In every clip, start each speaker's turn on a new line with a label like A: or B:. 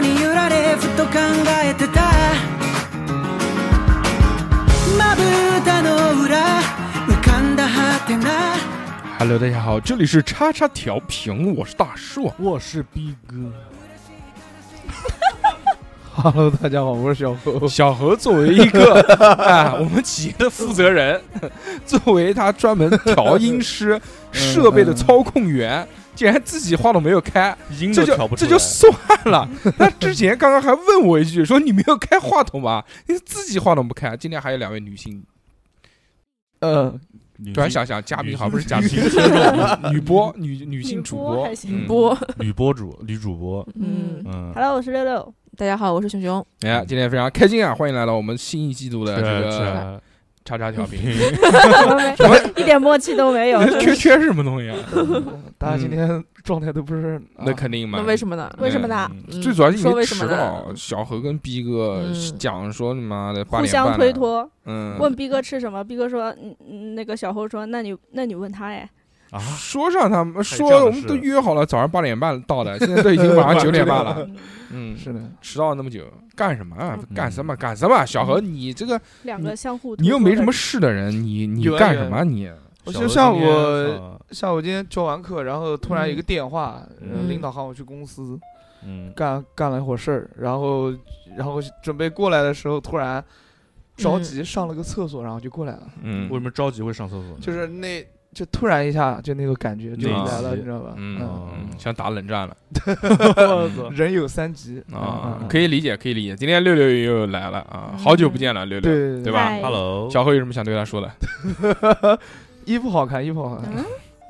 A: に揺られふと考えてたまぶたの裏浮かんだはてな
B: Hello，大家好，这里是叉叉调频，我是大硕。
C: 我是逼哥。Hello，大家好，我是小
D: 哦
C: 何。
B: 小何作为一个 啊，我们企业的负责人， 作为他专门调音
D: 嗯
B: 师、设备的操控员，竟然自己话都没有开，
D: 音
B: 这
D: 嗯都
B: 就
D: 调不出
B: 这就
D: 来，
B: 算了。他之前刚刚还问我一句，说你没有开话筒吧？你自己话筒不开。今天还有两位女性，
C: 呃，
D: 女
B: 突然
D: 性
B: 想想，嘉
D: 女
B: 宾
D: 性
B: 好像不是嘉
D: 女
B: 宾，
D: 性听众
B: 女播女女性
E: 女
B: 主
E: 播
B: 播
E: 还，行
B: 嗯
F: 播。
D: 女播主、女主播，
F: 嗯，
D: 嗯，
E: Hello，我是六 六。
F: 大家好，我是熊熊。
B: 哎，今天非常开心啊！欢迎来到我们新一季度的
D: 这
B: 这个
D: 这
B: 叉叉调频。
E: 我们一点默契都
F: 哎
E: 没有。
B: 缺缺什么东西啊？
C: 大家今天状态都不是 啊
B: 那肯定嘛。
F: 那为什么呢？
E: 为什么呢？
D: 嗯
F: 嗯
B: 最主要是因
F: 说为什
B: 迟
F: 么
B: 到，
F: 呢？
B: 小何跟逼哥
F: 嗯
B: 讲说你妈的八
E: 互
B: 点半
E: 相
B: 了
E: 推，脱，
B: 啊嗯，
E: 问逼哥吃什么，逼哥说，嗯嗯，那个小侯说，那你那你问他哎，
D: 啊，
B: 说上他们
D: 还有这样
B: 说
D: 的
B: 我们
D: 事
B: 都约好了早上八点半到的，现在都已经晚上九点半了， 嗯，
C: 是的，
B: 迟到那么久干什么啊？
F: 嗯
B: 干什么干什么？啊小何，你这个
E: 两个相互推
B: 嗯
E: 脱的人，
B: 你又没什么事的人，你你
C: 有啊
B: 干
C: 有啊
B: 什么啊你？
C: 我
D: 小
C: 就
D: 何
C: 像
D: 今天啊
C: 我
D: 上
C: 下午今天教完课，然后突然一个电话，
D: 嗯
C: 呃
F: 嗯
C: 领导喊我去公司
D: 嗯，
C: 干干了一会儿事儿，然后然后准备过来的时候，突然着急上了个厕所，然后就过来了，
B: 嗯
D: 为什么着急会上厕所呢？
C: 就是那就突然一下就那个感觉就
D: 内
C: 来了，
D: 急
C: 你知道吧？
B: 嗯
C: 嗯，
B: 嗯想打冷战了
C: 人有三急
B: 啊，
C: 以
B: 可以理解，可以理解。今天六六又来了啊，好久不见了，六六，
C: 对
B: 对吧
E: 嗨
D: 哎 Hello，
B: 小何有什么想对他说的？
C: 衣服好看，衣服好看，
E: 嗯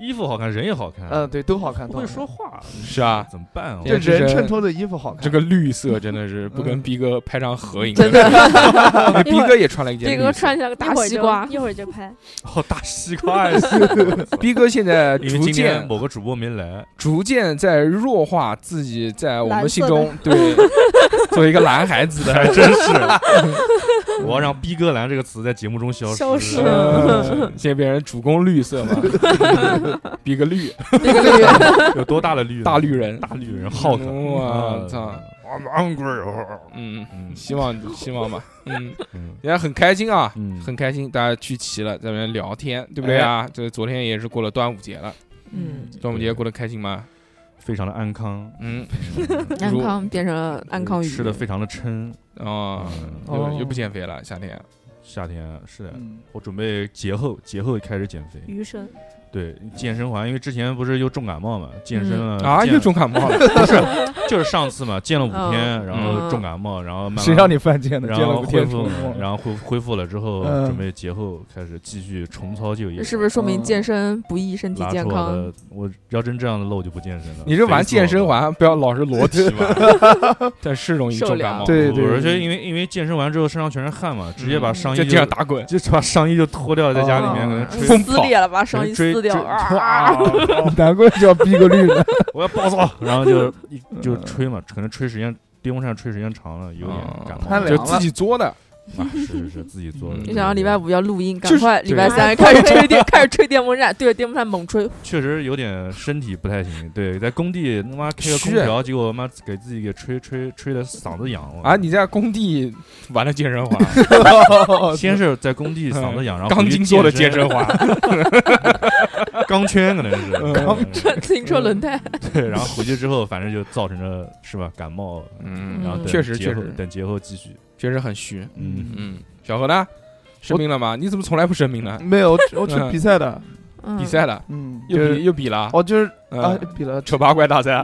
D: 衣服好看，人也好看，
C: 嗯，，对，都好看，
D: 不
C: 都好
D: 会
C: 看
D: 说话，
B: 是啊，
D: 怎么办啊？
C: 就
B: 这是
D: 我
C: 人
B: 真
C: 衬托着衣服好看。
B: 这个绿色真的是不跟
C: 嗯
B: 逼哥拍张合影，
F: 真的，
B: 逼哥也穿了一件绿
F: 这
B: 色。
F: 个穿起来个
E: 一
F: 大
E: 会儿
F: 西
E: 就
F: 瓜，
E: 一会儿 就拍，
D: 好大西瓜呀！ 因
B: 逼哥现在
D: 为
B: 逐
D: 今天
B: 渐
D: 某个主播没来，
B: 逐渐在弱化自己在我们
E: 蓝
B: 心
E: 色的
B: 中对作为一个男孩子
D: 还
B: 的。
D: 真是，我要让“逼哥蓝”这个词在节目中消
E: 消
D: 失
E: 失。
B: 嗯现在变成主攻绿色嘛， 逼个绿
D: 有多大的绿呢？
B: 大绿人，
D: 大绿人浩克，嗯
B: 我操，
D: 昂贵哦！
B: 嗯，
D: 嗯
B: 希望希望吧， 嗯，
D: 嗯
B: 人家很开心啊，
D: 嗯，
B: 很开心，大家聚齐了，在那边聊天，对不
D: 哎
B: 对啊？这昨天也是过了端午节了，
F: 嗯，
B: 端午节过得开心吗？
D: 非常的安康，呃
B: 嗯，
F: 安康变成了安康鱼，
D: 吃的非常的撑。
B: 哦，
D: 嗯，
B: 又
C: 哦
B: 又不减肥了，夏天。
D: 夏天是的，
C: 嗯
D: 我准备节后节后开始减肥，
F: 嗯
E: 余生
D: 对健身环，因为之前不是又重感冒嘛，健身
F: 嗯
D: 了
B: 啊，
D: 嗯健
B: 又重感冒了，
D: 不是 就是上次嘛，健了五天，
F: 嗯
D: 然后重感冒，然后慢慢
C: 谁让你犯贱的？
D: 然
C: 见了
D: 后
C: 五
D: 恢
C: 天
D: 复
C: 重复，，
D: 然后恢恢复了之后，
C: 嗯
D: 准备节后开始继续重操旧业。
F: 是不是说
B: 嗯
F: 明健身不易身体
D: 拿
F: 健
D: 出我
F: 康？
D: 的，我要真这样的了，我就不健身了。
B: 你这玩
D: 肥死我
B: 健身
D: 了
B: 环不要老是 裸体嘛，但是容易重感冒，
F: 受不了
C: 对对
D: 我是觉得
C: 对嗯
D: 因为因为健身完之后身上全是汗嘛，直接把上衣
B: 在
D: 就
B: 地上打滚，
D: 就把上衣就脱掉，在家里面
C: 哦
D: 可能吹
B: 疯
F: 嗯撕
B: 跑
F: 裂了，把
D: 可能
F: 上衣
D: 追
F: 撕掉
D: 追
F: 啊！
D: 啊
C: 难怪叫逼个绿呢。
D: 我要暴躁， 嗯然后就一就吹嘛，可能吹时间电风扇吹时间长了，有点感冒
C: 太
D: 了，
C: 凉
B: 哦就
D: 就
B: 自己作的，
D: 啊是是是自己做的。
B: 嗯
F: 就想要礼拜五要录音，
B: 就
F: 赶
B: 是
F: 快
B: 对
F: 啊礼拜三开始吹电，开始吹电风扇，对着电风扇猛吹，
D: 确实有点身体不太行，对，在工地他妈开个空
B: 虚啊
D: 调，结果他妈给自己给吹吹吹的嗓子痒了
B: 啊！你在工地玩的健身环，
D: 先是在工地嗓 子痒，然后
B: 钢
D: 回去
B: 筋做的
D: 健
B: 健身，环，
D: 钢圈可能是
B: 钢
D: 圈，
F: 自行车轮胎。
D: 对，然后回去之后反正就造成了是吧感冒，
B: 嗯，
D: 然后等
B: 确实
D: 节
B: 确
D: 后
B: 实
D: 等节后继续，
B: 确实很虚。
D: 嗯，
B: 嗯，小何呢？生病了吗？你怎么从来不生病呢？
C: 没有，我去我去比赛的，
F: 嗯
B: 比赛了，
C: 嗯，
B: 又
C: 就是
B: 比又比了，
C: 哦，就是啊
B: 嗯，
C: 比了，
B: 丑八怪大赛，啊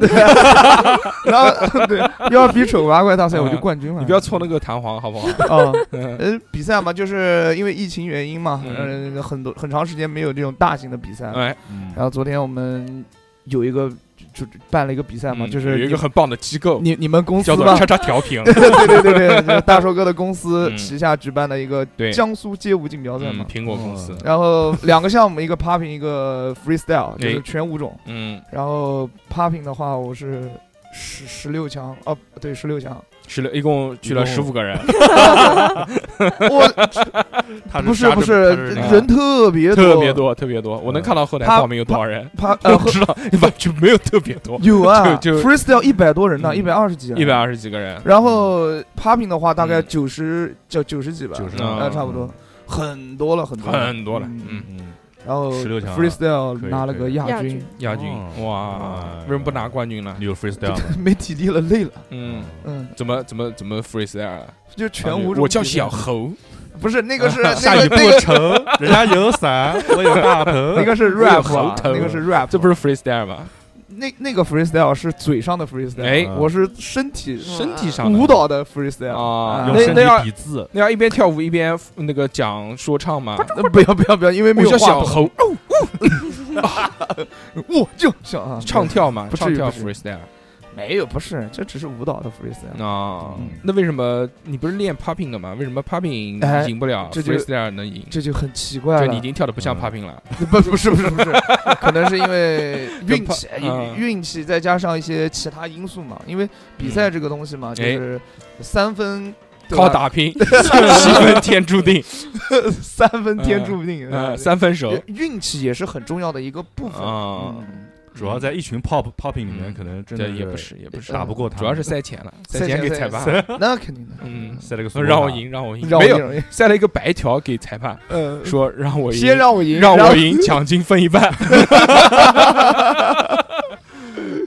C: 然后 对，要是比丑八怪大赛，我就冠军了。
B: 你不要搓那个弹簧好不好？
C: 啊，
B: 嗯
C: 呃，比赛嘛，就是因为疫情原因嘛，
B: 嗯
C: 呃，很多很长时间没有这种大型的比赛。
B: 哎，
D: 嗯
C: 然后昨天我们有一个就就办了一个比赛嘛，
B: 嗯
C: 就
B: 有
C: 是
B: 一
C: 你
B: 个很棒的机构，
C: 你你们公司
B: 叫做
C: 吧
B: 叉，叉调频，
C: 对对对对，就是大寿哥的公司
B: 嗯
C: 旗下举办的一个
B: 对
C: 江苏街舞锦标赛
B: 嗯
C: 嘛，
B: 苹果公司，
C: 然后两个项目，一个 popping，一个 freestyle，就
B: 哎
C: 是全五种。
B: 嗯，
C: 然后 popping 的话，我是十十六强，哦，对，十六强。
B: 十六一共去了
D: 一共
B: 十五个人，
C: 我
D: 他
C: 不是
D: 沙
C: 不
D: 之
C: 是
D: 他是那个
C: 人特别
B: 特别，多特别多，我能看到后台
C: 嗯他
B: 报名有多少人，
C: 他
B: 我
C: 呃
B: 不 知道，完全没有特别多，
C: 有啊
B: 就就
C: ，freestyle 一百多人呢，
B: 嗯
C: 一百二十几人，
B: 一百。二十几个人，
C: 然后 popping 的话，大概
B: 嗯
C: 九十叫九十几吧，
D: 90
B: 啊
C: 呃差不多，很多了很多了。
B: 很多了，嗯
C: 嗯，
D: 嗯，
C: 然后
D: 16强啊
C: freestyle
D: 可以
C: 拿了个
E: 亚
C: 亚
E: 军
C: 军，
B: 亚军
D: 哦
B: 哇，
D: 哎
B: 为什么不拿冠军呢
D: 你？有 freestyle 吗？
C: 没体力了，累了，
B: 嗯，
C: 嗯，
B: 怎么怎么怎么 freestyle？啊
C: 就全无。
B: 我叫小，
C: 哦
B: 啊猴，
C: 不是那个是那
D: 下
C: 个
D: 雨
C: 那
D: 不
C: 个
D: 成，人家有伞，我有大头。
C: 那个是
B: 我有
C: rap，
B: 猴
C: 啊
B: 头
C: 那个是 rap，
B: 这不是 freestyle 吗？
C: 那那个 freestyle 是嘴上的 freestyle，啊
B: 哎，
C: 我是身体
B: 身体上的
C: 舞蹈的 freestyle。
B: 啊，
C: 嗯
D: 用
B: 那
D: 身
B: 那
D: 体
B: 要
D: 比字，
B: 那要一边跳舞一边那个讲说唱吗？
C: 呃不要不要不要，因为没
B: 我叫
C: 有话
B: 小
C: 筒，哦
B: 猴，
C: 我就想啊，
B: 唱跳嘛，
C: 不至
B: 唱
C: 于
B: 跳
C: 不至于
B: freestyle
C: 没有不是，这只是舞蹈的 freestyle。
B: 啊
D: 嗯。
B: 那为什么你不是练 popping 的吗？为什么 popping
C: 哎
B: 赢不了
C: 这就
B: freestyle 能赢？
C: 这就很奇怪
B: 就
C: 了
B: 你已，经跳的不像
D: 嗯
B: popping 了，
C: 不不是不是不 是，可能是因为运气，
B: 怕嗯
C: 运气再加上一些其他因素嘛。因为比赛这个东西嘛，就是三分对
B: 嗯
C: 吧
B: 哎靠
C: 啊
B: 打拼， 七分天注 定，
C: 三分天注定，
B: 呃，三分熟
C: 啊也运气也是很重要的一个部分。
B: 啊。
C: 嗯
D: 主要在一群 pop popping 里面，
B: 嗯
D: 可能真的
B: 这也不是也不是
C: 呃
D: 打不过他们，
B: 主要是塞钱了，
C: 塞
B: 钱
C: 钱
B: 给
C: 塞
B: 裁判
C: 塞
B: 了，
C: 那肯定的，
B: 嗯，
D: 塞了个索
B: 让我
D: 马，
B: 赢，让我赢，
C: 让我
B: 没有
C: 赢，
B: 塞了一个白条给裁判，
C: 呃，
B: 说让我赢，
C: 先让我赢，
B: 让
C: 然
B: 我
C: 后，
B: 赢，奖金分一半。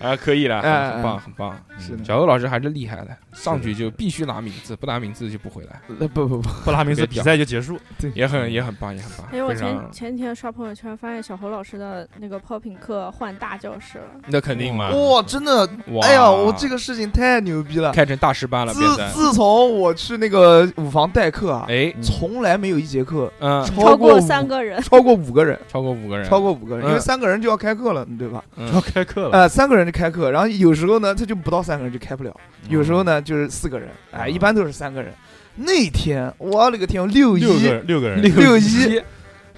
B: 啊，可以了，
C: 哎
B: 很棒，很棒。
D: 嗯
C: 是的
B: 小欧老师还是厉害的，上去就必须拿名字，不拿名字就不回来，
C: 呃不不不，
D: 布拉明斯
B: 别
D: 比
B: 屌
D: 赛就结束，
B: 也
C: 嗯
B: 很也很棒，也很棒。
E: 因哎为我
B: 非
E: 前
B: 常，
E: 前几天刷朋友圈，发现小侯老师的那个 popping 课换大教室了，
B: 那肯定嘛。
C: 哇，真的，
B: 啊哇，
C: 哎呀，我这个事情太牛逼了。
B: 开成大师班了，
C: 自
B: 变成
C: 自从我去那个舞房代课啊，
B: 哎，
C: 从来没有一节课
B: 嗯，
C: 超
E: 过
C: 五
E: 三个人，
C: 超过五个人，
B: 超过五个人，
C: 超过五个人，因为
B: 嗯
C: 三个人就要开课了，对吧？
B: 嗯
D: 要 开课了。
C: 呃，三个人就开课，然后有时候呢，他就不到三个人就开不了，有时候呢就是四个人，
B: 嗯
C: 哎，一般都是三个人。那天我勒个天，六一
D: 六个人，六个人，
C: 六一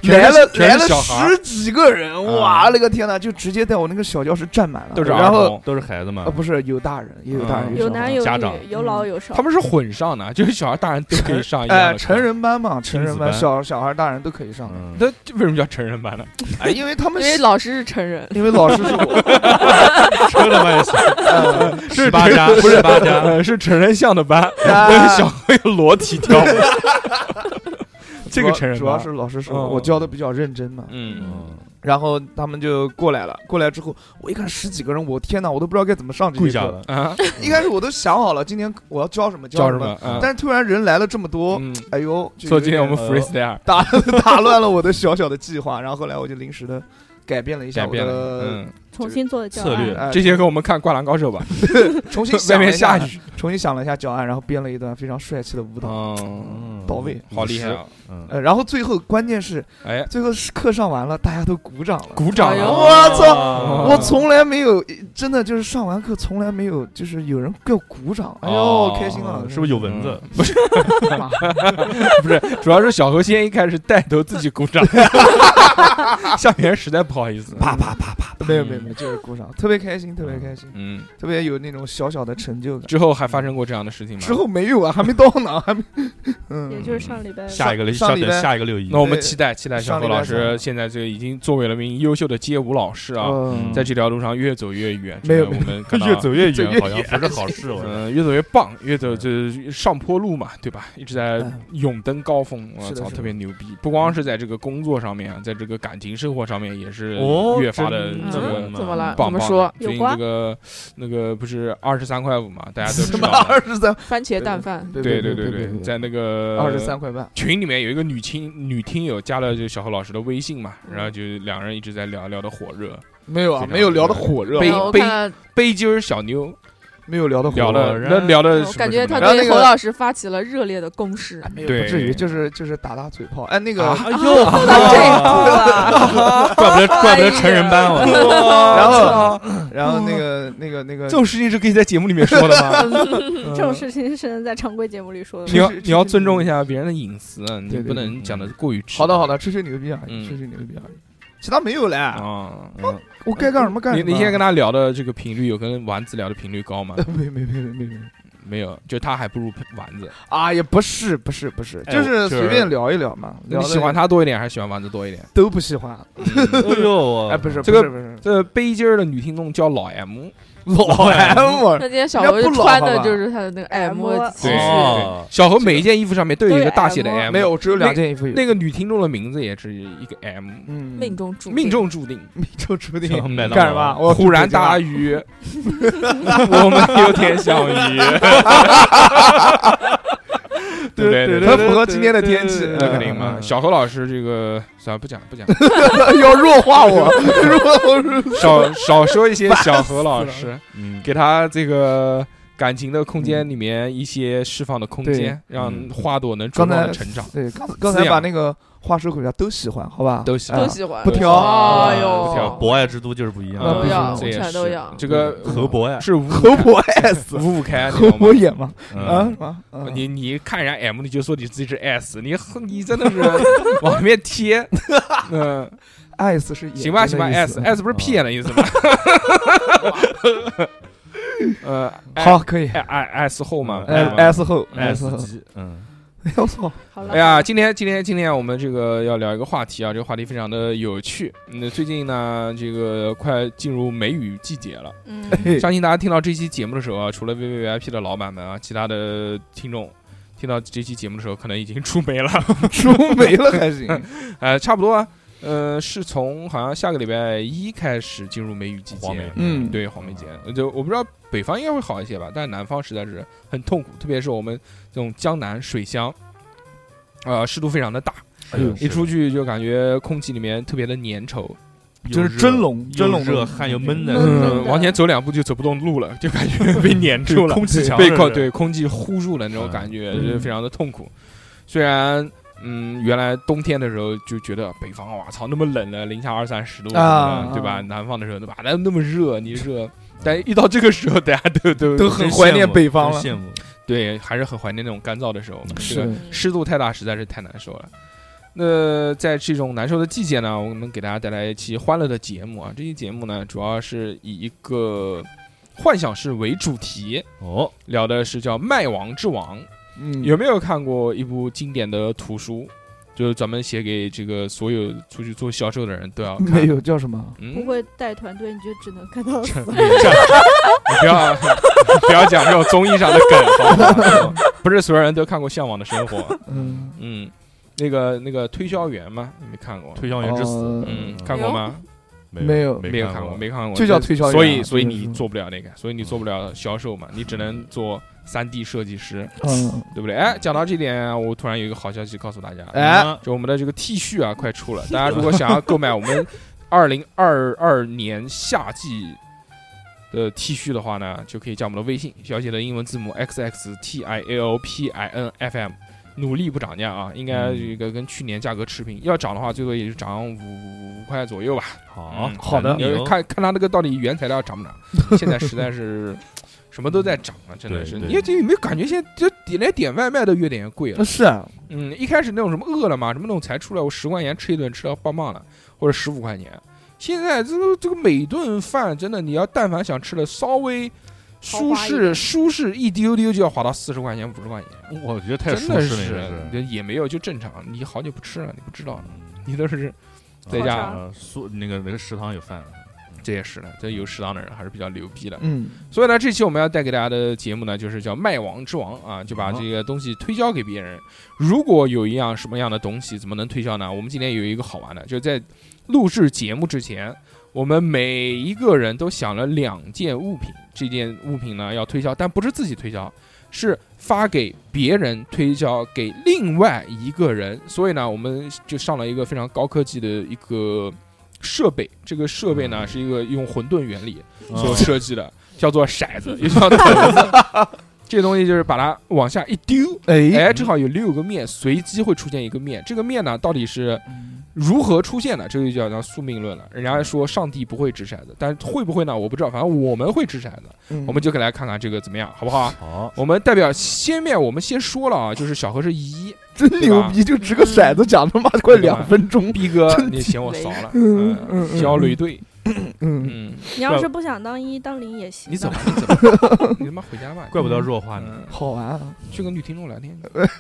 B: 一
C: 来了
B: 全
C: 来
B: 是
C: 了
B: 小孩儿嗯
C: 十几个人，哇勒个天呐，就直接在我那个小教室站满了，
B: 都是儿
C: 然后
B: 童，
D: 都是孩子嘛
C: 呃。不是有大人，也有大人，
B: 嗯
E: 有
C: 小孩
E: 男有
D: 家长
E: 女，有老有少
B: 他。们是混上的，就是小孩大人都可以上一样的
C: 哎
B: 课。
C: 成人班嘛，成人
D: 亲子班
C: 小小孩大人都可以上，
D: 嗯，
B: 那这为什么叫成人班呢？
C: 哎，因为他
F: 因
C: 们
F: 为老师是成人，
C: 因为老 师是我，
D: 车的嘛也行，
C: 呃
D: 十八家，
B: 不是
D: 十八 家，
B: 呃是成人像的 班，
C: 啊
B: 小孩有裸体跳 舞。这个
C: 主要
B: 成人
C: 主要
B: 班
C: 是老师说
B: 嗯
C: 我教的比较认真嘛，
B: 嗯，
D: 嗯，
C: 然后他们就过来了。过来之后，我一看十几个人，我天哪，我都不知道该怎么上这
D: 跪
C: 节
D: 下
C: 课
D: 了。。
B: 啊，
C: 一开始我都想好了，今天我要教什么
B: 叫
C: 什
B: 什么？嗯
C: 但是突然人来了这么多，
B: 嗯，
C: 哎呦，就
B: 说
C: 有
B: 今天我们
C: 点呃
B: freestyle，
C: 打 打乱了我的小小的计划。然后后来我就临时的改变了一下
B: 改
C: 我
B: 变了，
C: 的，
B: 嗯，
E: 重新做的教
D: 策略
E: 案，
C: 哎
B: 这节课我们看《灌篮高手》吧，
C: 重 新
B: 外
C: 想了
B: 面
C: 一
B: 下
C: 下，
B: 雨，
C: 重新想了一下教案，然后编了一段非常帅气的舞蹈。
B: 哦，
D: 嗯
C: 到位
B: 好厉害！啊！
D: 嗯，
C: 呃，然后最后关键是
B: 哎，
C: 最后是课上完了，大家都鼓掌了。
B: 鼓掌
F: 哎呦
B: 了！
C: 我
B: 啊
C: 操！我从来没有，真的就是上完课从来没有，就是有人给我鼓掌，哎
B: 哦
C: 呦，开心了！
D: 嗯是不是有蚊子？
C: 妈
B: 不是，主要是小何先一开始带头自己鼓掌， 下面人实在不好意思，
C: 啪啪啪啪，
E: 嗯
C: 没有没有没有，就是鼓掌，特别开心，特别开心，
B: 嗯，
C: 特别有那种小小的成就感。
B: 之后还发生过这样的事情吗？
C: 之后没有啊，还没到呢，还没，
E: 也
C: 嗯，
E: 就是上礼拜
D: 下一个
C: 上
D: 下
C: 上礼拜
D: 等下一个六一
B: 那，我们
C: 对
B: 期待期待小
C: 上
B: 何
C: 礼拜
B: 老师
C: 三
B: 现在这个已经作为了一名优秀的街舞老师啊，
C: 嗯
B: 在这条路上越走越远。
C: 没有
B: 真的我们看到
D: 越走啊越远，
C: 越
D: 好像不是好 事。我
B: 嗯，越走越棒，越走就是上坡路嘛，对吧？一直在
C: 嗯
B: 勇登高峰，我
C: 是的
B: 操，
C: 是的嗯
B: 特别牛逼！不光是在这个工作上面啊，在这个感情生活上面也是
D: 哦
B: 越发的
D: 真
B: 这
D: 的
B: 个
F: 嗯怎么 了？
B: 棒棒
F: 怎么
B: 的。
F: 说？
B: 最近
E: 有瓜
B: 这个那个不是二十三块五嘛，大家都知
C: 什么
B: 道的。
C: 二十三？
F: 番茄蛋饭，
B: 对对对对，在那个
C: 二十三块半，
B: 群里面有一个女听女听友加了就小何老师的微信嘛，然后
C: 嗯
B: 就两人一直在聊聊的火热，
C: 没有啊，没有聊的火热，
B: 杯
F: 然后我
B: 杯
F: 看到
B: 杯今儿小妞
C: 没有聊的火
B: 聊
C: 热，
B: 的
D: 火热
B: 那聊的
F: 我感觉他
C: 然后那
F: 对
C: 个
F: 侯老师发起了热烈的攻势。
B: 对啊
C: 不至于，就是就是打打嘴炮。哎，那个，
D: 哎呦，
F: 到这一步了，
D: 哦 怪不得怪不得成人班我。
B: 然
C: 然 后然后那个那个那个
B: 这，种事情啊是可以在节目里面说的 吗？
E: 这
B: 呃
E: 种事情是能在常规节目 里说的
B: 你
E: 吗。
B: 要
C: 是是
B: 你要尊重一下别人的隐私，你
C: 对
B: 不
C: 对嗯
B: 能讲的过于直。
C: 好的好的，吹吹牛逼啊，
B: 嗯
C: 吹吹牛逼啊，其他没有嘞，
B: 啊，
C: 我该干什么干
B: 你
C: 什么。
B: 你现在跟他聊的这个频率有跟丸子聊的频率高吗？
C: 没没没没没没，
B: 没有，就他还不如丸子。
C: 啊，也不是不是不是，
D: 哎
C: 就是
D: 我就是
C: 随便聊一聊嘛。
B: 你喜欢
C: 他
B: 他多一点，还是喜欢丸子多一点？
C: 都不喜欢？
D: 哎呦，我
C: 哎，不是
B: 这个
C: 不是不是
B: 这背筋儿的女听众叫老 M，
C: 老 M
F: 那今天小猴就穿的就是他的那个
E: 人家
F: M
E: 不老好吧
F: 情绪，
D: 哦
B: 小何每一件衣服上面都有一
F: 都
B: 个
F: 有
B: 大写的 M，
C: 没有，我只有两件衣服有。
B: 那个女听众的名字也是一个 M，
C: 嗯，
F: 命中注定
B: 命中注定。
C: 命中注定
D: 叫麦当劳
C: 干什么？我
B: 忽然大
C: 意，
B: 雨，我们有点想鱼，对对对对
C: 很符合今天的天气。
B: 那肯定嘛。
C: 嗯
B: 小何老师这个算了，不讲不讲，
C: 要弱化 我，弱化
B: 少少说一些小何老师，
D: 嗯，
B: 给他这个感情的空间里面一些释放的空间
C: 对，
B: 让
D: 嗯
B: 花朵能茁壮的成长。
C: 对，刚刚才把那个话说回来，都喜欢，好吧？
B: 都喜欢
C: 啊
F: 都喜欢，
C: 不挑
F: 哎呦，
B: 不挑
D: 博爱之都就是不一样，
C: 那
F: 都要，
C: 不
B: 这
F: 我
B: 也
F: 全都
B: 是
F: 要。
B: 呃这个
D: 何博爱，
B: 是五
C: 侯 博 S，
B: 五五开，啊你知
C: 侯
B: 道吗
C: 博演嘛？啊
D: 嗯
C: 什么？嗯
B: 你你看人家 M，你就说你自己是 S，你你真的 是往里面贴，嗯，
C: ，S 是演
B: 行吧
C: 员
B: 行吧
C: 的意思嗯啊
B: ，S，S 不是屁啊眼的意思吗？ 呃，
C: 好，可以。
B: ，I I S 后嘛，
C: 呃
B: 哎
C: S 后
D: S
C: 后，
D: 级，嗯，
C: 我操，
E: 好了，
B: 哎呀，今天今天今天我们这个要聊一个话题啊，这个话题非常的有趣。嗯，最近呢，这个快进入梅雨季节了，
E: 嗯，
C: 嘿
B: 相信大家听到这期节目的时候啊，除了 VVIP 的老板们啊，其他的听众听到这期节目的时候，可能已经出 梅了。
C: 书没了还行。
B: 呃，差不多啊，呃，是从好像下个礼拜一开始进入梅雨季节，
D: 黄梅
C: 嗯
B: 对，黄梅节，呃就我不知道北方应该会好一些吧，但是南方实在是很痛苦，特别是我们这种江南水乡。呃，湿度非常的大，
D: 哎呦
B: 一出去就感觉空气里面特别的粘稠，
C: 就是蒸笼，
D: 又
C: 蒸笼
D: 热
C: 的
D: 汗又闷的，
E: 嗯
B: 嗯，往前走两步就走不动路了，就 感觉 被粘住了，
D: 空气墙
B: 被
D: 是
B: 空
D: 不是
B: 对空气呼住了那种感觉，
C: 嗯
B: 就非常的痛苦。虽然嗯，原来冬天的时候就觉得北方哇操那么冷啊了，零下二三十度什么
C: 啊
B: 的，对吧？
C: 啊
B: 南方的时候对吧，那那么热，你热。但一到这个时候，大家都都
C: 都很怀念北方
D: 真
C: 了。
D: 羡慕。
B: 对，还是很怀念那种干燥的时候嘛。这个
C: 是
B: 湿度太大实在是太难受了。那在这种难受的季节呢，我们给大家带来一期欢乐的节目啊。这期节目呢，主要是以一个幻想式为主题，
D: 哦，
B: 聊的是叫《麦王之王》。
C: 嗯，
B: 有没有看过一部经典的图书？就是专门写给这个所有出去做销售的人都要看。
C: 没有叫什么？
B: 嗯，
E: 不会带团队你就只能 看到死。
B: 你不要 不要讲这种综艺上的梗，好不好？ 不是所有人都看过《向往的生活》。
C: 嗯，
B: 嗯，那个那个推销员嘛，你没看过？
D: 推销员之死，
C: 呃
B: 嗯，看过吗？
C: 没有
D: 没
B: 没有
D: 看
B: 看过，没看过，
C: 哎就叫
B: 这
C: 推销员啊
B: 所以，所以
C: 这个是
B: 你做不了那个，所以你做不了销售嘛，你只能做三 D 设计师，
C: 嗯，
B: 对不对？哎，讲到这点，我突然有一个好消息告诉大家，
C: 哎，
D: 嗯
B: 就我们的这个 T 恤啊，快出 了，大家如果想要购买我们二零二二年夏季。的 T 恤的话呢，就可以加我们的微信，小写的英文字母 x x t i a o p i n f m，努力不涨价啊，应该这个跟去年价格持平，要涨的话最多也就涨五五五块左右吧。
D: 好
B: 嗯
C: 好的
B: 你要看看它那个到底原材料涨不 涨？现在实在是什么都在涨啊，真的
D: 对
B: 是。
D: 对
B: 你这有没有感觉现在就点连点外卖都越点越贵
C: 那
B: 了？
C: 是啊，
B: 嗯，一开始那种什么饿了么什么那种才出来，我十块钱吃一顿吃到棒棒的，或者十五块钱。现在这个这个每顿饭真的，你要但凡想吃的稍微舒
E: 豪华一
B: 适
E: 点
B: 舒适一丢丢，就要划到四十块钱五十块钱，
D: 我觉得太
B: 真
D: 舒
B: 的
D: 适了，
B: 是
D: 这是。
B: 也没有就正常。你好久不吃了，你不知道，你都是在
E: 家
D: 啊宿那个那个食堂有饭，
B: 这也是的，这有食堂的人还是比较牛逼的。
C: 嗯，
B: 所以呢，这期我们要带给大家的节目呢，就是叫“卖王之王”啊，就把这个东西推销给别人。如果有一样什么样的东西，怎么能推销呢？我们今天有一个好玩的，就是在录制节目之前，我们每一个人都想了两件物品，这件物品呢要推销，但不是自己推销，是发给别人推销给另外一个人。所以呢，我们就上了一个非常高科技的一个设备，这个设备呢是一个用混沌原理。
D: 嗯
B: 所设计的，叫做骰子，也叫骰子。这东西就是把它往下一丢，
C: 哎，
B: 哎，正好有六个面，随机会出现一个面。这个面呢，到底是
C: 嗯
B: 如何出现的？这就叫叫宿命论了。人家说上帝不会掷骰子，但会不会呢？我不知道，反正我们会掷骰子。
C: 嗯
B: 我们就给大家看看这个怎么样，好不好啊？
D: 好，
B: 我们代表先面，我们先说了啊，就是小何是一，
C: 真牛逼，就
B: 嗯
C: 掷个骰子讲他妈快两分钟，
B: 逼哥
C: 真
B: 你嫌我骚了，
C: 嗯
B: 嗯，
C: 嗯
B: 小雷队，
C: 嗯，
B: 嗯，
E: 你要是不想当一当零也行。
B: 你走吧，你走吧， 你他妈回家吧，
D: 怪不得弱化呢。
B: 嗯
C: 好玩啊，
B: 去跟女听众聊天。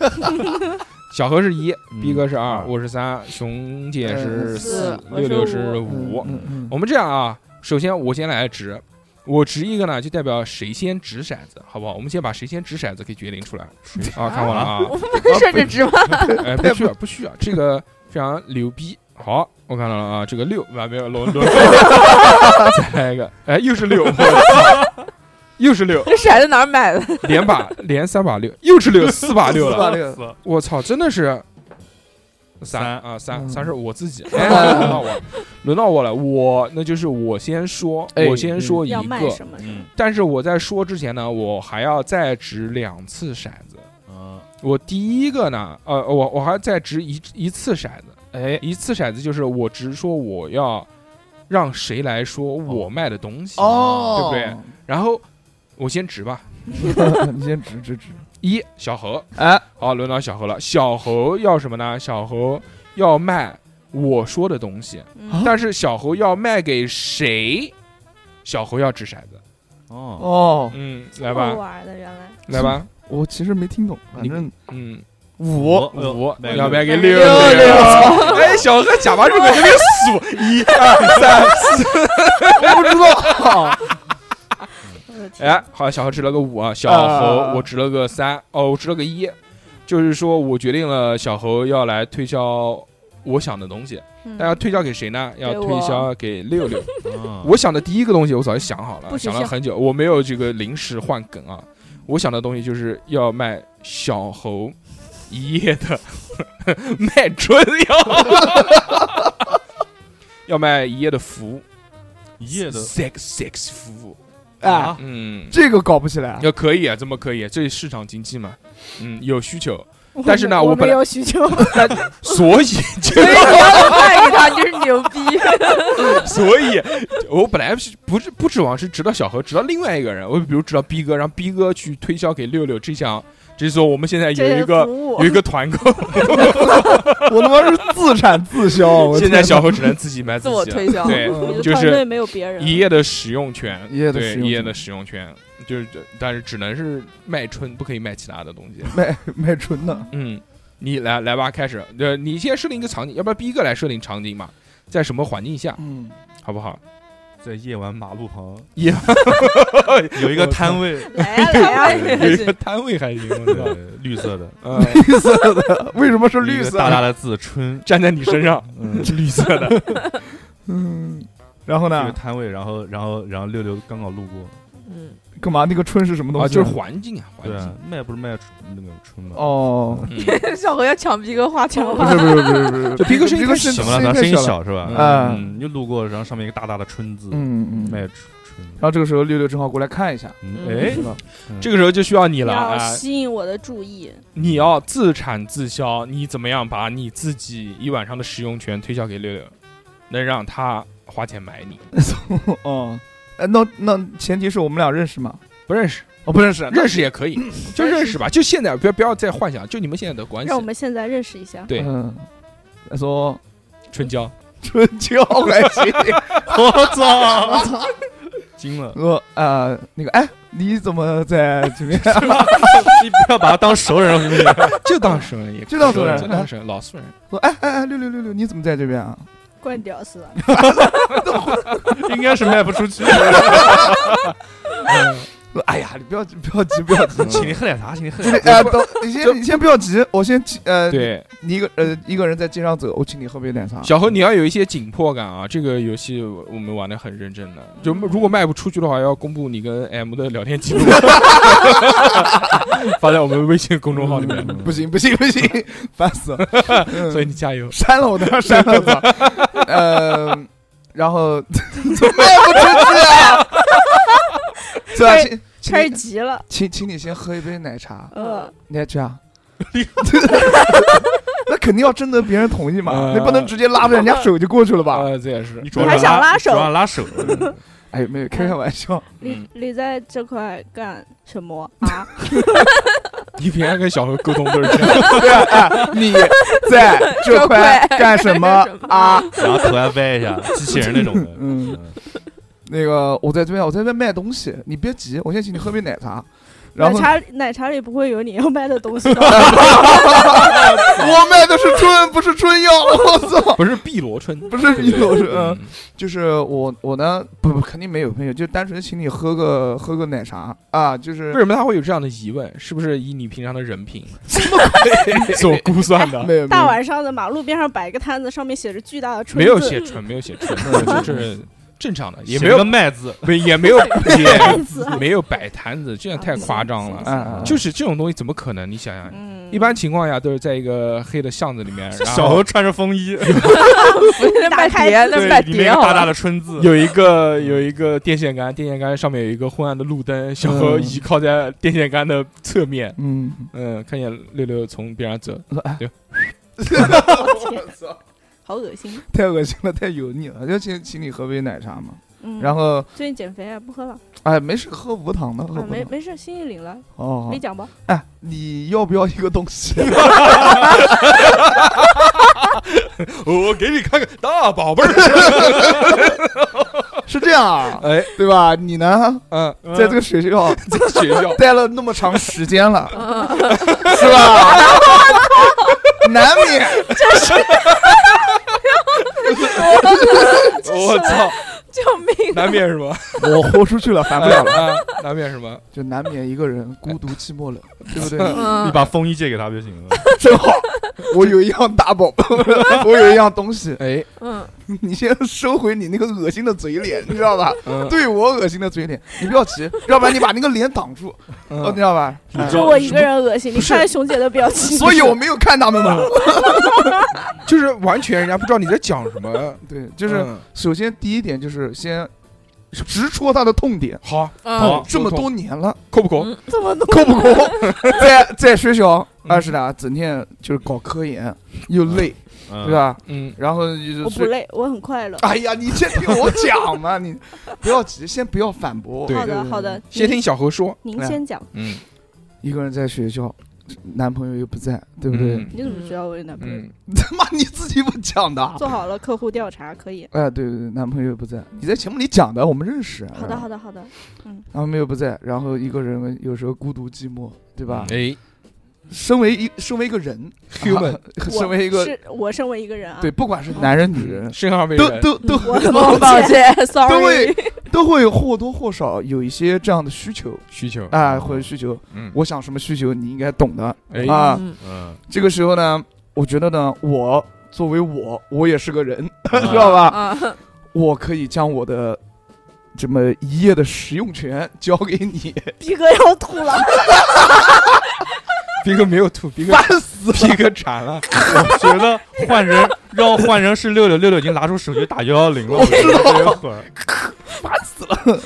B: 小何是一，
D: 嗯
B: 逼哥是二，
D: 嗯
B: 我是三，熊姐是
C: 嗯
B: 四
F: 四，我
B: 六
F: 是
B: 六
F: 五
B: 是
C: 嗯
B: 五。
C: 嗯嗯
B: 我们这样啊，首先我先来值，我值一个呢，就代表谁先掷骰子，好不好？我们先把谁先掷骰子给决定出来啊！看我了啊！
F: 我们顺着直吗？
B: 哎，不需要，不需要，这个非常牛逼。好，我看到了啊，这个六啊，没有轮轮，再来一个，哎，又是六，我操又是六，
F: 这骰子哪儿买的？
B: 连把连三把六，又是六，四把六
C: 四把
B: 了，
C: 六，
B: 我操，真的是三
D: 三
B: 啊三
C: 嗯
B: 三是我自 己，哎，轮到我了，轮到我了，我那就是我先说，
C: 哎
B: 我先说一
E: 要卖
B: 个，
E: 什么？
D: 嗯
B: 但是我在说之前呢，我还要再掷两次骰子。
D: 嗯，
B: 我第一个呢，呃，我我还再掷一一次骰子，哎，一次骰子就是我直说我要让谁来说我卖的东西，
C: 哦，
B: 对然后我先直吧，
C: 对？ 你先指指指，
B: 一小何，
C: 哎，
B: 好，轮到小何了，小何要什么呢？小何要卖我说的东西，
E: 嗯
B: 但是小何要卖给谁？小何要掷骰子，
D: 哦，
C: 哦，
B: 嗯，来
E: 好
B: 吧，
E: 玩儿的原来。
B: 来吧，
C: 我其实没听懂，反
B: 你
C: 正
B: 嗯，
C: 五
D: 哎
B: 五
D: 卖给
B: 要卖给
F: 六
B: 六
F: 六
B: 六，哎，小何假巴这个这边数一二三
C: 我不知道，
E: 我的天，
B: 哎，好，小何掷了个五啊，小
C: 啊
B: 何我掷了个三，哦，我掷了个一，就是说我决定了小何要来推销我想的东西，
E: 嗯
B: 但要推销给谁呢？要
F: 给我
B: 推销给六六。
D: 嗯
B: 我想的第一个东西我早就想好了，
E: 不识
B: 想了
E: 相
B: 很久，我没有这个临时换梗啊，我想的东西就是要卖小猴一夜的 卖春药，要卖一夜的服务
D: 一夜的啊
B: sex sex 服务，
C: 哎，
B: 嗯。
C: 这个搞不 起来，
B: 要可以啊，这么可以、啊，这市场经济嘛，嗯，有需求，但是呢我
E: 嗯我
B: 本
E: 没
B: 来
E: 有需求。
B: 所以就
F: 所以你要卖给他，你就是牛逼。
B: 所以，我本来是不是不指望是指导小何，指导另外一个人，我比如指导逼哥，让逼哥去推销给六六这项，就是说我们现在
E: 这
B: 有一
E: 些
B: 个
E: 服务
B: 有一个团购，
C: 我他妈是自产自销，啊我
B: 现在
C: 天
B: 小何只能自己买
F: 自我
B: 己
F: 推
B: 了，
F: 销
B: 对，
E: 你的
B: 就
E: 嗯团
B: 是
E: 队没有别人。
B: 一夜的使用权，
C: 一夜的使
B: 对
C: 用
B: 一夜
C: 权
B: 的使用权，就是但是只能是卖春，不可以卖其他的东 西。
C: 卖卖春的，
B: 嗯，你来来吧，开始。呃，你先设定一个场景，要不然逼哥来设定场景嘛，在什么环境下，
C: 嗯，
B: 好不好？
D: 在夜晚马路旁
B: 夜
D: 有一个摊位，
E: 来呀来啊呀！
B: 有一个摊位还行，我操
D: 对，绿色的，
B: 嗯，
C: 绿色的， 为什么是绿
D: 一个
C: 色？啊
D: 大大的字“春
B: 站在你身上，”，
D: 嗯，
B: 绿色的。
C: 嗯，然后
D: 这个
C: 呢？
D: 摊位，然后然后然后六六刚好路过，
F: 嗯，
C: 干嘛？那个春是什么东
B: 啊，
C: 西？
B: 就是环境啊，环
D: 对啊
B: 境。，
D: 卖不是卖春那个春吗？
C: 哦，
B: 嗯
F: 小何要抢逼哥话筒
C: 不
F: 了，
C: 是不是不是不是，
B: 这逼哥声音
C: 这个
B: 太
C: 声
D: 怎
B: 小
D: 么了？
C: 音
D: 咱
C: 太
D: 声音
C: 小了，
D: 小是吧？
C: 啊
D: 嗯，就路过，然后上面一个大大的“春”字，
C: 嗯嗯，
D: 卖
C: 然
D: 春春。
C: 后这个时候六六正好过来看一下，
D: 嗯，
F: 嗯
D: 哎
C: 是，吧？
B: 这个时候就需要你了
E: 要
B: 啊！
E: 吸引我的注意，
B: 你要自产自销，你怎么样把你自己一晚上的使用权推销给六六，能让他花钱买你？
C: 哦，哎，那那前提是我们俩认识吗？
B: 不认识，
C: 哦，不认识，
B: 呃认识也可以，就认识吧。就现在，不要不要再幻想，就你们现在的关系
E: 让我。们现在认识一下。
B: 对
C: 嗯，他说
B: 春娇，
C: 春秋还行，
D: 我操，我操，惊了！
C: 我啊、呃那个哎，你怎么在这 边？
D: 你不要把他当熟人，我跟你讲
B: 就当熟人也可以，
C: 就当熟人
B: 就当熟人，老熟人。
C: 说哎哎哎，六六六六，你怎么在这边啊？
E: 怪屌丝啊，
D: 应该是卖不出去。
C: 说哎呀，你不要急，不要急，不要急。
D: 请你喝点茶，请你喝
C: 今
D: 点
C: 天哎，等你先，你先不要急，我先请呃，
B: 对，
C: 你一个呃一个人在街上走，我请你喝杯奶茶。
B: 小何，你要有一些紧迫感啊！这个游戏我我们玩的很认真的，就如果卖不出去的话，要公布你跟 M 的聊天 记录，发在我们微信公众号里面。
D: 嗯
C: 不行不行不行，烦死 了。嗯
B: 所以你加油！
C: 删了我都要删了吧。 呃，然 后怎么卖不出去 啊？对啊，请请
E: 开
C: 你
E: 始急了。
C: 请请你先喝一杯奶茶，
E: 呃，
C: 你还这 样？那肯定要征得别人同意嘛，
B: 呃
C: 你不能直接拉着人家手就过去了吧？
B: 啊，这也是
D: 你主
E: 你
D: 要
E: 还
D: 是
E: 想拉手
D: 主要是拉手，
C: 哎，没有开开玩笑，
E: 你你在这块干什么啊？
B: 你平常跟小何沟通都是这 样，
C: 对啊，哎你在这
F: 这
C: 块
F: 块
C: 干什么
F: 干什么
C: 啊？
D: 然后头还歪一下，机器人那种 的。
C: 嗯， 那个我在这边，我在这边卖东西，你别急，我先请你喝杯奶茶。 然
E: 奶
C: 后
E: 茶奶茶里不会有你要卖的东西 的。
C: 我卖的是春，不是春药， 我操，
B: 不是碧螺春，
C: 不是一头是嗯，
B: 嗯
C: 就是我我呢，不不肯定没有朋友，就单纯请你喝个喝个奶茶啊，就是
B: 为什么他会有这样的疑问？是不是以你平常的人 品
C: 什么鬼
B: 所估算的？
C: 没有没
E: 大
C: 有，
E: 晚上的马路边上摆个摊子，上面写着巨大的春字。
B: 没有写纯，没有写纯，就是正常的，也没
D: 写
B: 有
D: 个麦字，
B: 没也没有
E: 太
B: 也
E: 子。
B: 没有摆摊子，这样太夸张了。
C: 嗯嗯，
B: 就是这种东西怎么可能？你想想，
E: 嗯，
B: 一般情况下都是在一个黑的巷子里 面，然
D: 小
B: 后
D: 猴穿着风衣，
F: 那
E: 打
F: 卖
E: 开
F: 碟，那
D: 对，
F: 卖
D: 里面
F: 碟
D: 有
F: 好
D: 大大
F: 了。
D: 的春字，
B: 有一个有一个电线杆，电线杆上面有一个昏暗的路灯，小何
C: 嗯
B: 倚靠在电线杆的侧面，
C: 嗯，
B: 嗯，看见六六从边上 走，
E: 天好恶心。
C: 太恶心了，太油腻了，就请请你喝杯奶茶嘛。
E: 嗯，
C: 然后
E: 最近减肥啊，不喝了。
C: 哎，没事，喝无糖的，喝无
E: 啊，
C: 糖
E: 没
C: 的。
E: 没事，心意领了，
C: 哦，
E: 你讲吧。
C: 哎，你要不要一个东西？
D: 我给你看看大宝贝儿，
C: 是这样啊，
B: 哎，
C: 对吧？你呢，
B: 嗯，
C: 在这 个学校
B: 个学校，
C: 待了那么长时间了，
F: 嗯，
C: 是 吧？难免
B: 我 操，
F: 救命！
B: 难免什么？
C: 我豁出去了，反不了了，
B: 了，嗯难免什么？
C: 就难免一个人孤独寂寞冷，对不对？
F: 嗯
D: 你把风衣借给他不就行了？
C: 真好，我有一样大宝，我有一样东西，
B: 哎，
F: 嗯，
C: 你先收回你那个恶心的嘴脸，你知道吧？
B: 嗯，
C: 对我恶心的嘴脸，你不要急，要不然你把那个脸挡住，哦，你知
B: 嗯，
C: 道吧？哎
E: 就我一个人恶心，你看熊姐的表情。
C: 所以我没有看他们嘛。
B: 就是完全人家不知道你在讲什么，
C: 对，就是
B: 嗯
C: 首先第一点就是先直戳他的痛点。
B: 好，
F: 嗯，
C: 这么多年了，
B: 够不够？
F: 嗯
E: 这么多
C: 够 不够？在在学校
B: 嗯
C: 二十大，整天就是搞科研，又累，
D: 嗯
C: 对？啊吧？
B: 嗯，
C: 然后就是
E: 我不累，我很快乐。
C: 哎呀，你先听我讲嘛， 你不要急，先不要反驳。
B: 对
E: 好的，好的，
B: 先听小何说，
E: 您
C: 哎
E: 您先讲，
B: 嗯
C: 一个人在学校，男朋友又不在，对不对？
E: 你怎么知道我有男朋友？
B: 嗯，
C: 他 妈你自己不讲的。啊
E: 做好了客户调查可以。
C: 哎，对对对，男朋友不在，你在节目里讲的，我们认识。啊
E: 好的，好的，好的，
C: 男朋友不在，然后一个人有时候孤独寂寞，对吧？
B: 哎，
C: 身为一身为一个人 啊
B: Human
C: 身为一
E: 我
C: 个
E: 是我身为一个人啊，嗯
C: 对，不管是男人女人，
B: 生而为
C: 都
B: 人，
C: 都都
E: 我很
F: 嗯我抱歉
C: 都会
F: ，sorry。
C: 都会或多或少有一些这样的需求
B: 需求
C: 啊，或者需求。
B: 嗯，
C: 我想什么需求，你应该懂的
B: 哎
C: 啊。
F: 嗯
D: 嗯，
C: 这个时候呢，我觉得呢，我作为我，我也是个人，
D: 嗯
C: 知道吧？
F: 啊，
C: 我可以将我的这么一夜的使用权 交给 你，
E: 逼哥要 吐了，
B: 逼哥没有吐，逼哥
C: 烦死了！
B: 逼哥馋了，
D: 我觉得换人 让换人是六六六六已经拿出手机打幺幺零了，我知道。会儿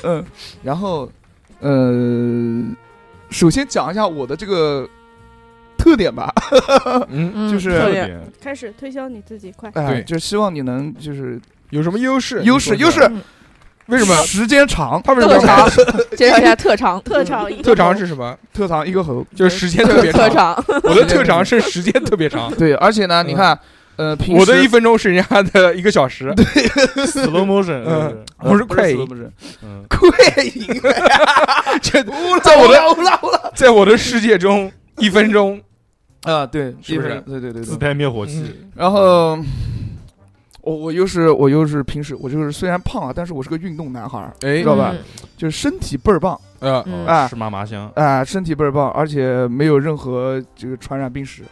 C: 嗯，然后，呃，首先讲一下我的这个特点吧，
B: 嗯，
F: 嗯
C: 就是
F: 特
D: 特
F: 别
D: 点
E: 开始推销你自己，快！
C: 哎、
B: 对
C: 就是希望你能就是
B: 有什么优势？
C: 优势
B: 你
C: 优
B: 说说
C: 势，
F: 嗯
B: 为什么？
C: 时间长，
B: 他为什么
F: 特
B: 要买？
F: 长，解释一下特长，
E: 特长一个
B: 特长是什么？
C: 特长一个猴，
B: 就是时间特别
F: 特
B: 长。
F: 长，
B: 我的特长是时间特别长，
C: 对，而且呢，
B: 嗯
C: 你看，呃， 平时
B: 我的一分钟是人家的一个小时。
D: slow motion，
B: 嗯
D: 对
C: 呃
B: 不是快
D: 不
B: 影
D: 是不是， 嗯，
C: 快赢了，
B: 这
C: 在
B: 在
C: 我
B: 我
C: 的
B: 的
C: 乌拉乌拉
B: 在我的世界中，一分钟
C: 啊，对，
B: 是不是
C: 一分对对对
D: 自
C: 对。
D: 带灭火器，
C: 然后，我我又是我又是平时我就是虽然胖啊，但是我是个运动男孩儿，
B: 哎
C: 知道吧？就是身体倍儿棒
B: 呃，
D: 哦
F: 嗯？
C: 啊
D: 是嘛嘛香，
C: 啊、身体倍儿棒，而且没有任何这个传染病史。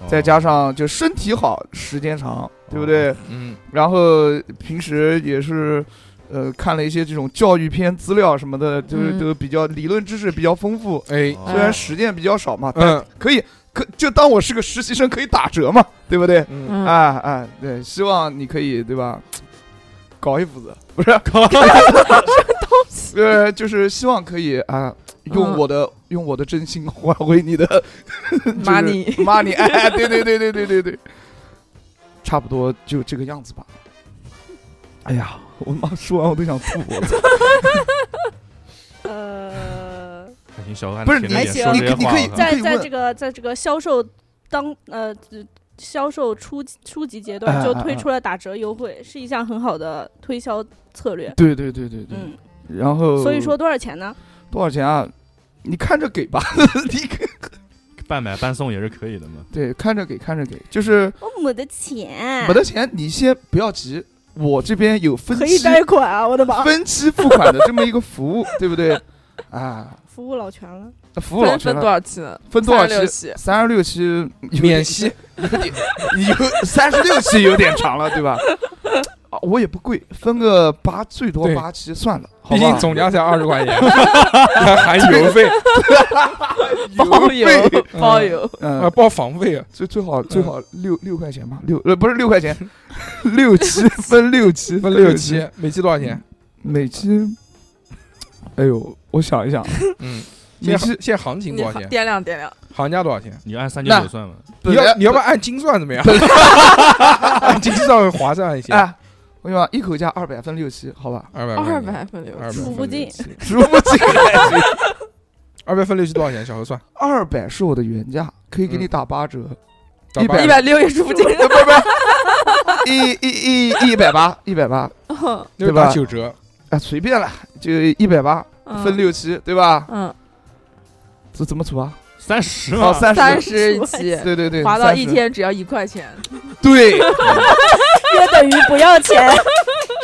D: 哦
C: 再加上就身体好，时间长，对不对？
B: 嗯，
C: 然后平时也是，呃，看了一些这种教育片资料什么的，就是
F: 嗯
C: 都比较理论知识比较丰富，
B: 哎，
D: 哦
C: 虽然实践比较少嘛，但
B: 嗯
C: 可以可就当我是个实习生可以打折嘛，对不对？
B: 嗯，
C: 啊
F: 嗯，
C: 啊，对，希望你可以对吧？搞一斧 子不是，
D: 靠
C: 呃，就是希望可以啊，用
F: 嗯
C: 我的用我的真心换回你的
F: Money
C: money，哎，对对对对对对对，差不多就这个样子吧。哎呀，我妈说完我都想吐，我 操！
E: 呃，
D: 还行，小何还
C: 不是
D: 挺
C: 你
D: 着
E: 还
D: 脸
E: 行
D: 说
E: 你
D: 这些
C: 你
D: 话
C: 可以
D: 的
C: 在
E: 在
C: 啊可以
E: 在
C: 问
E: 这个在这个销售当呃只销售初初级阶段
C: 哎
E: 就
C: 哎
E: 推
C: 哎
E: 出了打折优惠，是一项很好的推销策略。
C: 对对对对对。
E: 嗯，
C: 然后
E: 所以说多少钱呢？
C: 多少钱啊？你看着给吧， 你可
D: 半买半送也是可以的嘛。
C: 对看着给看着给，就是
E: 哦我母的钱
C: 没得钱，你先不要急，我这边有分
E: 可以
C: 期
E: 贷款啊！我的妈，
C: 分期付款的这么一个服务，对不对？啊，
E: 服务老全了。
C: 服务老
F: 分
C: 师
F: 分多少期呢？
C: 分多少
F: 36
C: 期？
F: 期？
C: 三十六期有点
B: 免息，
C: 有点有三十六期有点长了，对吧？啊，我也不贵，分个八最多
B: 对
C: 八期算了，好
B: 毕
C: 吧
B: 竟总价才二十块钱，还含邮费
F: 包
C: 邮费
F: 邮，包邮，
B: 啊，
C: 嗯，
B: 包房费啊，
C: 最最好最好六六块钱吧，六呃不是六块钱，六期分六期
B: 分
C: 分
B: 六
C: 期
B: 期，，每期多少钱？
C: 每期，哎呦，我想一想，
B: 嗯，
C: 每
B: 现在
C: 期
B: 现在行情
F: 你
B: 多少
F: 好
B: 钱？
F: 掂量掂量，
B: 行价多少钱？
D: 你按三九
C: 那
D: 九算嘛，
B: 你要你要不要按斤算怎么样？按斤算会划算一些，
C: 哎，我跟你说，一口价二百分六期，好吧，
B: 二百
F: 二百分流，
B: 二百
E: 数不尽
C: 数不清，
B: 二百分六期多少钱？小何算，
C: 二百是我的原价，可以给你
B: 嗯
C: 打八折，
B: 找
C: 一百
B: 八
F: 一百六也数不尽。
C: 不不不，一一一一百八，一百八，
B: 六
C: 对吧
B: 打九折，
C: 啊，随便了，就一百八分
F: 嗯，
C: 六期，对吧？
F: 嗯，
C: 这怎么除啊？
D: 三十嘛，
C: 哦，三
F: 三
C: 十，
F: 十一期，
C: 对对对，
F: 划到
C: 30
F: 一，天只要一块钱，
C: 对，
E: 约等于不要钱，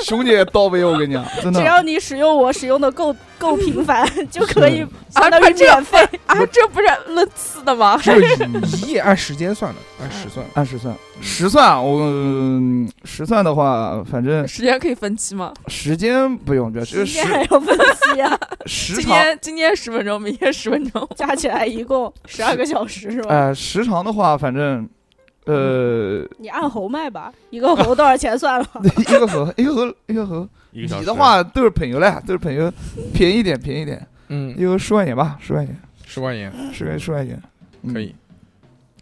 C: 熊姐到位，我跟你讲，真
E: 只
C: 的。
E: 要你使用我使用的够够频繁， 就可以相
F: 啊
E: 当于
F: 这
E: 免费。
F: 啊，这不是论次的吗？
B: 只有一夜按时间算的，按时算。
C: 按时算，时算啊我、嗯时算的话，反正
F: 时间可以分期 吗？
C: 时间不用，不要， 就是
E: 今天
C: 时
E: 还要分 期啊，
C: 时
F: 今
C: 长，
F: 天今天十分钟，明天十分钟，
E: 加起来一共十二个小时是吧？
C: 呃，时长的话，反正呃，
E: 你按猴卖吧，一个猴多少钱算了？
C: 一个盒，一个盒，一个盒，
D: 一
C: 你
D: 个小时。
C: 的话都是朋友嘞，都是 朋友，便宜点，便宜点，
B: 嗯，
C: 一个十万元吧，十万元，
B: 十块钱
C: 十万十万元，嗯
B: 可以，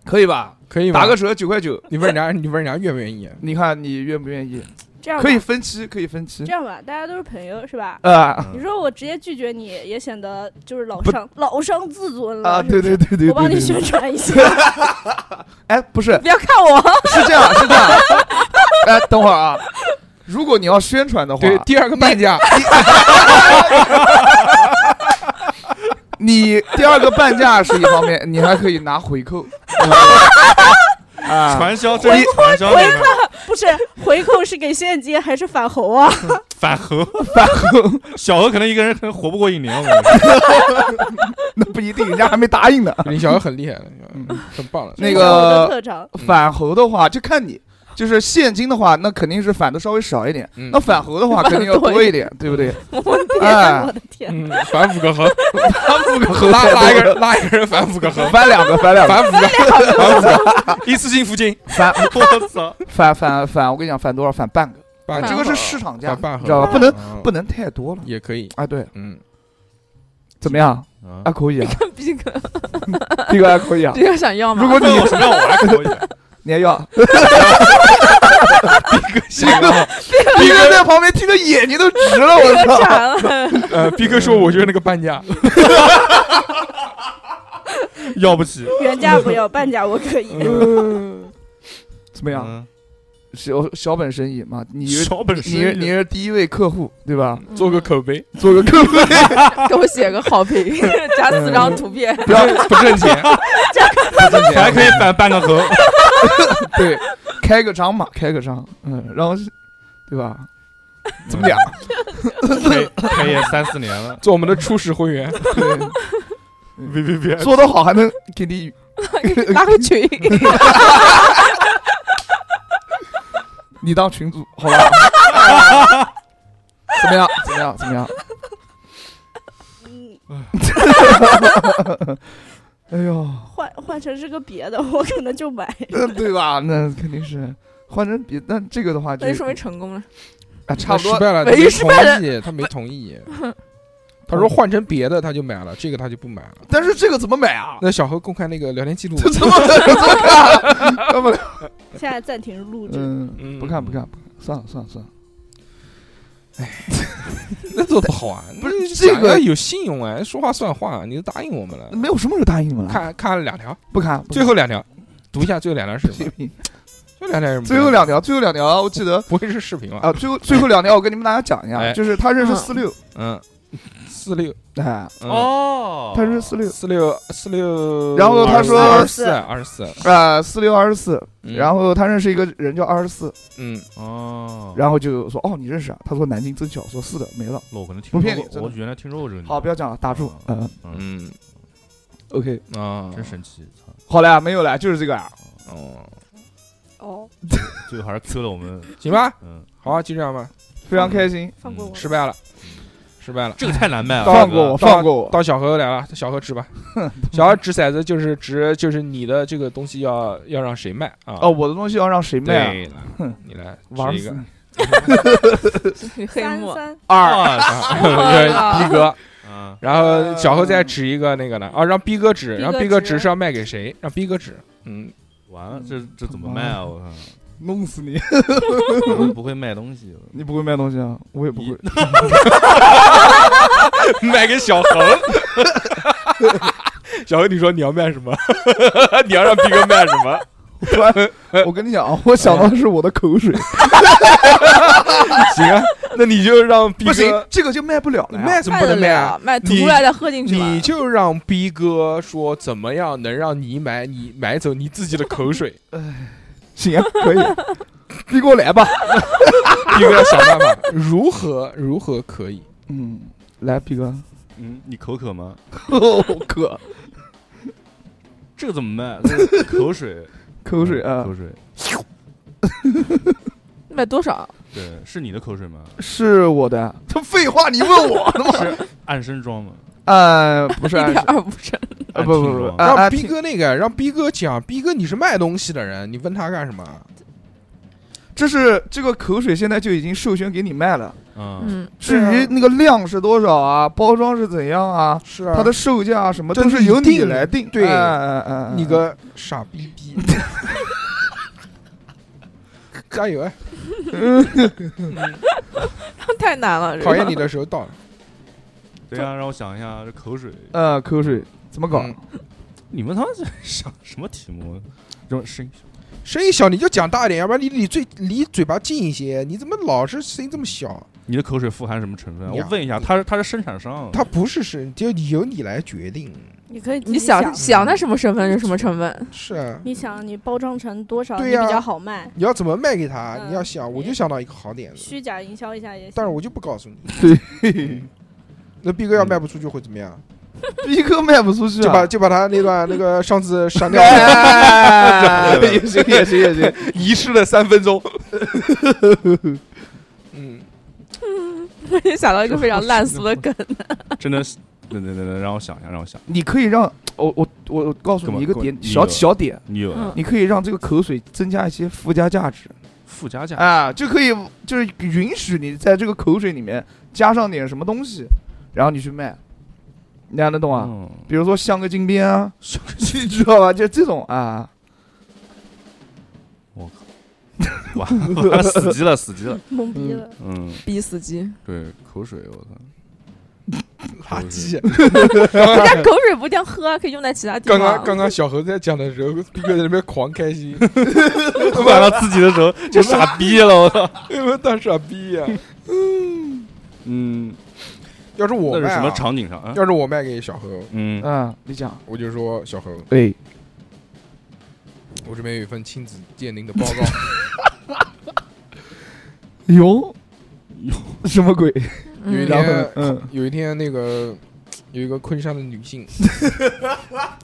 C: 可以吧？
B: 可以吗
C: 打个折九块九，
B: 你问人家，你问啊人家愿不愿意？
C: 你看你愿不愿意？
E: 这样吧
C: 可以分期，可以分期
E: 这，样吧，大家都是朋友是吧？
C: 啊
E: 你说我直接拒绝你，也显得就是老
C: 不
E: 伤老伤自尊了。
C: 啊，
E: 是不
C: 对
E: 是
C: 对对对对，
E: 我帮你
C: 对
E: 宣。传一下。
C: 哎，不是，
F: 不要看我，
C: 是 这样，是这样。哎，等会儿啊，如果你要宣传的话，
B: 对，第二个半价，
C: 你第二个半价是一方面，你还可以拿回扣。 啊，
D: 传销，这是传销
E: 回
D: 那个
E: 不是回扣是给现金还是返猴啊？
D: 反核，
C: 反扣
D: 小何可能一个人可能活不过一年，我跟你说。
C: 那不一定，人家还没答应呢。
B: 你小何很厉害的
C: 嗯，
B: 很棒了。
C: 那
E: 这是我的
C: 个
E: 特 长，
C: 反猴的话，就看你，就是现金的话，那肯定是返的稍微少一点；
B: 嗯
C: 那返猴的话，肯定要多一点，对不对？哎
E: 我，的天，
B: 嗯，反五个和，
C: 翻五 个猴，
B: 拉拉一个人，拉一个人反五个和，
C: 翻两个，翻两个，
B: 反五个，反五个，一次性付清，
C: 翻
D: 我操！
C: 翻翻翻，我跟你讲，返多少？返半个，
B: 半
C: 这
B: 价
C: 个是市场价，
B: 返半盒
C: 你知道吧？不能
B: 嗯
C: 不能太多了。
B: 也可以，
C: 啊，对，
B: 嗯，
C: 怎么样？
D: 啊
C: 啊，，可以啊，
F: 逼哥，
C: 这个还可以啊
F: 这。个想 要
C: 如
F: 吗？
C: 果你
D: 那我什么样我还可以。啊
C: 你还要，
B: 行啊，
C: 一个在旁边听的眼睛都直了，我
F: 这个
C: 操！
F: 馋了，
B: 呃，逼哥说我就是那个半 价，
D: 要不起。
E: 原价不要，半价我可以。
C: 怎么样？
D: 嗯，
C: 小小本生意嘛，啊你是
D: 小本
C: 你
D: 事，
C: 是你是第一位客户对吧？
B: 做个口碑，
C: 做个客户，
F: 给我写个好评， 加四张图片，
B: 不要不挣 钱，不挣钱
D: 还可以返半个盒。
C: 对，开个张嘛，开个张，嗯，然后是对 吧？ 怎么讲？
D: 开开业三四年了，
B: 做我们的初始会员，
C: 对，
D: 别别别，
C: 做得好还能给你
F: 拉个 群，
C: 你当群主，好吧？ 怎么样？怎么样？怎么样？
E: 嗯，
C: 哎呦，
E: 换换成是个别的，我可能就买。
C: 嗯对吧？那肯定是换成比那这个的话就
F: 那就说明成功了。
C: 啊差不
B: 失
C: 多
B: 败了，他
F: 唯一
B: 没
F: 失败的
B: 同意，他没同 意，他说换成别的他就买了，这个他就不买了。
C: 但是这个怎么买啊？
B: 那小何公开那个聊天 记录，
C: 这怎么这怎么看？看不了。
E: 现在暂停录制，
C: 嗯，
B: 嗯
C: 不看不看不看，算了算了算了。
B: 那多不好啊！
C: 不是
B: 那
C: 这
B: 讲
C: 个
B: 要有信用哎，说话算话，你都答应我们了。
C: 没有什么时候答应你们了？
B: 看看了两条，
C: 不看？不看
B: 最后两条，读一下最后两条是什么？
C: 视频
B: 最后两条是什么
C: 最后两条，最后两条，我记得
B: 不会是视频吧？
C: 嗯啊，最后最后两条，我跟你们大家讲一
B: 哎
C: 下，就是他认识四六，
B: 嗯，四六，
C: 哎，
B: 嗯，
D: 哦
C: 他认识四六，
B: 四六四六，
C: 然后他说
B: 二十四二十四，
C: 啊，四六二十四，然
B: 后
C: 后他认识一个人叫二十四，
B: 嗯，
D: 哦，
C: 然后就说哦，你认识啊？他说南京真巧，说是的，没了。
D: 后我可能听
C: 不
D: 说
C: 骗
D: 过
C: 你真的
D: 我原来听说过这个女的。
C: 好，不要讲了，打住。嗯
D: 嗯
B: 嗯
C: ，OK，
B: 啊，
C: 嗯
D: 真神奇，操！
C: 好了，没有了，就是这个啊。
B: 哦，
E: 哦，
D: 最后还是 Q 了我们，
B: 行吧，
D: 嗯，
B: 好啊，就这样吧，
C: 非常开心，
E: 放过我吧。
B: 失败了，失败了。
D: 这个太难卖了，
C: 放过我，
B: 到
C: 嗯放过我。
B: 到小何来了，小何掷 吧。小何掷骰子就是掷，就是你的这个东西要要让谁卖啊？
C: 哦，，我的东西要让谁卖啊？
B: 对了，你来
C: 玩
B: 掷一
C: 死
B: 个。
C: 你！
F: 黑
E: 三
F: 幕，
E: 三
B: 二，
D: 二，操
B: 就是逼哥，
D: 啊，
B: 然后小何再掷一个那个的啊，让逼哥掷，然后逼哥掷是要卖给谁？让逼哥掷。嗯，
D: 完了，这这怎么卖啊？我靠，
C: 弄死你！嗯
D: 我不会卖东西，
C: 你不会卖东西啊？我也不会。
B: 卖给小何。 小何，你说你要卖什么？ 你要让逼哥卖什么？
C: 我我跟你讲啊，我想到的是我的口水。
B: 行啊，那你就让逼
C: 不 行
B: 哥，
C: 这个就卖不了了呀。
B: 卖怎么
F: 卖
B: 不
F: 得
B: 能卖啊？
F: 了，卖吐
B: 你
F: 出来再喝进去吧。
B: 你就让逼哥说怎么样能让你买你买走你自己的口 水，
C: 行啊，可以。逼过来吧。
B: 逼哥要想办法如何如何可以。
C: 嗯，来，逼哥，
D: 嗯，你口渴吗？
C: 我渴，
D: 这个怎么卖？这个口水，嗯
C: 口水啊
D: 口，水，
F: 卖多少？
D: 对，是你的口水吗？
C: 是我的。他废话，你问我呢吗？
D: 是按身装吗？
C: 呃，不是，
F: 一点
C: 啊
F: 二五升，
C: 不
D: 按
C: 不
D: 听
C: 不，
D: 装
C: 啊
B: 哎让
C: 啊，
B: 逼
C: 听
B: 哥那个，让逼哥讲，逼哥你是卖东西的人，你问他干什么？
C: 这是这个口水现在就已经授权给你卖了，
D: 嗯，
F: 嗯，
C: 至
B: 对啊
C: 于那个量是多少啊，包装是怎样啊，
B: 是啊
C: 它的售价啊什么
B: 这
C: 都
B: 是
C: 是由
B: 一
C: 你
B: 定
C: 来定。
B: 对
C: 哎哎哎哎
B: 你个傻逼逼， 加油啊！
F: 太难了，这个
B: 考验你的时候到了，
D: 对呀，让我想一下，这口水，
C: 呃口水怎么搞？
B: 嗯
D: 你们他妈在想什么题目？这种声音
B: 声音小你就讲大一点，要不然你离最离嘴巴近一些，你怎么老是声音这么小？
D: 你的口水富含什么成分啊？
B: 你
D: 我
B: 啊
D: 问一下，
B: 你
D: 他是他是生产商，啊
B: 它不是声，就由你来决定。
E: 你可以自己
F: 你想想那什么成分就什么成分，
B: 是啊，
E: 你想你包装成多少
B: 对
E: 你
B: 呀
E: 比较好卖？
B: 你要怎么卖给他？
E: 嗯
B: 你要想，我就想到一个好点子，
E: 虚假营销一下也行。
B: 但是我就不告诉你。
C: 嘿嘿
B: 那逼哥要卖不出去会怎么样？
C: 逼哥卖不出去
B: 就把
C: 啊。
B: 就把他那段那个上 次删掉了，
C: 哎也行也行也 行，
B: 遗失了三分钟。嗯，
F: 我 就想到一个非常烂俗 的梗，
D: 真的是，等等等等，让我想一下，让我想，
C: 你可以让我我我我告诉
D: 干嘛
C: 你一个
D: 干嘛
C: 点
D: 你
C: 小
D: 有
C: 小点，
D: 你有
F: 嗯
C: 你可以让这个口水增加一些附加价值
D: 附加价，
C: 啊，就可以就是允许你在这个口水里面加上点什么东西，然后你去卖，你还能懂啊？
D: 嗯，
C: 比如说镶个金边啊，你知道吧？就这种啊，
D: 我靠，完了，死机了，死机了，
E: 懵逼了，
D: 嗯，
F: 逼死机，人
D: 对，口水，我操，
B: 垃圾。
F: 家口水不一定要喝啊，可以用在其他地
B: 刚
F: 方。
B: 刚刚刚小何在讲的时候，逼哥在那边狂开 心，
D: 玩到自己的时候就傻逼了，我操，
B: 有没有哎大傻逼啊呀？
D: 嗯，
B: 要是我
D: 那是
B: 卖
D: 什么
B: 啊，
D: 场景上啊？
B: 要是我卖给小何，
D: 嗯，
C: 嗯，你讲，
B: 我就说小何，
C: 哎，
B: 我这边有一份亲子鉴定的报告，
C: 哟，什么鬼？
F: 嗯
B: 有一
C: 然
B: 点
C: 后呢嗯，
B: 有一天那个。有一个昆山的女性，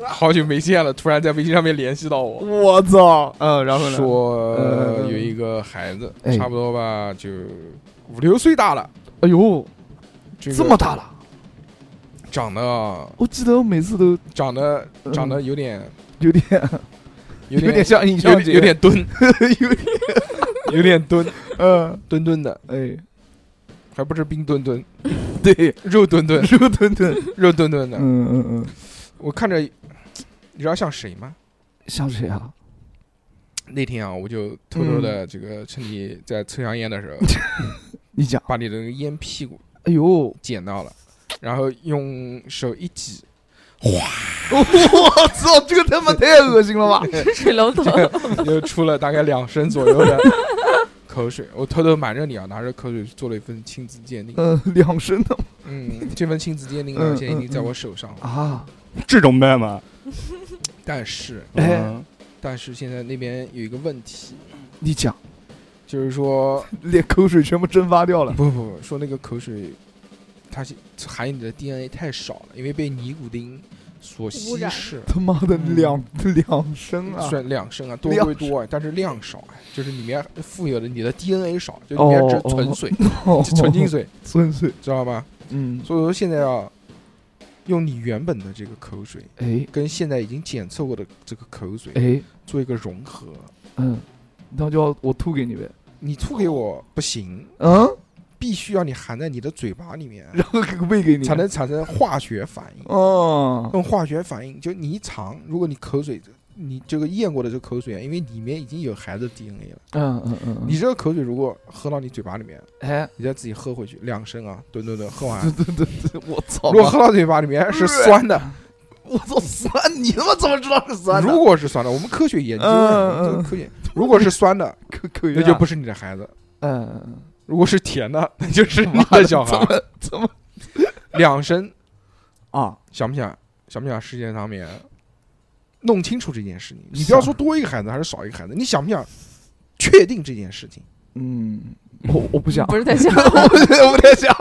B: 好久没见了，突然在微信上面联系到我，
C: 我操，嗯，然后呢？
B: 说
C: 呃
B: 有一个孩子，
C: 哎
B: 差不多吧，就五六岁大了，
C: 哎呦，
B: 这个
C: 这么大了，
B: 长得
C: 我记得我每次都
B: 长得
C: 嗯
B: 长得有点
C: 有点
B: 有点
C: 点像印
B: 有
C: 象
B: 点有点蹲，
C: 有点，
B: 有点蹲
C: 嗯，
B: 蹲蹲的，
C: 哎，
B: 还不是冰墩墩，
C: 对，
B: 肉墩 墩，
C: 肉墩墩，
B: 肉墩墩
C: 嗯
B: 的。
C: 嗯嗯，
B: 我看着，你知道像谁吗？
C: 像谁啊？嗯
B: 那天啊，我就偷偷的这个趁你在抽香烟的时候，
C: 你讲，
B: 把你的那个烟屁股
C: 哎呦，
B: 捡到了，然后用手一挤，
C: 我操，这个他妈太恶心了吧！
F: 水龙头，
B: 就出了大概两升左右的口水。我偷偷瞒着你啊，拿着口水做了一份亲子鉴定。
C: 嗯，两声的
B: 嗯，这份亲子鉴定呢，
C: 嗯
B: 现在已经在我手上了。
C: 啊，
D: 这种卖吗？
B: 但是，
C: 哎
D: 嗯，
B: 但是现在那边有一个问题，
C: 你讲，
B: 就是说，
C: 连口水全部蒸发掉了。
B: 不不不，说那个口水，它是含有你的 DNA 太少了，因为被尼古丁所稀
E: 污染
B: 释。
C: 他妈的
B: 嗯
C: 两两升啊！
B: 算量升啊，多
C: 量
B: 归多啊，但是量少啊，就是里面富有的你的 DNA 少，就里面只
C: 哦
B: 纯水、
C: 哦
B: 就纯净水，
C: 纯粹，
B: 知道吧？
C: 嗯，
B: 所以说现在啊，用你原本的这个口水
C: 哎
B: 跟现在已经检测过的这个口水
C: 哎，
B: 做一个融合，
C: 嗯，那就要我吐给你呗。
B: 你吐给我不行，
C: 嗯，
B: 必须要你含在你的嘴巴里面，
C: 然后给喂给你
B: 才能产生化学反应。
C: 哦，
B: 用化学反应，就你一尝，如果你口水，你这个咽过的这个口水啊，因为里面已经有孩子 DNA 了，
C: 嗯嗯嗯，
B: 你这个口水如果喝到你嘴巴里面。
C: 哎，
B: 你再自己喝回去两升啊，吨吨吨喝完。
C: 对对对对，我操！
B: 如果喝到嘴巴里面是酸的，
C: 我操酸，你他妈怎么知道是酸的？
B: 如果是酸的，我们科学研究
C: 嗯嗯
B: 啊，这个科学，如果是酸 的，
C: 可可以啊，
B: 那就不是你的孩子；
C: 嗯嗯嗯
B: 如果是甜的， 那就是你
C: 妈
B: 的
C: 的
B: 小孩。
C: 怎么
B: 两升，
C: 啊？
B: 想不想？想不想世界上面弄清楚这件事情？你不要说多一个孩子还是少一个孩子，你想不想确定这件事情？
C: 嗯，我我不想，
F: 不是在想
C: 我不太想。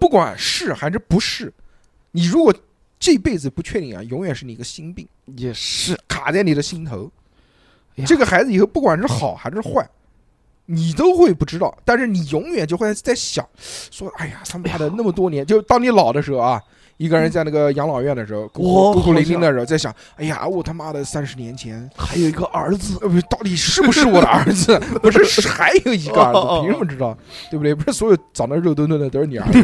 B: 不管是还是不是，你如果这辈子不确定啊，永远是你一个心病。
C: 也是，
B: 卡在你的心头
C: 哎。呀嗯
B: 这个孩子以后不管是好还是坏，你都会不知道，但是你永远就会在想，说哎呀，他妈的那么多 年，就当你老的时候啊，一个人在那个养老院的时候，孤
C: 我
B: 孤孤零零
C: 好像
B: 的时候，在想，哎呀，我他妈的三十年前，
C: 还有一个儿 子，
B: 呃，不是，到底是不是我的儿子？不是，是还有一个儿
C: 哦哦哦
B: 子，凭什么知道？对不对？不是所有长得肉墩墩的都是你儿 子，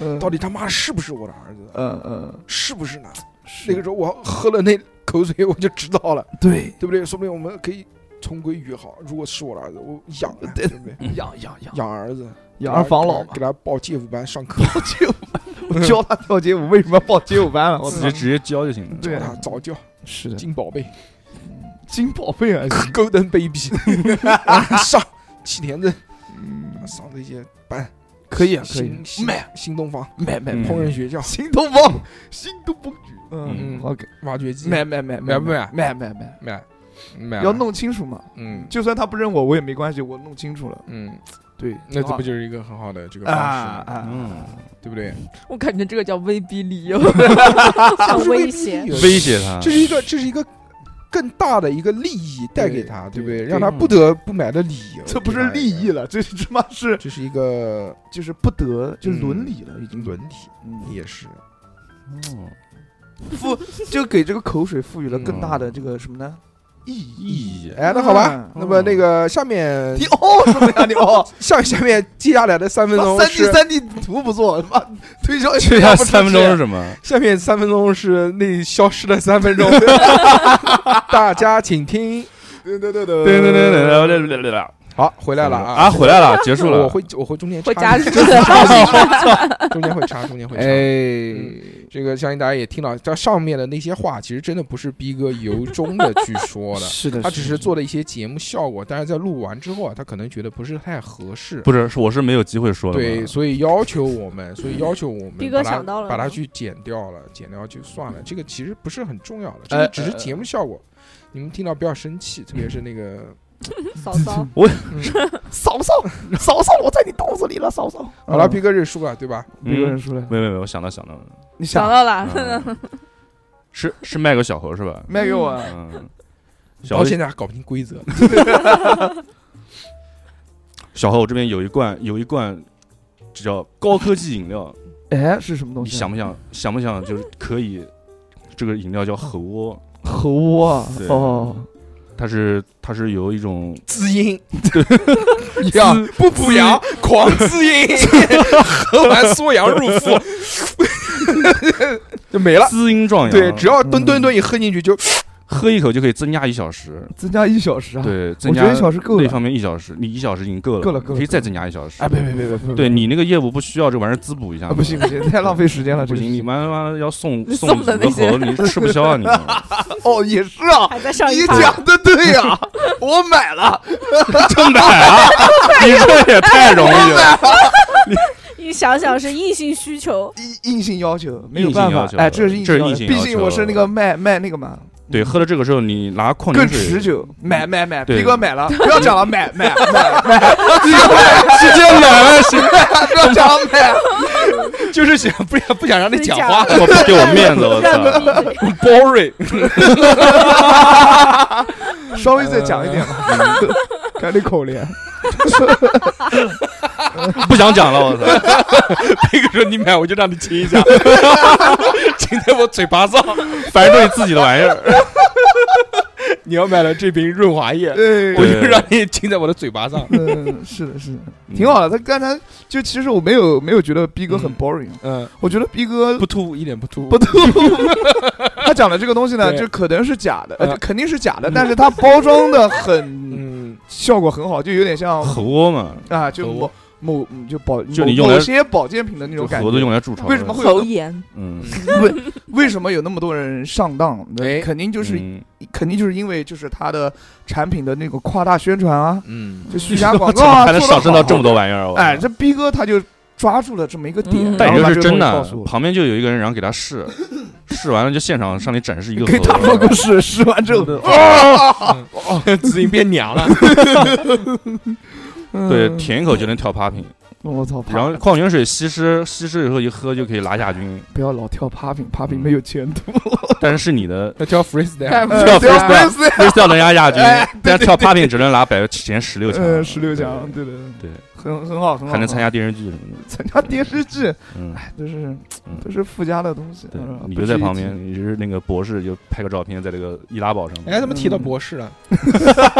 C: 嗯
B: 到底他妈是不是我的儿子？
C: 嗯嗯，
B: 是不是呢？
C: 是
B: 那个时候我喝了那口水，我就知道了。
C: 对，
B: 对不对？说不定我们可以重归于好。如果是我的儿子，我养啊，
C: 对
B: 对不对？
C: 养养养
B: 养儿子，
C: 养儿防老
B: 给他
C: 嘛
B: 给，他报街舞班上课，
C: 报街舞班，我教他跳街舞，为什么要报街舞班了？啊我
D: 自
C: 操
D: 己！直接教就行了。
C: 对
B: 教
C: 啊
B: 他早教
C: 是的，
B: 金宝贝
C: 金宝贝啊，
B: Golden Baby 啊上七田镇啊上这些班，
C: 嗯可以啊，可以
B: 新，新
C: 买
B: 新东方
C: 买买
D: 嗯
C: 买，
B: 烹饪学校
C: 新东方，新东方局，嗯
B: 嗯
C: ，OK，
B: 挖掘机
C: 买买买
B: 买不买
C: 买买买买，
B: 买买
C: 要弄清楚嘛，
B: 嗯
C: 就算他不认我，我也没关系，我弄清楚了，
B: 嗯，
C: 对，
B: 那这不
C: 就
B: 就是一个很好的这个
C: 啊
B: 方式，
C: 啊，
D: 嗯，
B: 对不对？
F: 我感觉这个叫威逼利诱，
E: 像
B: 不是
E: 威
B: 逼
E: 胁
B: 利，诱
D: 威胁
C: 啊
D: 他，
B: 这是一个这是一个更大的一个利益带给他，对
C: 对
B: 不对？
C: 对
B: 让他不得不买的理由，
C: 这不是利益
B: 了，
C: 了，这是他妈是
B: 这是一个
C: 就是不得，就是伦理了，已经
B: 伦理，
C: 嗯
B: 也是
D: 哦
C: 赋就给这个口水赋予了更大的这个什么呢？意义。
D: 意义。
B: 哎，那好吧
C: 嗯，
B: 那么那个下面
D: 嗯
C: 你哦什么呀？你哦，
B: 下下面接下来的三分钟
C: 三 D
B: 是
C: 三 D 图不错，他妈推 销
D: 这下三分钟是什么？
B: 下面三分钟是那消失的三 分钟，大家请听。
C: 噔噔噔噔
D: 对对对对对对对对对。
B: 好，回来了啊，
D: 啊，回来了，结束了。
B: 我会我会中间
F: 回
B: 插
F: 家
B: 一
F: 去
B: 下， 中间会插，中间会插。嗯
C: 哎，
B: 这个相信大家也听到，这上面的那些话，其实真的不是逼哥由衷的去说的，
C: 是的，
B: 他只是做了一些节目效果，但是在录完之后啊，他可能觉得不是太合适，
D: 不是，是我是没有机会说的嘛。
B: 对，所以要求我们，所以要求我们
E: 逼
B: 把
E: 哥
B: 它
E: 想到了
B: 把它
E: 吗
B: 去剪掉了，剪掉就算了，这个其实不是很重要的，这
C: 哎
B: 个只是节目效果，你们听到不要生气，特别是那个。
E: 嫂嫂，
C: 嫂嫂嫂嫂，我在你刀子里了，嫂嫂。
B: 好了，逼哥认输了，对吧？
D: 嗯
C: 别个人出来，
D: 没有没有没有，我想到想到了，
C: 你
F: 想
C: 想
F: 到了，
D: 嗯是是卖给小猴是吧？
C: 卖给我啊？
D: 嗯，小
B: 到
D: 猴
B: 现在还搞不清规则，
D: 小猴，我这边有一罐有一罐，这叫高科技饮料，
C: 哎，是什么东
D: 你
C: 西啊？
D: 想不想想不想就是可以，这个饮料叫猴窝，
C: 猴窝啊
D: 对
C: 哦，
D: 它是它是由一种
B: 滋 阴
C: 呀，
B: 不补阳，狂滋阴， 喝完缩阳入 腹就没了。
D: 滋阴壮阳，
C: 啊
B: 对，只要吨吨吨一喝进去就
D: 喝一口就可以增加一小时，
C: 增加一小时啊？，
D: 对，增
C: 我觉
D: 加
C: 得一小时够
D: 那
C: 了。
D: 方面一小时，你一小时已经够了，
C: 够了够了
D: 你可以再
C: 够了
D: 增加一小时。
C: 哎，别别别别别！
D: 对你那个业务不需要这玩意儿滋补一下
C: 啊，
D: 吗？
C: 不行不 行，太浪费时间了，这
D: 不
C: 个
D: 行，你妈妈要送
F: 你
D: 送
F: 送
D: 五
F: 的
D: 个
F: 那些
D: 猴，你吃不消 啊你！
C: 哦，也是啊，
E: 还在上一
C: 你
E: 趴，
C: 讲的对呀、我买了，
D: 真的啊，你这也太容易了。
E: 你想想是硬性需求，
C: 硬硬性要求，没有
D: 硬性
C: 办
D: 要
C: 法
D: 求，
C: 哎，这是硬
D: 这是
C: 性要
D: 硬
C: 求，
D: 性
C: 毕
D: 要
C: 竟
D: 求
C: 我是那个卖卖那个嘛，
D: 对，喝了这个时候你拿矿
C: 更
D: 泉
C: 持
D: 水，嗯
C: 久，买买买，
D: 对
C: 逼 哥买了，不要讲了，买买买买，
D: 直接买了，行，
C: 不要讲了买，
B: 就是想不想不想让你讲话
D: 我不给我面子，我操！
B: ，boring。
C: 稍微再讲一点吧，
D: 嗯
C: 看你 口脸，
D: 不想讲了，我操！
B: 那个时候你买我就让你亲一 下，亲在我嘴巴上。
D: 反正都是你自己的玩意儿，
B: 你要买了这瓶润滑液，
C: 对
B: 我就让你亲在我的嘴巴上。
C: 嗯，是的，是的， 挺好的。他刚才就其实我没有没有觉得逼哥很
B: 嗯
C: boring，
B: 嗯，
C: 我觉得逼哥
B: 不突兀，一点不突兀。
C: 不吐。 他讲的这个东西呢，
B: 对
C: 就可能是假的，
B: 嗯
C: 呃，肯定是假的，但是它包装 的很
B: 嗯，
C: 效果很好，就有点像
D: 猴嗯窝嘛，
C: 啊，就
B: 猴
C: 某某嗯就保
D: 就
C: 某
D: 你用来
C: 某些保健品的那
D: 就
C: 种感
D: 猴子
C: 觉。
D: 用来筑巢。
C: 为什么会有
F: 喉
C: 那
F: 炎，
D: 嗯，
C: 为为什么有那么多人上当？
B: 哎
C: 肯定就是
D: 嗯
C: 肯定就是因为就是它的产品的那个夸大宣 传啊，
B: 嗯，
C: 就虚假广告
D: 怎么
C: 啊，
D: 还能
C: 做得
D: 上升到
C: 好
D: 这么多玩意儿？我操
C: 哎，这逼哥他就抓住了这么一个点
F: 嗯，
D: 但
C: 然
D: 你
C: 后
D: 这
C: 把
D: 是
C: 这个
D: 真
C: 东西告
D: 的啊
C: 诉，我
D: 旁边就有一个人，然后给他试， 试完了就现场上你展示一个
C: 给他
D: 盒
C: 放个 屎，试完之后，
B: 啊哦 子英变娘了。
D: 对，
C: 嗯
D: 舔一口就能跳 popping，
C: 我操！
D: 然后矿泉水稀释，稀释以后一喝就可以拿亚军，
C: 不要老跳 popping，popping
D: 嗯啊
C: 没有前 途。
D: 但是是你的
B: 那叫 freestyle，
D: 不要
C: 呃
D: freestyle
C: freestyle，
D: freestyle 能压亚军
C: 哎，
D: 但是跳 popping 只能拿百前十六强，
C: 呃，十六强，对的，
D: 对，
C: 很很好，很好，
D: 还能参
C: 很好
D: 加电视剧什么的，
C: 参加电视剧，
D: 嗯，
C: 哎，都是
D: 嗯
C: 都是附加的东西。
D: 对
C: 嗯，
D: 你就在旁边，，你就是那个博士就拍个照片在这个易拉宝上面，
B: 哎，怎么提到博士了？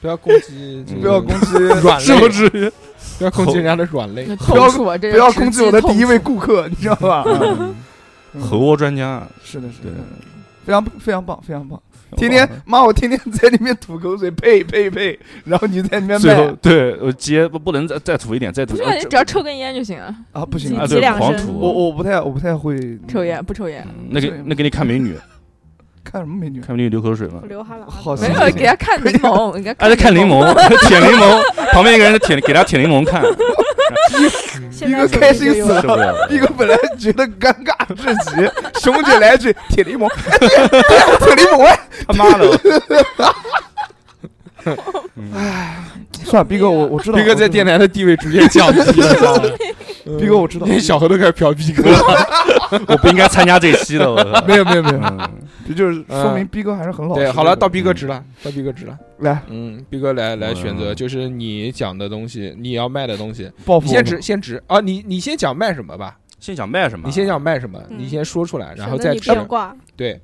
B: 不要攻击这个，
D: 嗯
C: 不要攻击，
B: 软
D: 是不
B: 肋，
D: 至于，
B: 不要攻击人家的软肋。
F: 不
C: 要
F: 我啊这
C: 不要攻击我的第一位顾客，你知道吧？嗯
D: 猴窝专家，
C: 是的，是的
D: 对，
C: 非常非常棒，非常棒。天天妈，我天天在里面吐口水，呸呸呸，然后你在 里面
D: 最后
C: 卖
D: 对我接不不能再再吐一点，再吐
F: 不是
D: 啊
F: 你
D: 这
F: 只要抽根烟就行了，
C: 啊，不行，
E: 你
D: 啊
E: 几
D: 对
E: 两
D: 狂
E: 声
D: 吐，
C: 我我不太我不太会
F: 抽烟不抽烟，
D: 嗯那给那给你看美 女，
C: 看什么美女，啊
D: 看美女流口水嘛
E: 我。流哈喇。
C: 好
B: 嗯
F: 没
C: 行
F: 有给他看柠檬，给他
D: 啊，在看柠檬，舔柠檬，旁边一个人在舔，给他舔柠檬 看，
E: 现
C: 一
E: 在
C: 个
E: 手
C: 开
E: 机就
C: 心
E: 有
C: 死
D: 受不。
C: 了
D: 了。
C: 一个本来觉得尴尬至极，熊姐来一句“铁柠檬”，哎对 铁柠檬，哎
D: 他妈的，
C: 算了，逼哥，我我知道，
B: 逼哥在电
C: 台，
B: 台的地位逐渐降低了，
C: 逼哥我知道，
B: 连嗯小何都开始嫖逼哥了。
D: 我不应该参加这期的，我操。
C: 没有没有没有，
D: 嗯
C: 这就是说明逼哥还是很老实的。
B: 对，好了，到逼哥
D: 嗯
B: 值了，到逼哥值了。
C: 来
B: 嗯，逼哥来来
D: 嗯
B: 选择，就是你讲的东西，你要卖的东西，
C: 报
B: 你
C: 复我
B: 先
C: 们，
B: 值先值啊，你你先讲卖什么吧，
D: 先想卖什么？
B: 你先想卖什么，
E: 嗯
B: 你先说出来，然后
E: 省得
B: 再
E: 你
B: 吃。
E: 变卦，
B: 对，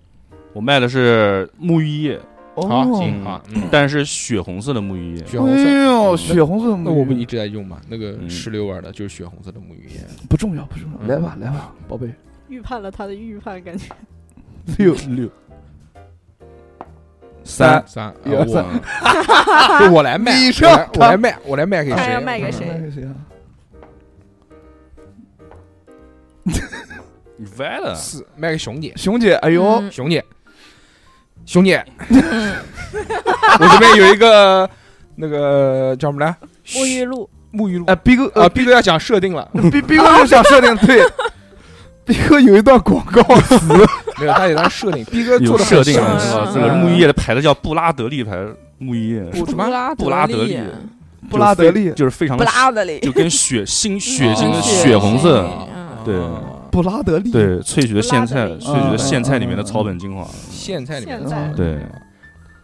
D: 我卖的是沐浴液，
B: 好，
C: 哦
B: 行好，嗯，
D: 但是血红色的沐浴液。
B: 血红色，
C: 哎呦，血红色的沐浴，
B: 那我们一直在用嘛，那个
D: 嗯
B: 石榴味儿的，就是血红色的沐浴液。
C: 不重要不重要，
B: 嗯
C: 来吧来吧，宝贝，
E: 预判了他的预判，感觉
C: 六
D: 六三，
B: 三，啊
C: 一二
B: 我
C: 三
B: 就我来卖，
C: 你
B: 我来
C: 上
B: 我来卖，我来卖给
E: 看
B: 谁？
E: 要卖给谁
C: 那行啊
D: 你歪了，
B: 四，嗯卖给熊姐，
C: 熊姐，哎呦，
F: 嗯
B: 熊姐，熊姐，
E: 嗯
B: 我这边有一个那个叫什么来？
E: 沐浴露，
B: 沐浴露
C: 哎，逼哥
B: 啊，
C: 呃，
B: 毕哥要讲设定了，
C: 逼逼哥就想设定对。 逼哥有一段广告 词，
B: 没有，他有他设定，毕 哥
D: 有
B: 做的
D: 设定
F: 啊
D: 的
F: 是
D: 是
F: 吧
D: 吧？这个沐浴液的牌子叫布拉德利牌沐浴液，
B: 我什么？
F: 拉啊
D: 布拉德利
B: 啊
C: 布拉德利
D: 就是非常
F: 布拉德利，
D: 就跟血腥血腥的
B: 哦
F: 嗯
D: 血红色，
F: 嗯
D: 对
C: 布拉德利，
D: 对萃取的苋菜
E: 布拉德利
C: 嗯
D: 萃取的苋菜里面的草本精华，
B: 苋菜里面的哦
E: 苋
B: 草
E: 菜
D: 对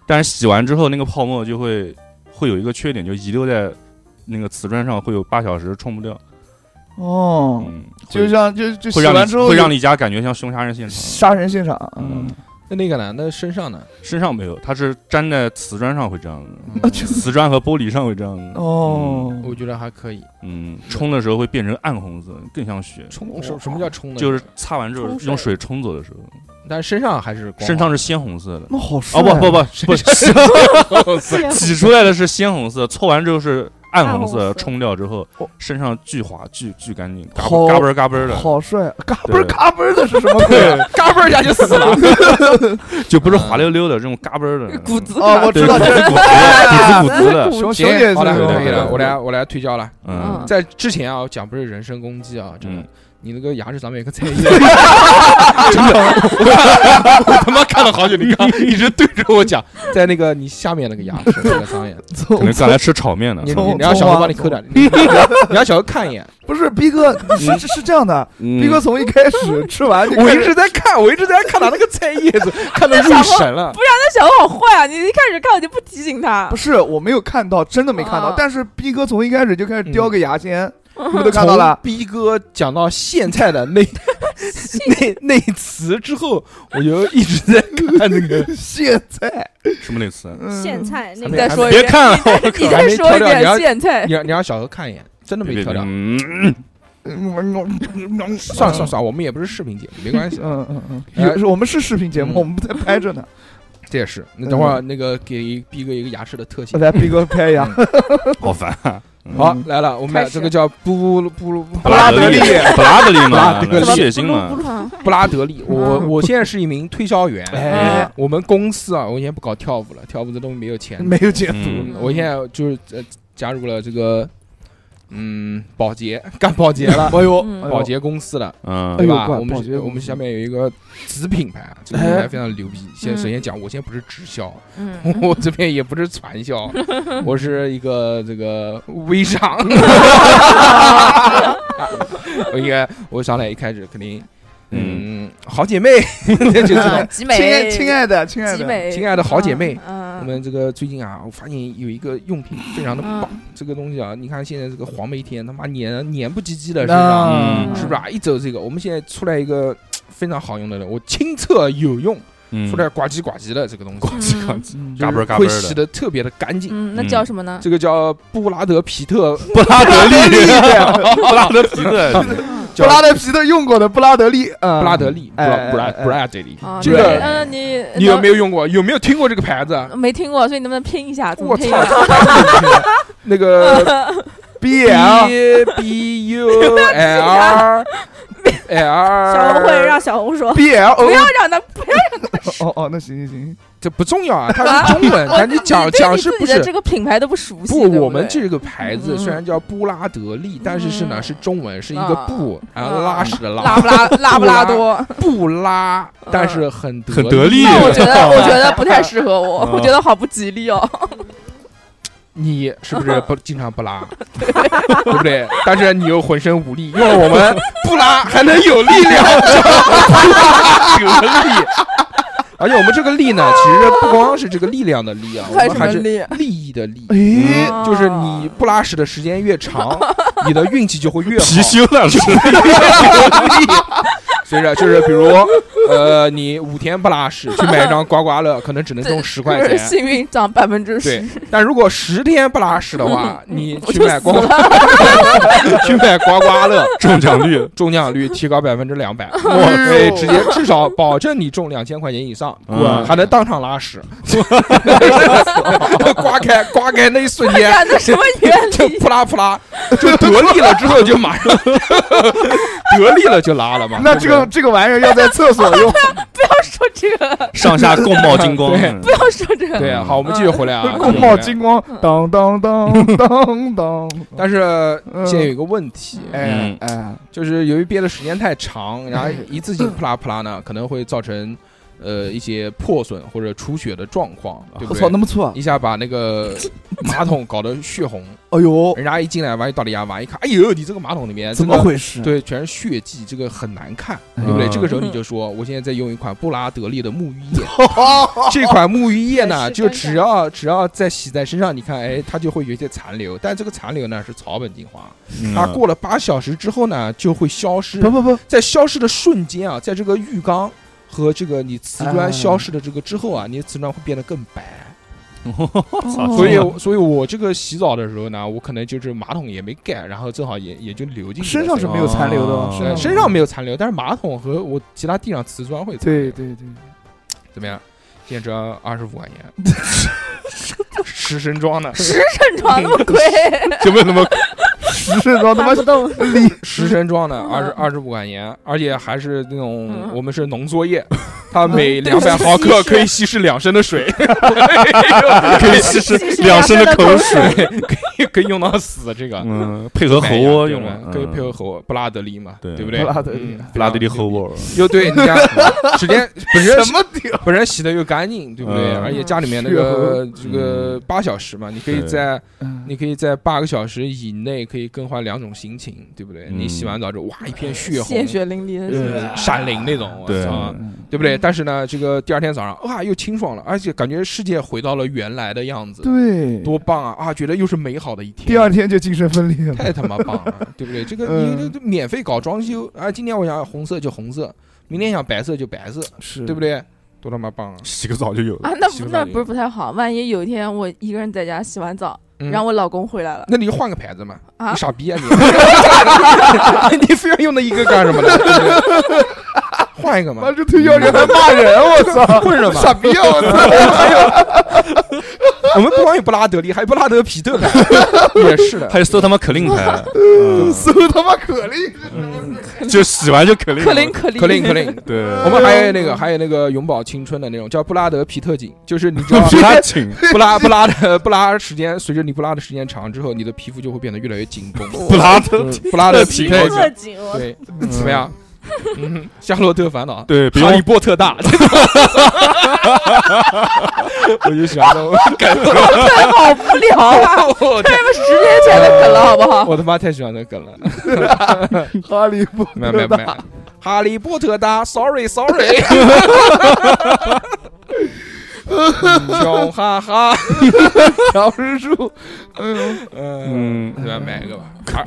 D: 但是洗完之后那个泡沫就会会有一个缺点，就遗留在那个瓷砖上，会有八小时冲不掉，
C: 哦，
D: 嗯，
C: 就像就就
D: 会
C: 洗
D: 让
C: 完之
D: 你
C: 后
D: 会
C: 有
D: 让你家感觉像凶杀人现场。
C: 杀人现场，嗯
D: 嗯，，
B: 那那个呢？那身上呢？
D: 身上没有，它是粘在瓷砖上会这样 子，
C: 啊，就
D: 瓷砖和玻璃上会这样子。
C: 哦，
B: 嗯我觉得还可以。
D: 嗯，冲的时候会变成暗红色，更像血。
B: 冲什什么叫冲的？
D: 就是擦完之后
E: 冲水
D: 用水冲走的时候，
B: 但是身上还是光
D: 身上是鲜红色的。
C: 那好帅
D: 哦不不不不， 是
B: 上
D: 挤出来的是鲜红色，搓完之后是暗红
E: 暗红色
D: 冲掉之后
C: 哦
D: 身上巨滑巨巨干净，嘎
C: 好
D: 嘣嘎嘣嘎嘣的，
C: 好帅，啊嘎嘣
D: 对
C: 儿嘎嘣儿的是 什么鬼？
B: 嘎嘣一下就死 了。
D: 就不是滑溜溜的这种嘎嘣的
F: 骨子
C: 哦，我
D: 对
C: 知道
D: 骨
C: 这
D: 子
C: 是
D: 骨子骨子骨子的，
C: 熊熊
B: 行
C: 姐，
B: 好了，
D: 对
B: 可以
D: 对
B: 了，
D: 对
B: 我来我来推销了。
D: 嗯，
B: 在之前啊，我讲不是人身攻击啊，真的
D: 嗯，
B: 你那个牙齿咱们也可以在意。 真的，我他妈看了好久，你刚一直对着我讲， 在那个你下面那个牙齿那个张眼，
D: 可能刚才吃炒面呢
B: 你。
C: 从
B: 你你让小
C: 从
B: 何
C: 啊
B: 帮你抠点，你 你让小何看一 眼。
C: 不是逼哥，是是是这样的，
D: 嗯
C: 逼哥从一开始吃完就
B: 我
C: 开
B: 一
C: 始
B: 直在看，我一直在看他那个菜叶子，看的入神 了。
F: 那小何好坏啊！你一开始看我就不提醒他
C: 不，是我没有看到，真的没看到
F: 啊，
C: 但是逼哥从一开始就开始
B: 嗯
C: 叼个牙签，你们都看到
B: 从
C: 了。
B: 逼哥讲到苋菜的 那那那词之后，我就一直在看那 个。
C: 现 在，
D: 什么那词？
C: 嗯
E: 苋菜
B: 咱
E: 那个
B: 们
F: 再说一
D: 别
F: 遍，
D: 看了，我
F: 你
B: 还
F: 再
B: 没
F: 说
B: 挑
F: 一
B: 掉
F: 遍
B: 你要
F: 苋菜
B: 你，让你让小何看一眼，真的没
D: 别
B: 挑
D: 别
B: 掉。
D: 嗯，
B: 算了算了算了，我们也不是视频节目，没关 系。
C: 嗯嗯嗯，
B: 哎
C: 有时候我们是视频节目
B: 嗯，
C: 我们在拍 着呢。
B: 这也是，
C: 嗯
B: 那等会儿那个给逼哥一个牙齿的特写
C: 我。来逼哥 拍牙，
D: 好烦啊。嗯
B: 好，来了，我们俩
E: 开始
B: 这个叫布鲁布鲁
D: 布
B: 布拉
D: 拉德
B: 德
D: 利
B: 利，
D: 布拉德利嘛，
B: 布拉德利
D: 血腥嘛，
F: 嗯
E: 啊
B: 布拉德利。我
C: 嗯
B: 我现在是一名推销员，
C: 哎，
B: 我们公司啊，我现在不搞跳舞了，跳舞这东西没有钱。
C: 没有解
D: 嗯
C: 读，
B: 我现在就是呃加入了这个嗯保洁， 干保洁了，
C: 哎呦，
F: 嗯
C: 哎呦
B: 保洁公司了，
C: 哎
B: 对
D: 嗯
C: 呦
B: 吧？
C: 管
B: 我
C: 保洁
B: 们
C: 公司
B: 我们下面有一个子品牌啊，这个品牌
C: 哎
B: 非常牛逼。先
F: 嗯
B: 首先讲，我现在不是直销，啊
F: 嗯，
B: 我这边也不是传销，我是一个这个微商。 我应该，我上来一开始肯定，
D: 嗯，
B: 嗯，好姐妹， 就这种，
F: 嗯集
C: 亲爱
F: 美，
C: 亲爱的，亲爱
F: 集
C: 的，
F: 美，
B: 亲爱的好姐妹。
F: 哎嗯，
B: 我
F: 嗯，
B: 们这个最近啊，我发现有一个用品非常的棒，这个东西啊，你看现在这个黄梅天他妈黏黏不唧唧的身上，
D: 嗯
B: 是不是啊？一走这个，我们现在出来一个非常好用的了，我亲测有用，
D: 嗯
B: 出来呱唧呱唧的这个东西，
F: 嗯
C: 嗯
B: 就是
D: 嘎嘣儿嘎嘣儿
B: 会
D: 的
B: 洗的特别的干净。
F: 嗯，那叫什么呢？
B: 这个叫布拉德皮特，
D: 布拉德利，布拉德皮特，
C: 布拉德皮特用过的布拉德利，嗯，
B: 布拉德利，布拉
C: 哎
B: 布拉
C: 哎哎
B: 布拉德利
F: 啊，。
B: 这
F: 你
B: 个
F: 呃，你
B: 嗯你有没
F: 有
B: 有用过？有没有听过这个牌子？啊
F: 没听过？所以你能不能拼一下？怎么
B: 我
F: 拼啊
B: 操
F: 一下？！
B: 那个
C: B L，
B: B B U L L，
E: 小红会让小红说
C: B L
F: 不
C: O，
F: 要让他，不要
C: 哦哦，那行行行，
B: 这不重要啊，它是中文， 但你讲
F: 对
B: 讲
F: 你
B: 是
F: 自
B: 不
F: 己的
B: 是
F: 这？个品牌都不熟悉。
B: 不，
F: 对
B: 我们
F: 对
B: 这个牌子虽然叫布拉德利，但是是呢
F: 嗯
B: 是中文，是一个布，然后拉屎的
F: 拉
B: 拉，
F: 不拉 拉不拉多？
B: 布拉，但是很
D: 很
B: 得啊
D: 得啊力
F: 那我觉得我觉得不太适合我，
D: 嗯
F: 我觉得好不吉利哦。
B: 你是不 是不经常不拉，对不对？但是你又浑身无力，因为我们不拉还能有力量， 有力。而且我们这个力呢，其实不光是这个力量的力啊，我
F: 还
B: 们
F: 什
B: 还
F: 么
B: 是
F: 力？
B: 利益的利。嗯
C: 哎，
B: 就是你不拉屎的时间越 长，你的运气就会越好。
D: 貔貅了是，
B: 随着就是比如，呃，你五天不拉屎去买一张刮刮乐，可能只能中十块
F: 就是
B: 钱。
F: 幸运涨百分之
B: 对
F: 十，，
B: 但如果十天不拉屎的 话，你
F: 我
B: 去
F: 就
B: 买
F: 死
B: 刮
F: 了。
B: 去买刮刮乐，
D: 中奖率，
B: 中奖率提高百分之两百，
D: 哇
B: 对，直接至少保证你中两千块钱以上，
D: 嗯
B: 还能当场拉屎，
C: 嗯
B: 刮开刮开那一瞬 间，
F: 干啊的什么原
B: 就
F: 理？
B: 扑啦扑啦，就得利了之后就马上 得利了就拉了嘛。
C: 那这个这个玩意儿要在厕所用，
F: 不要说这个，
D: 上下共冒金光，
B: 对
F: 不要说这
B: 对不
F: 个。
B: 对对，好，我们继续回来啊，
C: 呃共冒金光，
F: 嗯
C: 当当当当当，
B: 但是
C: 嗯
B: 现在有一个问题，
C: 哎
D: 嗯
C: 哎，
B: 就是由于憋的时间太长，然后
C: 嗯
B: 一次性扑啦扑啦呢，可能会造成呃一些破损或者出血的状况，对不
C: 我操，
B: 对？
C: 那么粗啊！
B: 一下把那个马桶搞得血红，
C: 哎呦，
B: 人家一进来完一倒地牙完一看，哎呦，你这个马桶里面
C: 怎
B: 这
C: 么
B: 个
C: 回事？
B: 对，全是血迹，这个很难看，对不对？
D: 嗯
B: 这个时候你就说，我现在在用一款布拉德利的沐浴 液，这款沐浴液呢，
E: 还是
B: 就
E: 干
B: 只要只要在洗在身上，你看，哎，它就会有一些残留，但这个残留呢是草本精华，
D: 嗯
B: 它过了八小时之后呢就会消失
C: 不，不不，
B: 在消失的瞬间啊，在这个浴缸和这个你瓷砖
C: 啊
B: 消失的这个之后啊，你的瓷砖会变得更白。
C: 哦
D: 操
B: 所以所以我这个洗澡的时候呢，我可能就是马桶也没盖，然后正好也也就流进去了
C: 身上是没有残留的吗
D: 哦？
B: 呃身上没有残留，但是马桶和我其他地上瓷砖会残留
C: 对 对对，
B: 怎么样？现折二十五块钱， 十升装的，
F: 十升装那么贵，
B: 就没那么
C: 十升装他妈
F: 搬 不动。
B: 十升装的，
F: 嗯
B: 二十二十五块钱，而且还是那种
F: 嗯
B: 我们是浓缩液，它每
F: 嗯
B: 两百
F: 对
B: 毫克
F: 稀释
B: 可以稀释两升的水，
D: 可以稀释
F: 稀释
D: 两
F: 两
D: 升的
F: 升的
D: 口
F: 口
D: 水，
B: 可以用到死这个。
D: 嗯，配合
B: 买
D: 猴
B: 呀
D: 窝
B: 对
D: 用
B: 吧
D: 了，
B: 可以配合
D: 嗯
B: 猴窝布拉德利嘛，
D: 对
B: 不对？
C: 布拉德利啊
B: 嗯
D: 布拉德利猴，窝，
B: 又对你 看，首先本身
C: 什么 屌？
B: 本身洗的又干净，对不对？
D: 嗯
B: 而且家里面那
C: 血
B: 个这个八小时嘛，你可以
D: 对
B: 在
C: 嗯
B: 你可以在八个小时以内可以更换两种心情，对不对？
D: 嗯
B: 你洗完澡之后，哇，一片血红
F: 鲜，血淋漓的
B: 呃
F: 是
B: 闪灵那种，我
D: 对嗯
B: 操，对不对？但是呢，这个第二天早上，哇，又清爽了，而且感觉世界回到了原来的样子，
C: 对，
B: 多棒啊！啊，觉得又是美好的一天。
C: 第二天就精神分裂 了。
B: 太他妈棒了，对不对？这个
C: 嗯
B: 你这免费搞装修啊！今天我想红色就红色，明天想白色就白色，
C: 是
B: 对不？对？多他妈棒啊！
D: 洗个澡就有了。
F: 啊，那
B: 洗
F: 不
B: 不
F: 那
B: 干净
F: 不是不太好？万一有一天我一个人在家洗完澡，
B: 嗯
F: 然后我老公回来了，
B: 那你就换个牌子嘛，
F: 啊
B: 你傻逼啊你！ 你非要用那一个干什么呢？对不对换一个嘛
C: 妈，这推销员还骂人，我操！
B: 混着嘛！
C: 傻逼啊！我 操！
B: 我们不光有布拉德利，还有布拉德皮特牌，也是的。
D: 还有搜他妈可 令牌，
C: 搜他妈可令，
D: 嗯就洗完就可令了。
F: 可灵可灵
B: 克林克林，
D: 对，
B: 我们还有那个还有那个永葆青春的那种叫布拉德皮特井，就是你知道
D: 要给他 请，
B: 不拉不拉的不拉时间，随着你不拉的时间长之后，你的皮肤就会变得越来越紧绷。
D: 布拉特，
B: 不拉的皮肤，
E: 特警，我
B: 对，怎么样？嗯，夏洛特烦恼，
D: 对，不
B: 哈利
D: 用
B: 波特大，我就喜欢这种 感觉，
F: 太好无聊啊！
B: 我
F: 这不是十年前的梗了，好不好？
B: 我他妈太喜欢这梗了，
C: 哈利波特
B: 没有没有没 有，哈利波特大，sorry sorry，穷嗯哈哈，
C: 乔治树，
B: 嗯。
D: 嗯，
B: 对 吧？买一个吧，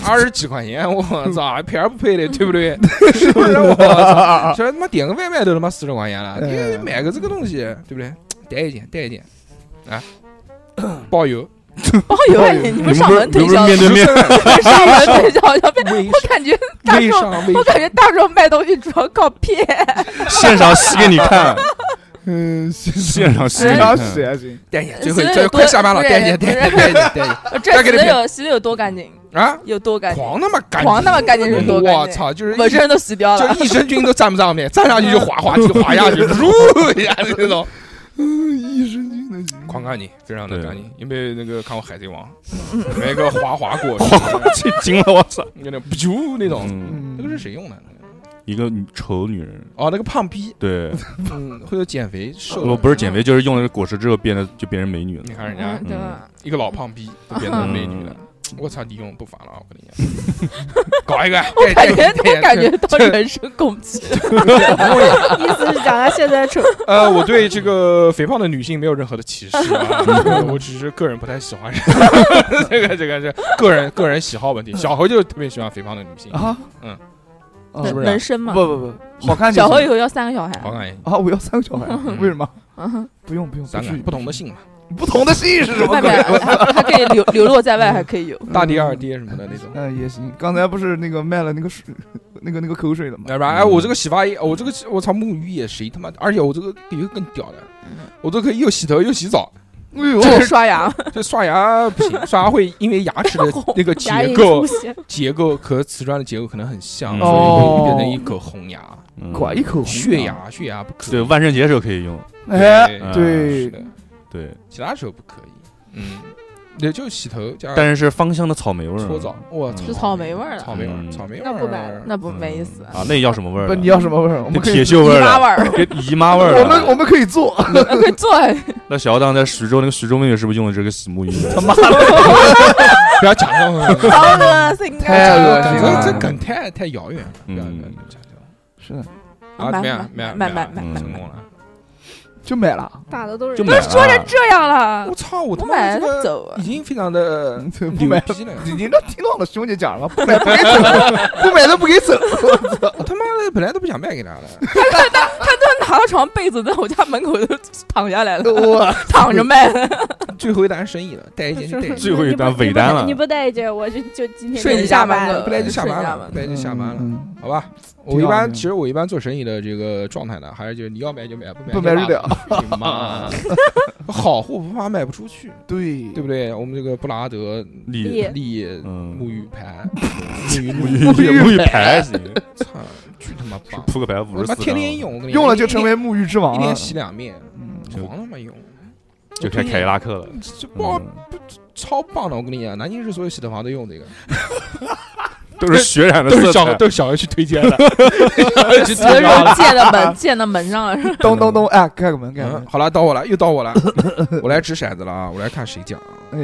B: 二二十几块钱， 我操，一片儿不配的，对不对？是不是？我 操，这他妈点个外卖都他妈四十块钱了，
C: 哎
F: 嗯
B: 你买个这个东西，对不对？带一件，带一件， 啊，包邮，
F: 包邮，
D: 你
F: 你你
D: 们
F: 们
D: 不
F: 上
D: 是
F: 门
D: 你
F: 推
D: 们不
F: 销
D: 是面
F: 的，
D: 对面，
F: 你们上门推销要被，我感觉大
B: 微
F: 众，
B: 商微
F: 我感觉大众卖东西主要靠骗。
D: 现场洗给 你看，
C: 嗯，行
D: 现场洗给你
C: 啥
D: 看，
C: 洗啊？行，
B: 带一件，最后
F: 所以
B: 最后
F: 多
B: 快下班了，
F: 不是
B: 带一件，带一 件，带一件，带一件
F: 这
B: 再给
F: 洗
B: 你
F: 的
B: 骗
F: 有洗的有多干净？
B: 啊！
F: 有多干净？
B: 狂他妈干，
F: 狂那么干净是多
B: 我
F: 干净？
B: 操，就是
F: 我
B: 一
F: 身都洗掉了。
B: 就益生菌都沾不上面，沾上去就滑滑去，滑下 去，噜一下那种。
C: 嗯，益生菌的行。
B: 狂干净，非常的
D: 对啊
B: 干净。有没有那个看过《海贼王》？
F: 嗯
B: 没个滑滑过，
D: 这惊了我操！
B: 有点不啾那种。
D: 嗯，
B: 那个是谁用的？
D: 一个女丑女人，
B: 哦，那个胖逼，
D: 对，
B: 嗯，或者减肥瘦
D: 我
B: 了。
D: 不是减肥，就是用了果实之后变得就变成美女了
B: 你。看人家
F: 嗯，对吧？
B: 一个老胖逼都变成美女了，
D: 嗯
B: 我操，你用不烦了？我跟你讲， 搞一个，
F: 我感觉
B: 对对对
F: 我感觉到人 身攻击，
E: 意思是讲他现在丑，
B: 呃，我对这个肥胖的女性没有任何的歧视啊，我只是个人 不太喜欢这个这个这个人个人喜好问题。小猴就特别喜欢肥胖的女性，
C: 啊，
B: 嗯
C: 啊，
B: 是不是
F: 能生吗
C: 不？不不，好看就
F: 小
C: 行
F: 何以后要三个小孩。
B: 好感
C: 啊！我要三个小孩，为什么？
F: 嗯，
C: 不用不用，
B: 三
C: 不至
B: 个
C: 于
B: 不同的性嘛，
C: 不同的姓是什么
F: 外
C: 鬼
F: 面？还还可以 流流落在外，还可以 有。
B: 大爹二爹什么的那种。
C: 嗯，也行。刚才不是那个卖了那个水，那个那个口水了吗？
B: 来吧，哎，我这个洗发液，我这个我操沐浴液，谁他妈？而且我这个有一个更屌的，我都可以又洗头又洗澡。
C: 哎呦，
F: 这是刷 牙，
B: 这刷牙不行，刷牙会因为牙齿的那个
E: 牙
B: 结
E: 龈
B: 构
E: 出血，
B: 结构和瓷砖的结构可能很像，
D: 嗯
B: 所以会变成一口红牙、
D: 嗯
C: 管一口红
B: 血，牙、血牙不可
D: 对，
B: 以。
D: 万圣节时候可以用，
C: 哎，
D: 嗯
B: 是
C: 对
B: 的，，
D: 对，
B: 其他时候不可以。嗯，也就洗头加
D: 但是是芳香的草莓味儿，
B: 搓澡，我操，
F: 是草莓味儿的
B: 草莓味
D: 嗯
B: 儿，草莓味
E: 那不买
B: 儿
E: 了，
F: 那不没意思。
D: 啊，那要什么味儿
C: 不，
D: 的？
C: 你要什么味儿？我们可
D: 铁
C: 以，
D: 锈味儿
F: 拉味
D: 的，
F: 儿，
D: 跟姨妈味
B: 啊
D: 儿的。啊
C: 我们我们可以做。
F: 那可以做。
D: 那小当在徐州那个徐州妹妹是不是用的这个洗沐浴液？
B: 不要讲这种，
F: 好恶心
C: 太
F: 啊！
C: 哎恶心了
B: 这这梗太太遥远了，不要不要
D: 嗯
B: 讲这种
C: 是的，
B: 啊，怎么样？怎么
F: 买
B: 样？
F: 买买
B: 怎么
F: 买
B: 样
D: 买
B: 成功了。
C: 就买了，
E: 打的都是
D: 就
E: 人
D: 买啊
F: 都说
D: 了
F: 成这样了
B: 我，操，我他
F: 我
B: 妈的
F: 买了
B: 这
F: 他
B: 个
F: 走啊
B: 已，经非常的
C: 不
B: 牛
C: 买
B: 逼了，
C: 你这听懂了兄弟讲了吗？不买不给走，不买都不给走。
B: 我他妈的本来都不想卖给他的，
F: 他都拿到床被子在我家门口都躺下来了，
C: 我
B: 哎
F: 躺着卖 了，
B: 最后一单生意了，带一件就带一件，
D: 最后一单尾单了
E: 你不带着我就就今天
F: 睡
E: 就
F: 一
E: 下
F: 下班
E: 了
F: 的
B: 不来就下班
F: 睡一下
B: 了，
F: 吧
B: 不来就下班了，
C: 嗯，
B: 好吧。
C: 挺好
B: 我一般
C: 挺好
B: 其实我一般做生意的这个状态呢，还是就是你要买就买，不买
C: 不
B: 就
C: 买
B: 买
C: 就了。。
B: 你妈， 好货不怕卖不出去，
C: 对
B: 对不对？我们这个布拉德
D: 立
E: 立
B: 利
D: 嗯
B: 沐浴牌，沐浴
D: 沐
B: 露，
D: 浴 沐浴牌行，
B: 操，巨他妈棒！
D: 扑克牌
B: 我
D: 五
B: 他
D: 十
B: 妈
D: 四，
B: 天天用，我跟你讲
C: 用了就成为沐浴之王
B: 一
C: 了
B: 天。洗两面，
C: 嗯
D: 就
B: 狂他妈用，
D: 就开凯迪拉克了。
B: 这包
D: 嗯
B: 超棒的！我跟你讲，南京市所有洗头房都用这个，
D: 都是血染的
B: 都是
D: 色
B: 小
D: 彩，
B: 都是小 H 推荐的， 小 H
F: 所
B: 推
F: 以
B: 荐的
F: 说。建到门 建到门上了，
C: 咚咚咚，哎，开个门，开个
B: 嗯，
C: 门。
B: 好了，到我了，又到我了， 我来掷骰子了啊！我来看谁讲。
C: 哎，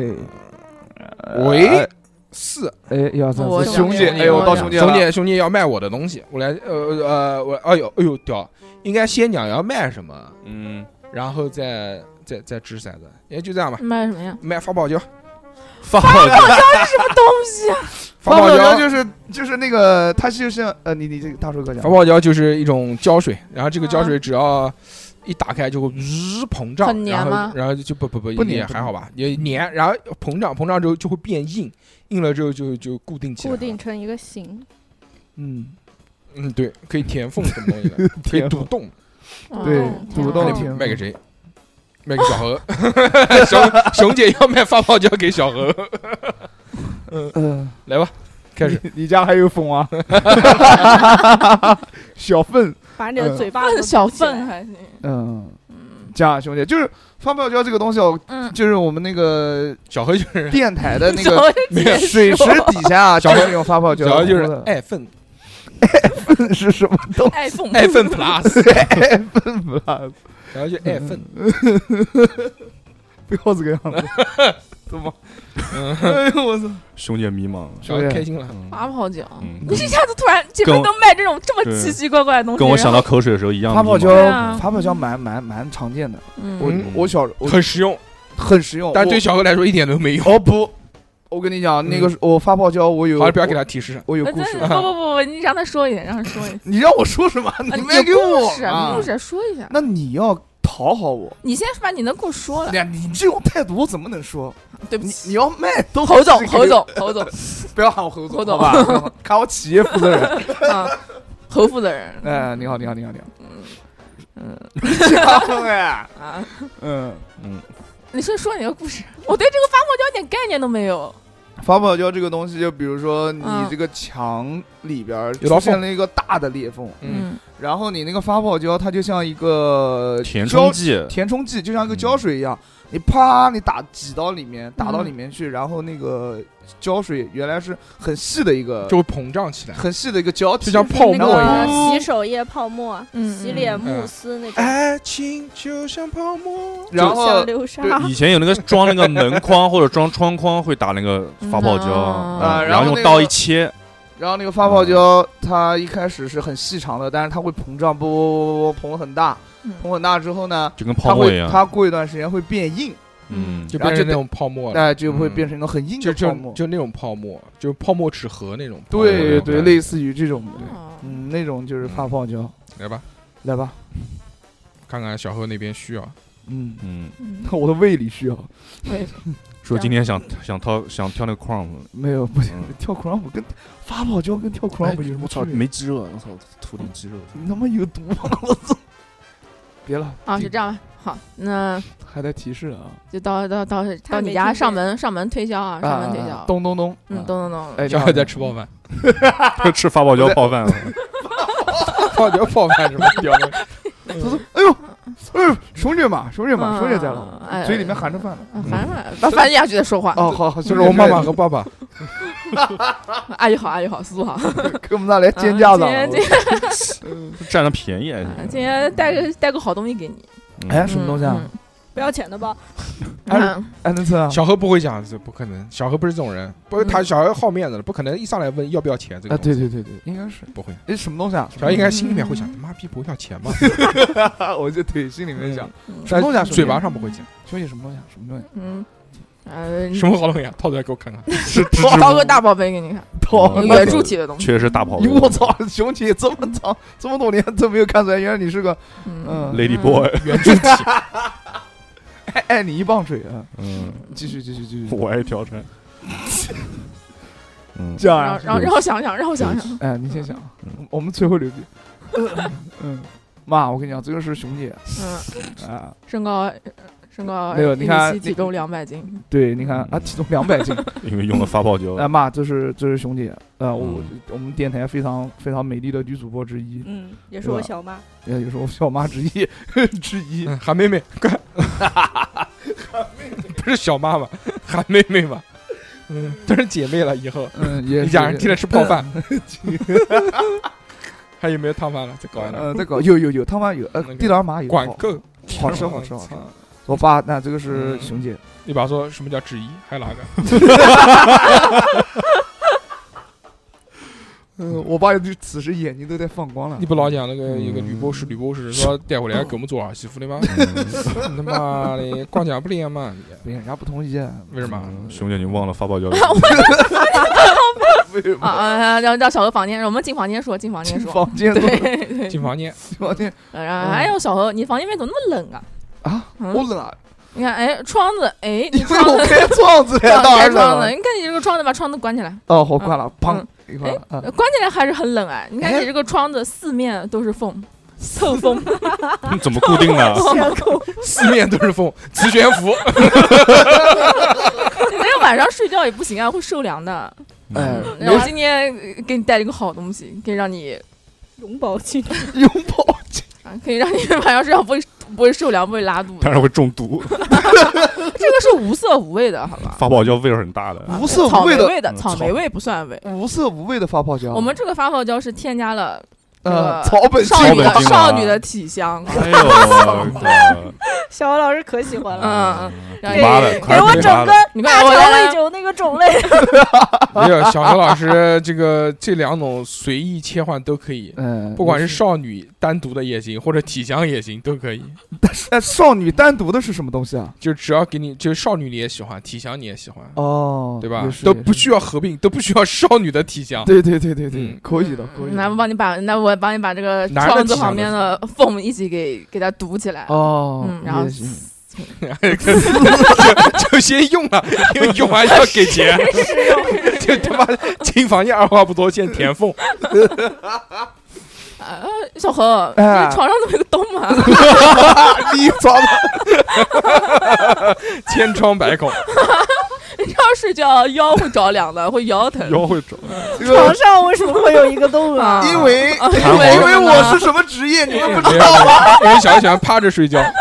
B: 嗯喂，四，
C: 哎，一二三
F: 我
C: 四，
F: 想
C: 兄弟，
F: 想
C: 哎呦，
F: 我
C: 到
F: 想
C: 兄弟
B: 兄
C: 了。
B: 弟，兄弟要卖我的东西，我来，呃呃，我，哎呦，哎呦，屌，应该先讲要卖什么，
D: 嗯，
B: 然后再再再掷骰子，也就这样吧。
F: 卖什么呀？
B: 卖发泡胶，
D: 发泡胶
F: 东西啊，
B: 发泡
C: 胶
B: 胶，
C: 就是就是那个，它是像呃，你你这个大叔哥讲
B: 发，泡胶就是一种胶水，然后这个胶
F: 啊
B: 水只要一打开就会日膨胀，
F: 很粘
B: 然后
F: 吗
B: 然后就不不不
C: 不粘
B: 也
C: 不
B: 还
C: 粘
B: 好吧，也粘，然后膨胀膨胀之后就会变硬，硬了之后就就固定起来
E: 固
B: 了，
E: 定成一个形，
C: 嗯，
B: 嗯，对，可以填缝什么 东西的，可以
C: 填
B: 堵洞，
C: 对
E: 嗯，
C: 主
E: 挺
C: 动
E: 好
C: 听
B: 卖给谁？卖给小何， 熊熊姐要卖发泡胶给小何，
C: 嗯，
B: 来吧，开始。
C: 你你家还有风 啊？小粪，
E: 把你的嘴巴都
F: 粪啊小
E: 堵起来
F: 粪还行，
C: 嗯，讲啊兄弟，就是发泡胶这个东西哦，
F: 嗯，
C: 就是我们那个
B: 小何就是
C: 电台的那
F: 怎
C: 个
F: 么
B: 没有
F: 嗯解释
C: 水池 底下啊，
B: 小
C: 就
B: 何
C: 是用哎发泡胶
B: 小何就是
C: 糊的
B: 爱粪
C: 是什么东
F: iPhone
B: 爱粪 plus，
C: 爱粪不啦？
B: 然后就爱粪。
C: 不要这个样子， 怎么？ 哎呦我操！
D: 兄弟迷茫，啊
B: 小何开心了，
D: 嗯
F: 发泡胶。
D: 嗯
F: 你一下子突然这
D: 跟
F: 边
D: 我
F: 都卖这种这么
D: 对
F: 奇奇怪怪的东西，
D: 跟我想
F: 然后
D: 到口水的时候一样迷茫。
C: 发泡胶
F: 对啊，
C: 发泡胶蛮蛮蛮常见的。我
F: 嗯，
C: 我小我
B: 很实用，
C: 很实用，
B: 但是
C: 我
B: 对小何来说一点都没用。
C: 哦不，我跟你讲，那个是我发泡胶，我有，
B: 嗯好了，不要给他提示。
C: 我，我有
F: 那
C: 故
F: 呃真
C: 事。
F: 是。
D: 啊
F: 不不不不，你让他说一点，让他说一点
C: 你让我说什么？你
F: 啊
C: 没给
F: 有
C: 我
F: 故事，
C: 啊
F: 故事说一下。
C: 那你要讨好我。
F: 你先把你能跟我说了
C: 哎，呀，你这种态度我怎么能说？
F: 对不
C: 你
F: 起。
C: 你要卖都
F: 侯总，
C: 是给
F: 侯总，侯总
C: 不要喊我侯总，
F: 侯总
C: 好吧？ 喊我企业负责人。
F: 啊，侯负责人
C: 哎，你好，你好，你好，你好。
F: 嗯
C: 讲哎，
F: 啊，
C: 嗯，
D: 嗯，
F: 你先说你的故事，我对这个发泡胶一点概念都没有。
C: 发泡胶这个东西，就比如说你
F: 嗯
C: 这个墙里边儿
B: 有道
C: 出
B: 缝
C: 现了一个大的裂缝，
B: 嗯，
C: 然后你那个发泡胶，它就像一个
D: 填
C: 胶
D: 充剂，
C: 填充剂，就像一个
D: 嗯
C: 胶水一样，你啪，你打挤到里面，打到里面去，然后那个胶水原来是很细的一个，
B: 就会膨胀起来，
C: 很细的一个胶
B: 就
C: 体，
B: 像泡沫一
E: 那个哦
B: 样。
E: 洗手液泡沫、
F: 嗯
E: 洗脸慕
B: 嗯
E: 斯那种，
B: 爱情就像泡沫。
C: 然
E: 像
C: 后
E: 流沙
C: 对
D: 以前有那个装那个门框或者装窗框会打那 个发泡胶，
F: 嗯
D: 啊
C: 啊然
D: 然
C: 后
D: 后
C: 那
D: 用刀
C: 个
D: 一切，
C: 然后那个发泡胶，它一开始是很细长的，但是它会膨胀，啵啵啵啵啵膨很大，膨很大之后呢，
D: 就跟
C: 它
D: 泡沫一
C: 会
D: 样。
C: 它过一段时间会变硬，
D: 嗯，
B: 就
C: 然
B: 变成
C: 后就
B: 那种泡沫了，嗯
C: 那就会变成一种很硬
B: 就
C: 的
B: 就
C: 泡沫。
B: 就那种泡沫，就是泡沫纸盒那种泡沫。
C: 对
D: 对对
C: 对，类似于这种的，
F: 哦
C: 嗯，那种就是发泡胶。
B: 来吧，
C: 来吧，
B: 看看小何那边需要。
C: 嗯，
D: 嗯，
F: 嗯
C: 我的胃里需要，
D: 说今天想想掏想跳那个框子，
C: 没有不行
D: 嗯，
C: 跳 crump 跟发泡胶跟跳
B: 哎
C: crump 有什么
D: 我
C: 区
D: 操，
C: 别？
D: 没肌肉，我操，吐点肌肉。
C: 你他妈有毒吧！ 我操！别了，
F: 啊，就这样吧。好，那
C: 还在提示啊
F: 就到到到到你
E: 没
F: 家
E: 听见
F: 上门上门推销啊，上门推销。
C: 咚咚咚，
F: 嗯，
C: 啊，
F: 懂懂懂。
C: 哎，
B: 小
C: 你
B: 何
C: 好
B: 在吃泡饭，
D: 吃发泡胶泡饭了，
B: 泡椒泡饭 什么屌的。
C: 他说：“哎呦，哎呦，熊姐嘛，熊姐嘛，
F: 嗯
C: 熊姐在了，
F: 哎
C: 嘴里面含着饭呢。
F: 啊反正嘛把翻译下去再说话。
C: 哦，好，好，
B: 就
C: 就是
B: 我妈妈和爸爸，
F: 阿姨好，阿姨好，苏好。
C: 给我们俩来尖架子啊。
F: 今天
C: 我
D: 占了便
C: 啊
D: 宜。
F: 嗯今天带个带个好东西给你。
D: 嗯
C: 哎，什么东西啊？
F: 嗯？嗯
E: 不要钱的吧？
C: 哎
E: 嗯
C: 安德森啊，
B: 小何不会讲，这不可能。小何不是这种人，不，他小何好面子的，不可能一上来问要不要钱这个
C: 啊，
B: 东
C: 对
B: 西。
C: 对对对，应该是
B: 不会。
C: 哎什么东西啊？
B: 小何应该心里面会想，他妈逼不要钱吧？
C: 我就对心里面想，嗯什么
B: 嗯但
C: 东西啊？
B: 嘴巴上不会讲。
C: 兄弟什么东西啊？什么东西？
F: 嗯，呃，
B: 什么好东西啊？掏出来给我看看。
C: 嗯
D: 是只是
F: 掏个大宝贝给你看，
C: 操
D: 嗯
F: 原著体的东西。
D: 确实是大
B: 哦
D: 炮
C: 你我操，兄弟这么长 这么多年都没有看出来，原来你是个
F: 嗯，
C: 嗯，
D: ，Lady Boy，
C: 爱爱你一棒槌啊！
D: 嗯，
C: 继续继续继续，
D: 我爱貂 蝉，嗯，
C: 这样
F: 然
C: 啊
F: 后然后让我想想，让我想想，
C: 哎，你先想，我们最后 留句。嗯，妈，我跟你讲，这个是熊姐
F: 嗯，
C: 啊，
F: 身高呃身高
C: 没有你看
F: 1.7体重两百斤，
C: 对，你
B: 嗯
C: 看啊，体重 两百斤，
D: 因为用了发泡胶，
C: 啊妈，这是这是熊姐，啊，我
D: 嗯
C: 我们电台非常非常美丽的女主播之一，呃
E: 嗯，也是我小妈。
C: 也就是我小妈之一 之一，
B: 嗯韩妹妹，快！ 韩妹妹不是小妈妈，韩妹妹嘛。嗯，都是姐妹了，以后
C: 嗯，也
B: 一
C: 是
B: 家人天天吃泡饭。 还有没有烫饭了？再搞一点。
C: 嗯呃，那个有有有，他们有，呃
B: 那，个
C: 地道麻有，
B: 管
C: 好
B: 够，
C: 好吃好吃好 吃
B: 操。
C: 我爸，那这个是
B: 嗯
C: 熊姐，
B: 你把说什么叫质疑，还有哪个？
C: 嗯，我爸就此时眼睛都在放光了
B: 你，不老讲那个
D: 嗯
B: 有个女博士，女博士说带回来给我们做儿媳妇的吗？
C: 嗯
B: 你他妈的光讲不练嘛？你
C: 对，人家不同意，
B: 为什么？
D: 嗯熊姐，你忘了发泡 胶？
C: 为什
F: 啊
C: 么？
F: 啊，让让小何房间，我们进房间说，进房 间
C: 进
F: 说，
C: 房间，
F: 对
C: 进
F: 对，
B: 进房间，
C: 房 间
F: 呃然后哎呦，小何，你房间里面怎么那么冷啊？
C: 啊，
F: 嗯
C: 我冷啊，
F: 你看，哎，窗子，哎， 你
C: 你
F: 窗
C: 为我
F: 子，
C: 开窗子呀，当
F: 开
C: 然
F: 窗子，
C: 冷。
F: 你看你这个窗子，把窗子关起来，
C: 哦，我关了，砰
F: 嗯，
C: 一块了，啊
F: 呃关起来还是很冷哎。你看
C: 哎
F: 你这个窗子四面都 是缝，透风，
D: 你嗯怎么固定的？
B: 四面都是风， 磁悬 浮。
F: 你那个晚上睡觉也不行啊，会受凉的。
C: 哎
D: 嗯，
F: 然后今天呃给你带了一个好东西，可以让你
E: 永保金，
C: 拥抱，
F: 啊，可以让你晚上睡觉不会不会受凉，不会拉肚子
D: 但。是会中毒，
F: 这个是无色无味的，好吧？
D: 发泡胶味儿很大
B: 啊
D: 的。
C: 无色
F: 草
C: 无
F: 莓
C: 味的，
F: 味的，
D: 嗯
F: 草莓
D: 草
F: 味不算味。
C: 无色无味的发泡胶。
F: 我们这个发泡胶是添加了
C: 呃，
F: 这
C: 草本精
F: 少女
D: 草
F: 的
D: 本精华
F: 少女的体香。
D: 哎呦，我靠
E: 小王老师可喜欢了。
F: 嗯，
D: 嗯你妈的，
F: 给
D: 快
E: 给我
D: 被
E: 整
D: 抓
E: 个
D: 了
F: 你看
E: 大
F: 我
E: 肠
F: 来
E: 胃酒那个种类，
B: 没有，哎小何老师这个这两种随意切换都可以，
C: 嗯，
B: 不管是少女单独的也行，或者体香也行，都可以。
C: 哎少女单独的是什么东西啊？
B: 就只要给你，就少女你也喜欢，体香你也喜欢，
C: 哦，
B: 对吧
C: 也？是
B: 都
C: 也
B: 不
C: 是
B: 需要合并，都不需要少女的体香。
C: 对对对对对
B: 啊嗯，
C: 可以的，可以
F: 那
C: 的。
F: 我帮你把，那我帮你把这个
B: 男的
F: 窗子
B: 体香
F: 旁边的缝一起给给它堵起来。
C: 哦，
F: 嗯，然后
C: 也行
B: 就就先用了，因为用完要给钱。 就他妈进房间二话不说先填缝，
F: 啊，小何，你
C: 哎
F: 床上怎么有个洞啊？
C: 你抓吧，
B: 千疮百孔。
F: 你这样睡觉腰会着凉的，会腰 疼。
D: 腰会肿，
C: 这
E: 床
C: 个
E: 上为什么会有一个 洞啊？
C: 因为
F: 啊
D: 弹簧
C: 因为我是什么职业，你们
B: 没
C: 不知
B: 有
C: 道。
B: 因为小何喜欢趴着睡觉， 啊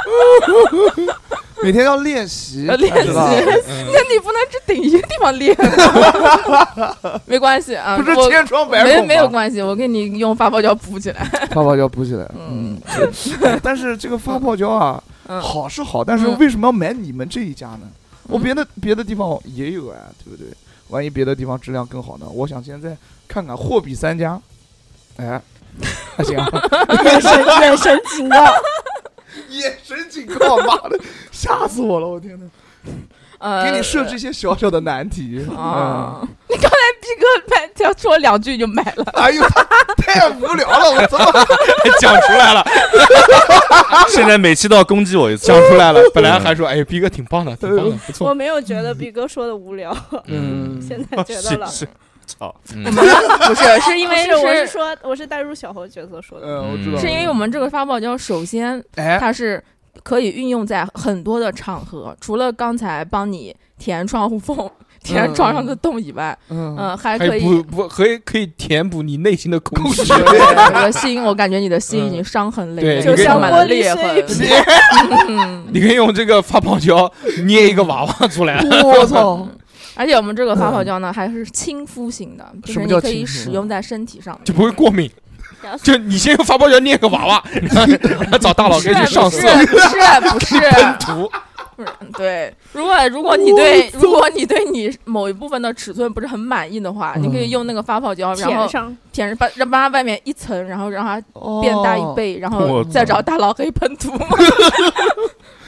C: 每天要练习，
F: 要练习
C: 知 道吧
B: 嗯
F: 那你不能只顶一个地方练， 没关系啊，
C: 不是
F: 我
C: 千疮百孔
F: 没
C: 吗
F: 没有关系，我给你用发泡胶补起来。
C: 发泡胶补起来。
F: 嗯
C: 嗯， 哎但是这个发泡胶啊，
F: 嗯，
C: 好是好，但是为什么要买你们这一家呢？我别的别的地方也有啊，对不对？万一别的地方质量更好呢？我想现在看看货比三家，哎，还行啊，
E: 眼神眼神警告，
C: 眼神警告，妈的，吓死我了！我天哪，
F: 呃，
C: 给你设置一些小小的难题
F: 啊
C: 啊！！
F: 你刚才逼哥半天说两句就买了，
C: 哎呦，太无聊了，我操！
D: 哎
B: 讲出来了，
D: 现在每期都要攻击我一次嗯
B: 讲。出来了。本来还说，哎，逼哥挺棒的，挺棒的，不
E: 我
B: 错。
E: 没有觉得逼哥说的无聊，
B: 嗯，
E: 现在觉得了。
D: 是，操，
F: 不是，哦是因
E: 因
F: 为
E: 为我哦是
F: 是
E: 说，我是带入小猴角色说的。
C: 嗯，我知道了，
F: 是因为我们这个发泡胶，首先
C: 哎，
F: 它是可以运用在很多的场合，除了刚才帮你填窗户缝、填床上的洞以外，
C: 嗯，
F: 嗯，还
B: 还
F: 可以
B: 补不可以可以填补你内心的空虚。
F: 我的心，我感觉你的心已经伤痕累累，
B: 对就
F: 充
B: 像
F: 满
E: 玻
F: 了
E: 璃
F: 裂痕
E: 碎。
F: 嗯，
B: 你可以用这个发泡胶 捏一个娃娃出来。
C: 我操，
F: 而且我们这个发泡胶呢，还是亲肤型的，
C: 嗯什
F: 就是
C: 么
F: 你
C: 叫
F: 可以
C: 亲肤
F: 使用在身体上面。
B: 就不会过敏
E: 然后。
B: 就你先用发 泡胶捏个娃娃，然后然后找大佬
F: 是啊
B: 哥去上
F: 不是
B: 色
F: 不是不是，
B: 喷涂，
F: 嗯对，如果如果你对如果你对你某一部分的尺寸不是很满意的话，
C: 嗯
F: 你可以用那个发泡胶，然
E: 舔
F: 后
E: 上，
F: 舔把让把它外面一层，然后让它
C: 哦
F: 变大一。倍，然后
D: 我
F: 再找大老黑喷涂。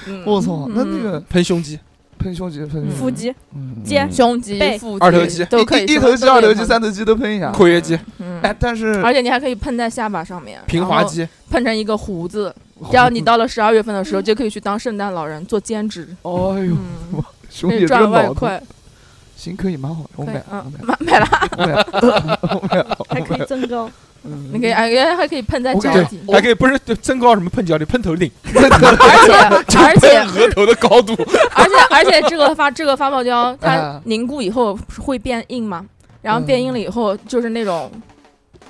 F: 嗯
C: 我操，那那
F: 嗯
C: 个
B: 喷胸肌，
C: 喷胸肌，喷
E: 腹
C: 胸肌，
E: 肌、
C: 嗯
E: 肩
D: 嗯
F: 胸肌
E: 背、
F: 腹肌、
B: 二头肌
F: 都可以
C: 一一
F: 什
C: 头
F: 么
C: 肌、
F: 都
C: 二
F: 可以
C: 头肌、
F: 喷
C: 三头肌都喷一下。
B: 括约肌，
F: 嗯，
C: 哎，但是
F: 而且你还可以喷在下巴上面，
B: 平滑，肌，
F: 喷成一个胡子，这
C: 哦
F: 样你到了十二月份的时候就可以去当圣诞老人做兼职，
C: 哎呦，
F: 嗯，
C: 兄
F: 可
C: 弟
F: 以
C: 这个
F: 赚外
C: 脑子
F: 快，
C: 行，可以蛮好的，我
F: 可
C: 买
F: 以
C: 了，我
F: 嗯
C: 买了，
F: 买买了，
C: 我买了，我买了，
E: 还可以增高，
C: 嗯
F: 你可以，哎，还可以喷在
C: 我
F: 脚
C: 感
F: 底，
B: 还可以不是对增高什么喷脚底，喷头顶，
F: 而且而且
B: 喷额头的高度，
F: 而 且而且这个发这个发泡胶它
C: 啊嗯
F: 凝固以后是会变硬嘛，然后变硬了以后就是那种，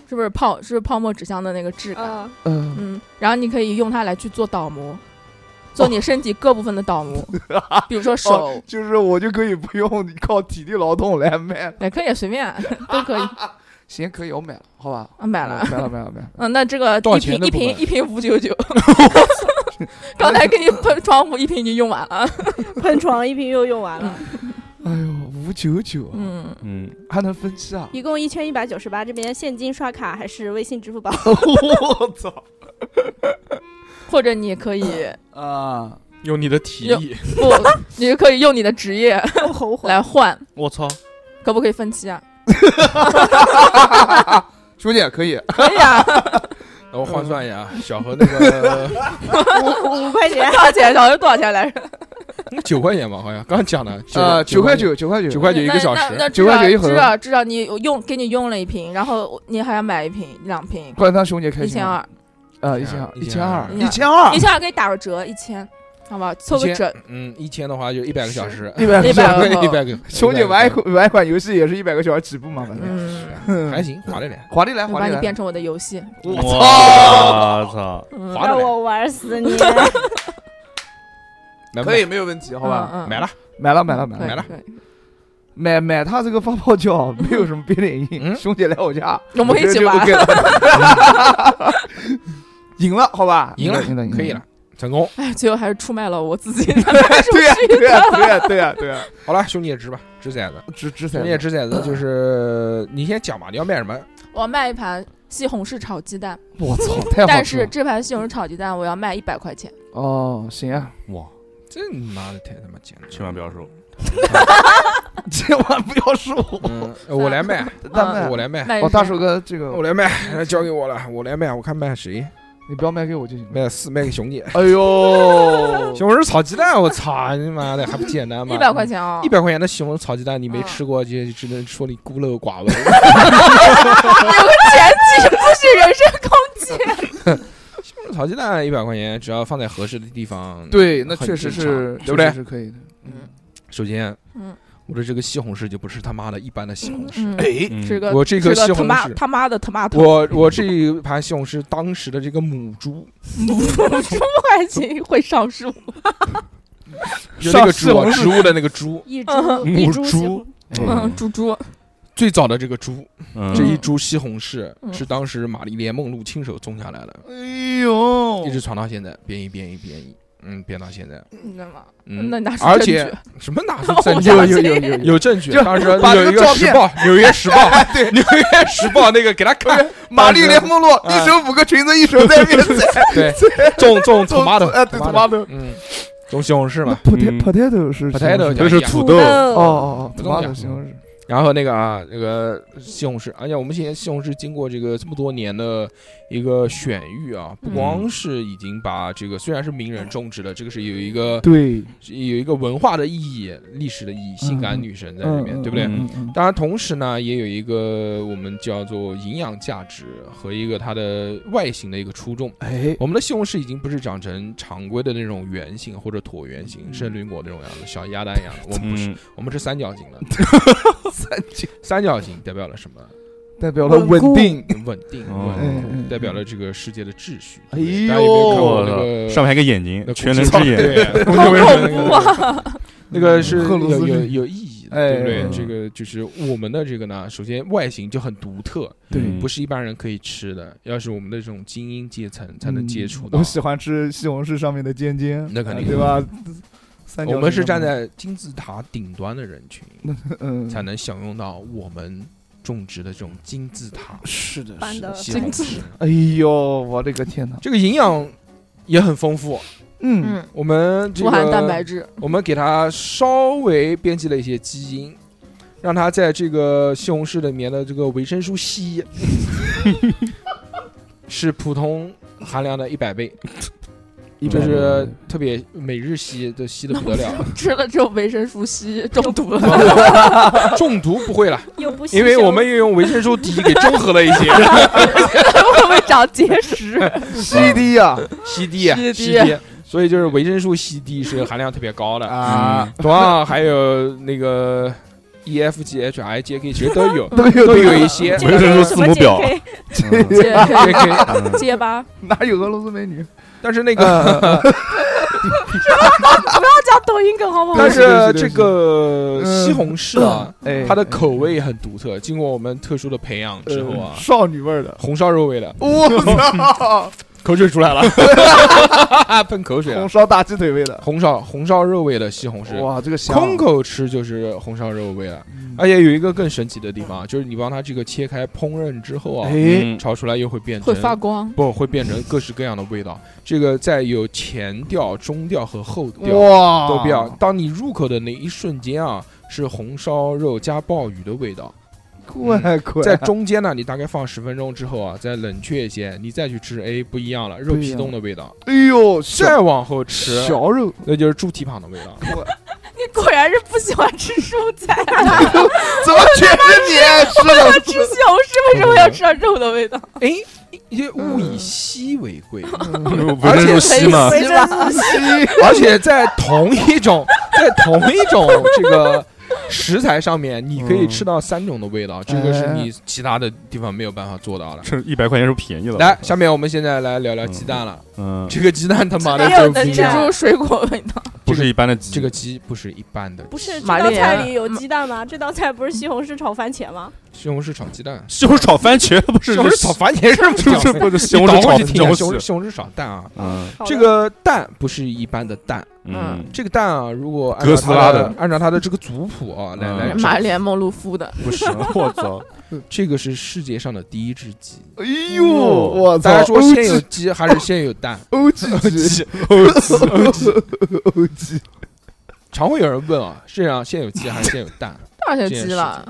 F: 是不是泡是不是泡沫纸箱的那个质感？
E: 嗯，
C: 嗯，
F: 嗯，然后你可以用它来去做倒模，做你身体各部分的倒模，比如说手
C: 哦，就是我就可以不用靠体力劳动来卖了，
F: 也哎可以随便啊都可以
C: 行，可以，我买了，好吧，
F: 啊买
C: 买
F: 了。
C: 买了，买了，买了，
F: 嗯，那这个
B: 多少
F: 一
B: 钱
F: 瓶
B: 都
F: 一
B: 不
F: 瓶
B: 问
F: 一瓶 五九九，刚才给你喷窗户一瓶已经用完了。
E: 喷床一瓶又用完了，
C: 哎呦，五九九啊，
F: 嗯，
D: 嗯，
C: 还能分期啊，
E: 一共一千一百九十八，这边现金刷卡还是微信、支付宝？
C: 我操
F: 或者你也可以
C: 啊！
B: 用你的体力，
F: 不，你也可以用你的职业
E: 吼吼！
F: 来换，
D: 我操，
F: 可不可以分期啊？
C: 兄弟可以，
F: 可以啊，
B: 我换算一下，
C: 嗯
B: 啊，小何那 个
E: 五五块钱，
F: 多少钱？小时候多少钱来着？
B: 九块钱吧，好像刚刚讲的，
C: 呃，九块，九，九块九，
B: 九块九一
F: 那
B: 个小
F: 那那
B: 时，
F: 至
C: 9.9
F: 少
C: 一盒
F: 至少至少你有用给你用了一瓶，然后你还要买一瓶两瓶，
C: 快让兄弟开
F: 一
C: 心
F: 千二，
C: 啊！一千二，
B: 一
C: 一
B: 千
C: 千
B: 二
C: 二，
F: 一
C: 千二
F: 一，千二可以打个折，一千，好吧，凑
B: 啊
F: 个
B: 一千
F: 整，
B: 嗯，一天的话就一百个 小时，
C: 一百
F: 一百
C: 个，哦
F: 个
B: 一百个，
C: 兄弟哎玩一
B: 100
C: 会玩一款游戏也是一百个小时起步嘛，反正
F: 嗯，
B: 个，哎还行，划得来，
C: 华丽来，
F: 我
C: 华
F: 把
C: 丽
F: 你
C: 来，
F: 变成我的游戏，
D: 我操，
F: 嗯
B: 划
E: 让
B: 得来
E: 我玩死你！
B: 来，
C: 可以，没有问题，好吧？
F: 嗯嗯
B: 买了，
C: 买了，买了，买
F: 可以
B: 买
C: 了，
B: 了
F: 可以
C: 买买他这个发泡 胶没有什么别的原
B: 嗯
C: 因，兄弟来我家，
F: 我们一起玩
C: 我觉得就 OK 了 赢了，好吧？
B: 赢
C: 了
B: 了，
C: 赢了，
B: 可以了。，成功。
F: 哎，最后还是出卖了我自己， 卖出
C: 对呀，
F: 去
C: 对呀，对呀，对呀，对呀，
B: 好了，兄弟也值吧，掷骰子，
C: 掷掷骰
B: 兄弟也
C: 子，
B: 掷骰子，就是你先讲吧，你要卖什么？
F: 我卖一盘西红柿炒鸡蛋，
C: 我操，太好
F: 但
C: 吃
F: 是
C: 了！
F: 这盘西红柿炒鸡蛋我要卖一百块钱，
C: 哦，行 啊，
D: 哇，
B: 这你妈的太他妈简直！
D: 千万不要收，
C: 千万不要 输。
B: 嗯，我来 卖，
C: 大
F: 啊
C: 麦，
B: 我来卖，
F: 卖
C: 哦，
F: 一
C: 大
F: 盘
C: 手哥，这个
B: 我来卖， 交给我了，我来卖，我看卖谁，
C: 你不要卖给我就行。
B: 卖四卖给兄弟。
C: 哎 呦，
B: 西红柿炒鸡蛋，我操你妈的还不简单吗？
F: 一百块，钱哦，
B: 一百块钱的西红柿炒鸡蛋，你没
F: 嗯
B: 吃过，就只能说你孤陋寡闻。
F: 有个前提不许人身攻击。
B: 西红柿炒鸡蛋一百块钱，只要放在合适的地方，，
C: 对，那
B: 很
C: 确实
B: 正
C: 是，
B: 常对不对
C: 确实是可以的。
B: 首先，
F: 嗯，
B: 我的这个西红柿就不是他妈的一般的西红柿，
F: 嗯，
C: 哎
D: 嗯
F: 是个
B: 我这个
F: 是
B: 西
F: 他
B: 红
F: 妈
B: 柿。
F: 他妈的他妈的
B: 我我这一盘西红柿，当时的这个母猪，
F: 爱情会上树，
B: 就那个
C: 西
B: 猪啊
C: 红，
B: 植
C: 柿
B: 物的那个猪，
E: 一株
D: 母
E: 一株
D: 猪
E: 西红
F: 嗯，猪猪，
B: 最早的这个猪，
D: 嗯
B: 这一株西红柿
F: 嗯
B: 是当时玛丽莲梦露亲手种下来的，
C: 哎呦
B: 一直传到现在，变异变异变异，嗯，变到现在，
F: 你知道吗？
B: 嗯
F: 那拿 出
B: 而
F: 证
B: 且
F: 据
B: 什么哪
F: 我
B: 出证据？
F: 相
C: 有
F: 信
C: 有有有有
B: 有证据，
C: 就
B: 当时
C: 把
B: 有
C: 这
B: 一
C: 个
B: 个
C: 照
B: 时
C: 片
B: 报，《纽约时报》， 对，《纽约时报》那个给他扣，
C: 玛丽莲梦露
B: 嗯
C: 一手补个裙子，一 手在面踩
B: 对，种种土麻豆，
C: 哎，对，土
B: tomato，
C: 豆。
B: 嗯，种西红柿嘛。
D: 嗯
C: potato potato 是
B: potato
C: 西红柿
D: 这是
E: 土
D: 豆，
C: 哦哦哦
B: 不嗯重要
C: ，tomato 西红柿，
B: 然后那个啊，那个西红柿，而且我们现在西红柿经过这个这么多年的一个选育啊，不光是已经把这个虽然是名人种植的，这个是有一个
C: 对，
B: 有一个文化的意义、历史的意义，性感女神在里面，
C: 嗯
B: 对不对？
C: 嗯嗯
B: 当然，同时呢，也有一个我们叫做营养价值和一个它的外形的一个出众。
C: 哎，
B: 我们的西红柿已经不是长成常规的那种圆形或者椭圆形、
C: 嗯
B: 圣女果那种样子，小鸭蛋一样的。我们不是，
D: 嗯，
B: 我们是三角形的。
C: 三角
B: 三角形代表了什么？
C: 代表了
E: 稳
C: 稳
E: 固
C: 定，
B: 稳定，
D: 哦
B: 稳
C: 嗯
B: 定，
C: 嗯
B: 代表了这个世界的秩序。
C: 哎
B: 对大家有没有看过
D: 我
B: 那
D: 操，
B: 个
D: 嗯上面还有个眼睛
B: 那，
D: 全
B: 古
D: 能
B: 时
D: 之
B: 候
D: 眼，
B: 对，
C: 恐
B: 那个
F: 怖啊！
B: 那个 是
C: 赫鲁
B: 有
C: 嗯斯
B: 有
C: 是
B: 有意义的，
C: 哎
B: 对不对？
C: 嗯
B: 这个就是我们的这个呢，首先外形就很独特，
C: 对
D: 嗯
B: 不是一般人可以吃的。要是我们的这种精英阶层才能接触
C: 嗯
B: 到
C: 我。喜欢吃西红柿上面的尖尖，
B: 那肯定嗯
C: 对吧？三角
B: 我们
C: 形
B: 是
C: 的
B: 站
C: 门
B: 在金字塔顶端的人群，
C: 嗯
B: 才能享用到我们种植的这种金字塔
C: 是的，
E: 般
C: 是的。
E: 的
B: 西红
F: 金字
B: 柿。
C: 哎呦，我的个天哪！
B: 这个营养也很丰富，
C: 嗯，
F: 嗯，
B: 我们这
F: 富含蛋白
B: 个
F: 质，
B: 我们给它稍微编辑了一些基因。让它在这个西红柿里面的这个维生素 C 是普通含量的一百倍，
C: 一
B: 就
C: 百
B: 是特别每日吸都吸的不得 了，
F: 吃了之后维生素 C 中毒了。
B: 中毒不会了，
E: 又不
B: 因为我们又用维生素 D 给中 和了一些
F: 会不会长结石？
C: CD 呀
B: CD 啊
F: CD
B: CD，所以就是维生素 CD 是含量特别高 的，
C: 啊，，
B: 同样还有那个 E F G H I J K 其实都有
C: 都有
B: 嗯都有 一些
E: 这个
D: 维生
E: 有
D: 素
E: 什
D: 字
E: 么
D: 母
E: 解
D: 表
E: 开
D: 嗯
F: 结
B: 也可以，
F: 结巴，
C: 哪有俄罗斯美女？
B: 但是那个
C: 嗯
F: 讲啊抖音梗好不好？
B: 但是
C: 对对对
B: 这个
C: 嗯
B: 西红柿啊，
C: 哎，
B: 它的口味很独特，经过我们特殊的培养
C: 呃
B: 之后啊，
C: 少女味儿的。
B: 红烧肉味的
C: 我操，
B: 口水出来了， 喷口水了啊
C: 红。烧大鸡腿味的，
B: 红烧红烧肉味的西红柿，
C: 哇，这个香
B: 空口吃就是红烧肉味了。而且有一个更神奇的地方，啊就是你帮它这个切开烹饪之后啊，
D: 嗯
C: 哎，
B: 炒出来又会变
F: 会
B: 成
F: 发光，
B: 不会变成各式各样的味道。这个在有前调、中调和后调
C: 哇，
B: 嗯都不要。当你入口的那一瞬间啊，是红烧肉加鲍鱼的味道。
C: 快快，
B: 在中间呢，你大概放十分钟之后啊，再冷却一些，你再去吃，哎，不一样了，肉
C: 不一
B: 皮
C: 样
B: 冻的味道。
C: 哎呦，
B: 再往后吃，
C: 小肉，
B: 那就是猪蹄膀的味道。
F: 你果然是不喜欢吃蔬菜，啊
C: 怎么全是你吃的？
F: 吃西红柿为什么要吃到肉的味道？
B: 哎，也物以稀为贵，
D: 维生素 C 嘛，
F: 维生素 C
B: 而且在同一种在同一种这个食材上面，你可以吃到三种的味道，这个是你其他的地方没有办法做到的。
D: 这一百块钱是便宜了。
B: 来，下面我们现在来聊聊鸡蛋了。
D: 嗯，
B: 这个鸡蛋他妈的
F: 没有
B: 真不
F: 能
B: 一
F: 吃
B: 样
F: 出水果味道，
D: 不是一般的鸡，
B: 这个鸡不是一般的鸡，
E: 不是这
F: 玛
E: 道
F: 丽
E: 菜
F: 莲
E: 里有鸡蛋吗？这道菜不是西红柿炒番茄吗？
B: 西红柿炒鸡蛋，
D: 西红柿炒番茄，不是
B: 西红柿炒番茄是
D: 不是
B: 不
D: 不是西
B: 西
D: 红柿炒
B: 西红
D: 番
B: 柿
D: 茄，
B: 西红柿炒蛋啊。
D: 嗯
E: 好的
B: 这个蛋不是一般的蛋，
D: 嗯，
B: 这个蛋啊，如果按照
D: 哥斯
B: 它
D: 拉
B: 的
D: 的
B: 按照它的这个族谱啊来来
D: 嗯
B: 找
F: 玛丽莲梦露敷的，
D: 不 是，我操，
B: 这个是世界上的第一只鸡。
C: 哎呦，我操，
B: 大家嗯说先有
C: OG
B: 鸡还是先有蛋？
C: OG 鸡
D: 哦
C: OG
B: 常会有人问啊，世界上先有鸡还是先有蛋？
F: 当然是鸡了，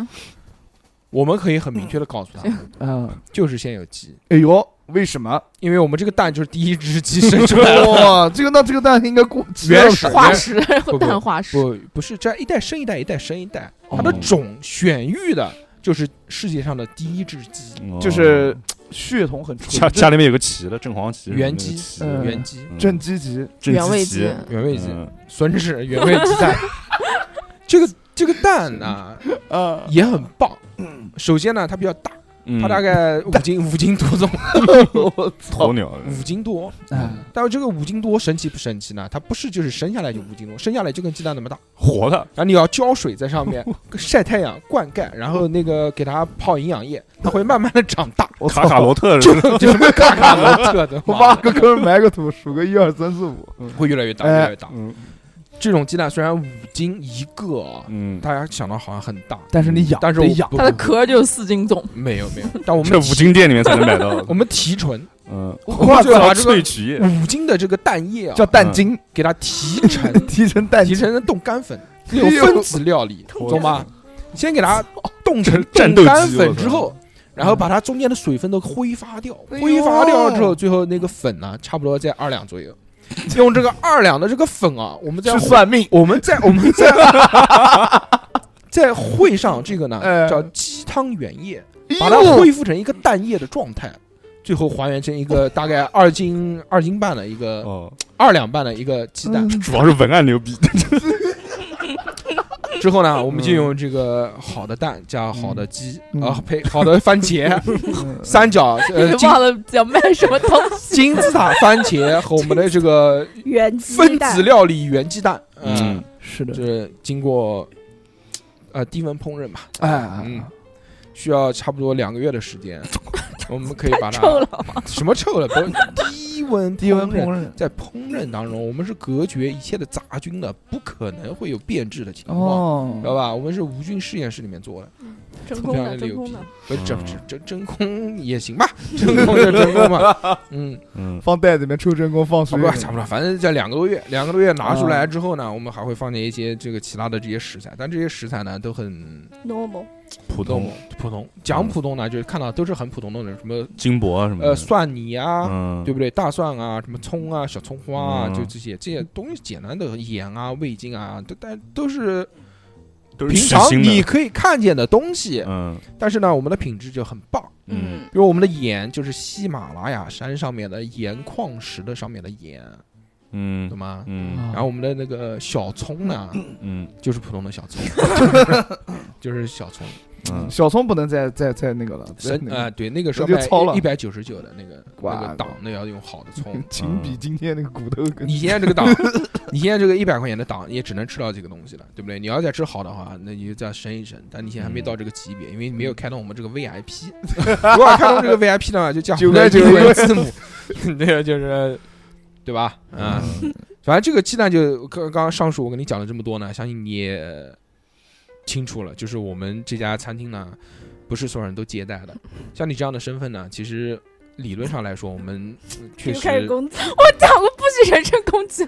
B: 我们可以很明确的告诉他们，
C: 啊，
B: 就是先有鸡，
C: 哎呦，为什么？
B: 因为我们这个蛋就是第一只鸡生 出来的。
C: 哇，这个那这个蛋应该过期了
B: 原始
F: 化
B: 原
F: 石
B: 不不
F: 蛋化石，
B: 不不是这样一代生一代，一代生一代，它的
D: 哦
B: 种选育的就是世界上的第一只鸡，
C: 就是
D: 哦
C: 血统很纯
D: 家
C: 正，
D: 家里面有个旗的，正黄旗，
B: 原鸡
C: 嗯
B: 原鸡、
C: 正积极，
F: 原味鸡，
B: 原味鸡、
D: 嗯
B: 吮指原味鸡蛋。这个这个蛋呢
C: 啊，
B: 也很棒，首先呢它比较大，
D: 嗯，
B: 它大概五斤五斤多重，
C: 我
D: 鸵
C: 操，
D: 鸟，
B: 五斤多。
C: 哎
D: 嗯
B: 但是这个五斤多神奇不神奇呢？它不是就是生下来就五斤多，生下来就跟鸡蛋那么大，
D: 活的，
B: 然后你要浇水在上 面，晒太阳、灌溉，然后那个给它泡营养液，它会慢慢的长大，
C: 我
D: 卡卡
C: 操
D: 罗特
B: 就就嘎嘎罗特的，
C: 我 挖个坑埋个土，数个一二三四五，
B: 会越来越大，越来
C: 哎
B: 越大。
D: 嗯
B: 这种鸡蛋虽然五斤一个啊，
D: 嗯，
B: 大家想到好像很大，嗯
C: 但是你养，
B: 但是我
C: 得养，
B: 不
F: 它的壳就四斤重，
B: 没有没有， 但我们
D: 这五金店里面才能买到，
B: 我们提纯
D: 嗯，
B: 我就把这个嗯
D: 萃取液，
B: 五斤的这个蛋液啊，
C: 叫蛋精，
B: 给它提成，
C: 提成蛋
B: 提
C: 精，
B: 成成冻干 粉，那种分子料理，懂吗？先给它冻成
D: 战斗
B: 冻
D: 机
B: 干粉
D: 我操
B: 之后，然后把它中间的水分都挥发掉，
C: 哎呦
B: 挥发掉之后，最后那个粉呢，差不多在二两左 右。用这个二两的这个粉啊，我们再
C: 去算命，
B: 我们在我们 在在烩上这个呢，
C: 哎
B: 叫鸡汤原液，把
C: 把
B: 它恢复成一个蛋液的状态，最后还原成一个大概二斤二斤半的一个
D: 哦，
B: 二两半的一个鸡蛋。
D: 主要是文案牛逼，
B: 之后呢，我们就用这个好的蛋加好的鸡
C: 嗯
B: 啊，配好的番茄 三角呃
F: 你
B: 金
F: 忘了要卖什么东西，
B: 金字塔番茄和我们的这个
E: 原鸡
B: 分子
E: 蛋，
B: 料理原鸡蛋，
D: 嗯
B: 嗯，，
C: 是的
B: 就，是经过呃低温烹饪吧，
C: 哎，
B: 嗯，需要差不多两个月的时间，我们可以把它
F: 臭了，
B: 什么臭了？不是低温
C: 低温
B: 烹
C: 烹
B: 饪。
C: 饪。
B: 在烹饪当中，我们是隔绝一切的杂菌的，不可能会有变质的情况，
C: 哦
B: 知，道吧？我们是无菌实验室里面做的，
E: 真
B: 非
E: 空
B: 常
E: 的，真
B: 牛
E: 空
B: 逼
E: 的，。
B: 不是真
D: 嗯
B: 真真真空也行吧，真空就真空嘛。嗯，
D: 嗯，
C: 放袋子里面抽真空，放
B: 差
C: 水
B: 啊不多
C: 里面。
B: 差不多，反正这两个多月，两个多月拿出来
D: 嗯
B: 之后呢，我们还会放进一些这个其他的这些食材，但这些食材呢都很
E: normal
D: 普
B: 普
D: 通嗯
B: 普通。讲普通呢，就是看到都是很普通的那种，什么
D: 金箔啊什么的，
B: 呃蒜泥啊，
D: 嗯，
B: 对不对？大蒜啊，什么葱啊，小葱花啊，
D: 嗯
B: 就这些这些东西，简单的盐啊、味精啊，都但都是
D: 都是
B: 平
D: 实
B: 常
D: 心的
B: 你可以看见的东西。
D: 嗯
B: 但是呢，我们的品质就很棒。
D: 嗯，
B: 比如我们的盐就是喜马拉雅山上面的盐矿石的上面的盐，
D: 嗯
B: 懂吗？
D: 嗯
C: 啊
B: 然后我们的那个小葱呢，
D: 嗯
B: 就是普通的小 葱，就是小葱。
D: 嗯，
C: 小葱不能再再再那个了，再
B: 神
C: 那
B: 啊、
C: 个
B: 对，那个时候
C: 那就糙
B: 卖
C: 了
B: 一百九十九的那个那
C: 哇
B: 个档，那要用好的葱。
C: 仅比今天那个骨头跟
B: 你现在这 个档，你现在这个一百块钱的档也只能吃到这个东西了，对不对？你要再吃好的话，那你就再升一升。但你现在还没到这个级别，因为你
C: 嗯
B: 没有开通我们这个 VIP。如 果要开通这个 VIP 的话，就加
C: 九块九
B: 英文字母，那个就是， 对吧？
C: 嗯
B: 啊，反正这个鸡蛋就刚刚刚上述我跟你讲了这么多呢，相信你也清楚了，就是我们这家餐厅呢，不是所有人都接待的。像你这样的身份呢，其实理论上来说，我们嗯确
E: 又开始
B: 实
E: 工作，
F: 我讲过不许人身攻击，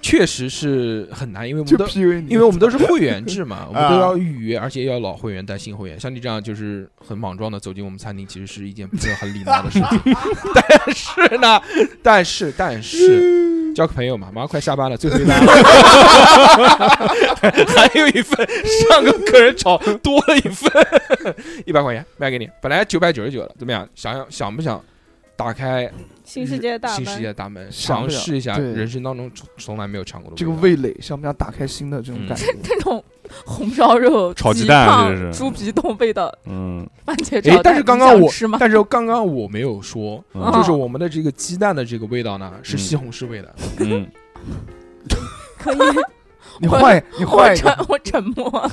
B: 确实是很难，因为我们
C: 就
B: 都
C: PUA 你，
B: 因为我们都是会员制嘛，我们都要预约，而且要老会员带新会员。像你这样就是很莽撞的走进我们餐厅，其实是一件不是很礼貌的事情。但是呢，但是但是，交个朋友嘛，马上快下班了，最后一单了， 还有一份，上个客人炒多了一份， 一百块钱卖给你，本来九百九十九了，怎么样？想想想不想打开
E: 新世界大
B: 新世
E: 门，
B: 界大门，
C: 想
B: 尝
C: 不了
B: 试一下
C: 对
B: 人生当中从从来没有尝过的
C: 这个
B: 味道
C: 味蕾，想不想打开新的这
B: 嗯
C: 种感觉？
F: 那种红 烧肉、
D: 炒鸡
F: 鸡
B: 啊
D: 蛋
F: 胖
D: 这是
F: 猪皮冻味的
D: 嗯
F: 番
B: 诶
F: 茄炒蛋，
B: 哎但是
F: 你
B: 刚刚
F: 想
B: 我
F: 吃吗？
B: 但是刚刚我没有说，
D: 嗯
C: 啊
B: 就是我们的这个鸡蛋的这个味道呢，是
D: 嗯
B: 西红柿味的。
D: 嗯，
E: 可以
C: 你换一，你
F: 我
C: 换一
F: 沉
C: 个，
F: 我沉默，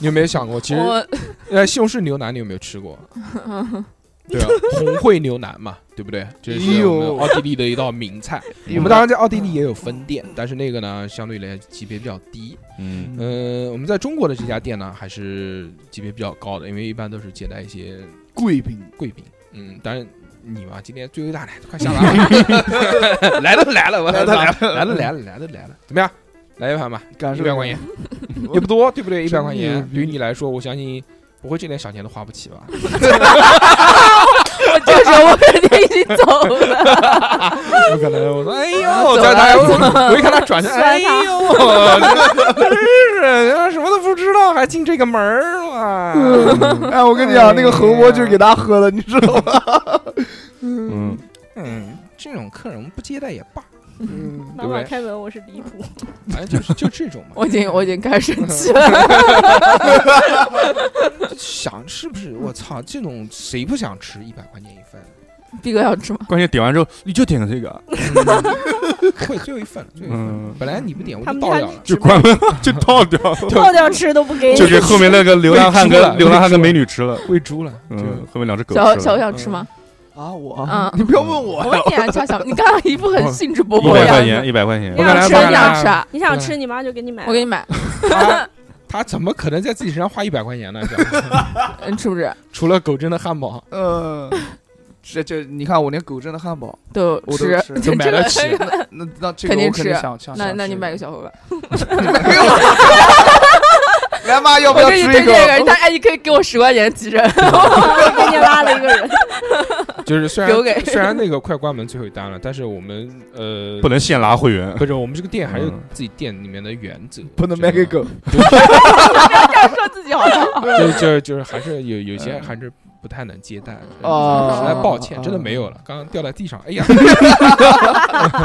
B: 你有没有想过，其实
F: 我
B: 呃，西红柿牛腩你有没有吃 过？对啊，红烩牛腩嘛，对不对？这
C: 哎
B: 是
C: 呦
B: 我们奥地利的一道名菜。
C: 哎呦
B: 我们当然在奥地利也有分店，但是那个呢，相对来级别比较低。
D: 嗯
B: 呃，我们在中国的这家店呢，还是级别比较高的，因为一般都是接待一些
C: 贵宾，
B: 贵宾。嗯，当然你嘛，今天最伟大了，快 下班了，来都来了，我
C: 来都来
B: 了，来都来了，来都来了，怎么样？来一盘吧，
C: 感
B: 一
C: 受
B: 百块钱，也不多，对不对？一
C: 真
B: 百块钱
C: 牛逼
B: 对于你来说，我相信不会这点小钱都花不起吧？
F: 我这时候我肯定已经走 了，
B: 不可能。我说，哎呦，
F: 走
B: 在
F: 了
B: 他，
F: 走了
B: 我一看他转身，哎
F: 摔
B: 呦
F: 他，
B: 真是什么都不知道，还进这个门儿 哇！
C: 哎，我跟你讲，那个红魔就是给他喝的，你知道吗？
D: 嗯，
B: 嗯，这种客人我们不接待也罢，
C: 嗯
E: 妈妈开门，我是离谱，
B: 反正就是就这种嘛。
F: 我已经我已经开始生气了，
B: 想是不是？我操，这种谁不想吃一百块钱一份？
F: 毕哥要吃吗？
D: 关键点完之后你就点个这个，
B: 啊会最后一份，最后一份
D: 嗯。
B: 本来你不点我
E: 他
B: 就
E: 们
B: 倒
E: 家
B: 掉了。
D: 就关门 就倒掉，
E: 倒掉吃都不给你，
D: 就给后面那个流浪汉
B: 被吃了
D: 跟流浪汉跟美女吃了，
B: 喂猪了，就
D: 嗯，后面两只狗
F: 小
D: 吃
F: 小
D: 了
F: 五，想吃吗？
C: 啊，我
F: 啊
C: 你不要问我
F: 我，问你啊，叫小，你刚刚一副
B: 哦
F: 很兴致勃
D: 一
F: 勃
D: 百
F: 的样
D: 块
F: 子，
D: 钱一百块钱
E: 我
F: 你
E: 看，
B: 来
F: 想吃
B: 我
F: 你
B: 看来
F: 想吃啊，
E: 你想吃，你妈就给你买。
F: 我给你买，
B: 他他怎么可能在自己身上花一百块钱呢？这样
F: 嗯是不是？
B: 除了狗真的汉堡，
C: 嗯，这这，你看我连狗真的汉堡
F: 都
C: 我都
F: 吃，
C: 吃
B: 都
F: 这
B: 买得
F: 个
B: 起。
C: 那那这个
F: 肯定
C: 我肯定
F: 吃
C: 想
B: 啊
C: 想。
F: 那
C: 想
F: 那
C: 吃
F: 你买个小猴吧，
C: 没有来妈，要不
F: 我
C: 要
F: 给你
C: 吃
F: 推
C: 一
F: 荐一个人，
C: 个？
F: 大家你可以给我十块钱 急诊，
E: 给你拉了一个人，
B: 就是虽
F: 留
B: 然
F: 给
B: 虽然那个快关门最后一单了，但是我们呃
D: 不能现拉会员，
B: 不是我们这个店还有
D: 嗯
B: 自己店里面的原则，
C: 不能卖给狗，
F: 说自己好像
B: 就就就是还是有有些还是不太能接待的
C: 哦
B: 实在抱歉，真的没有了，刚刚掉在地上，哎呀，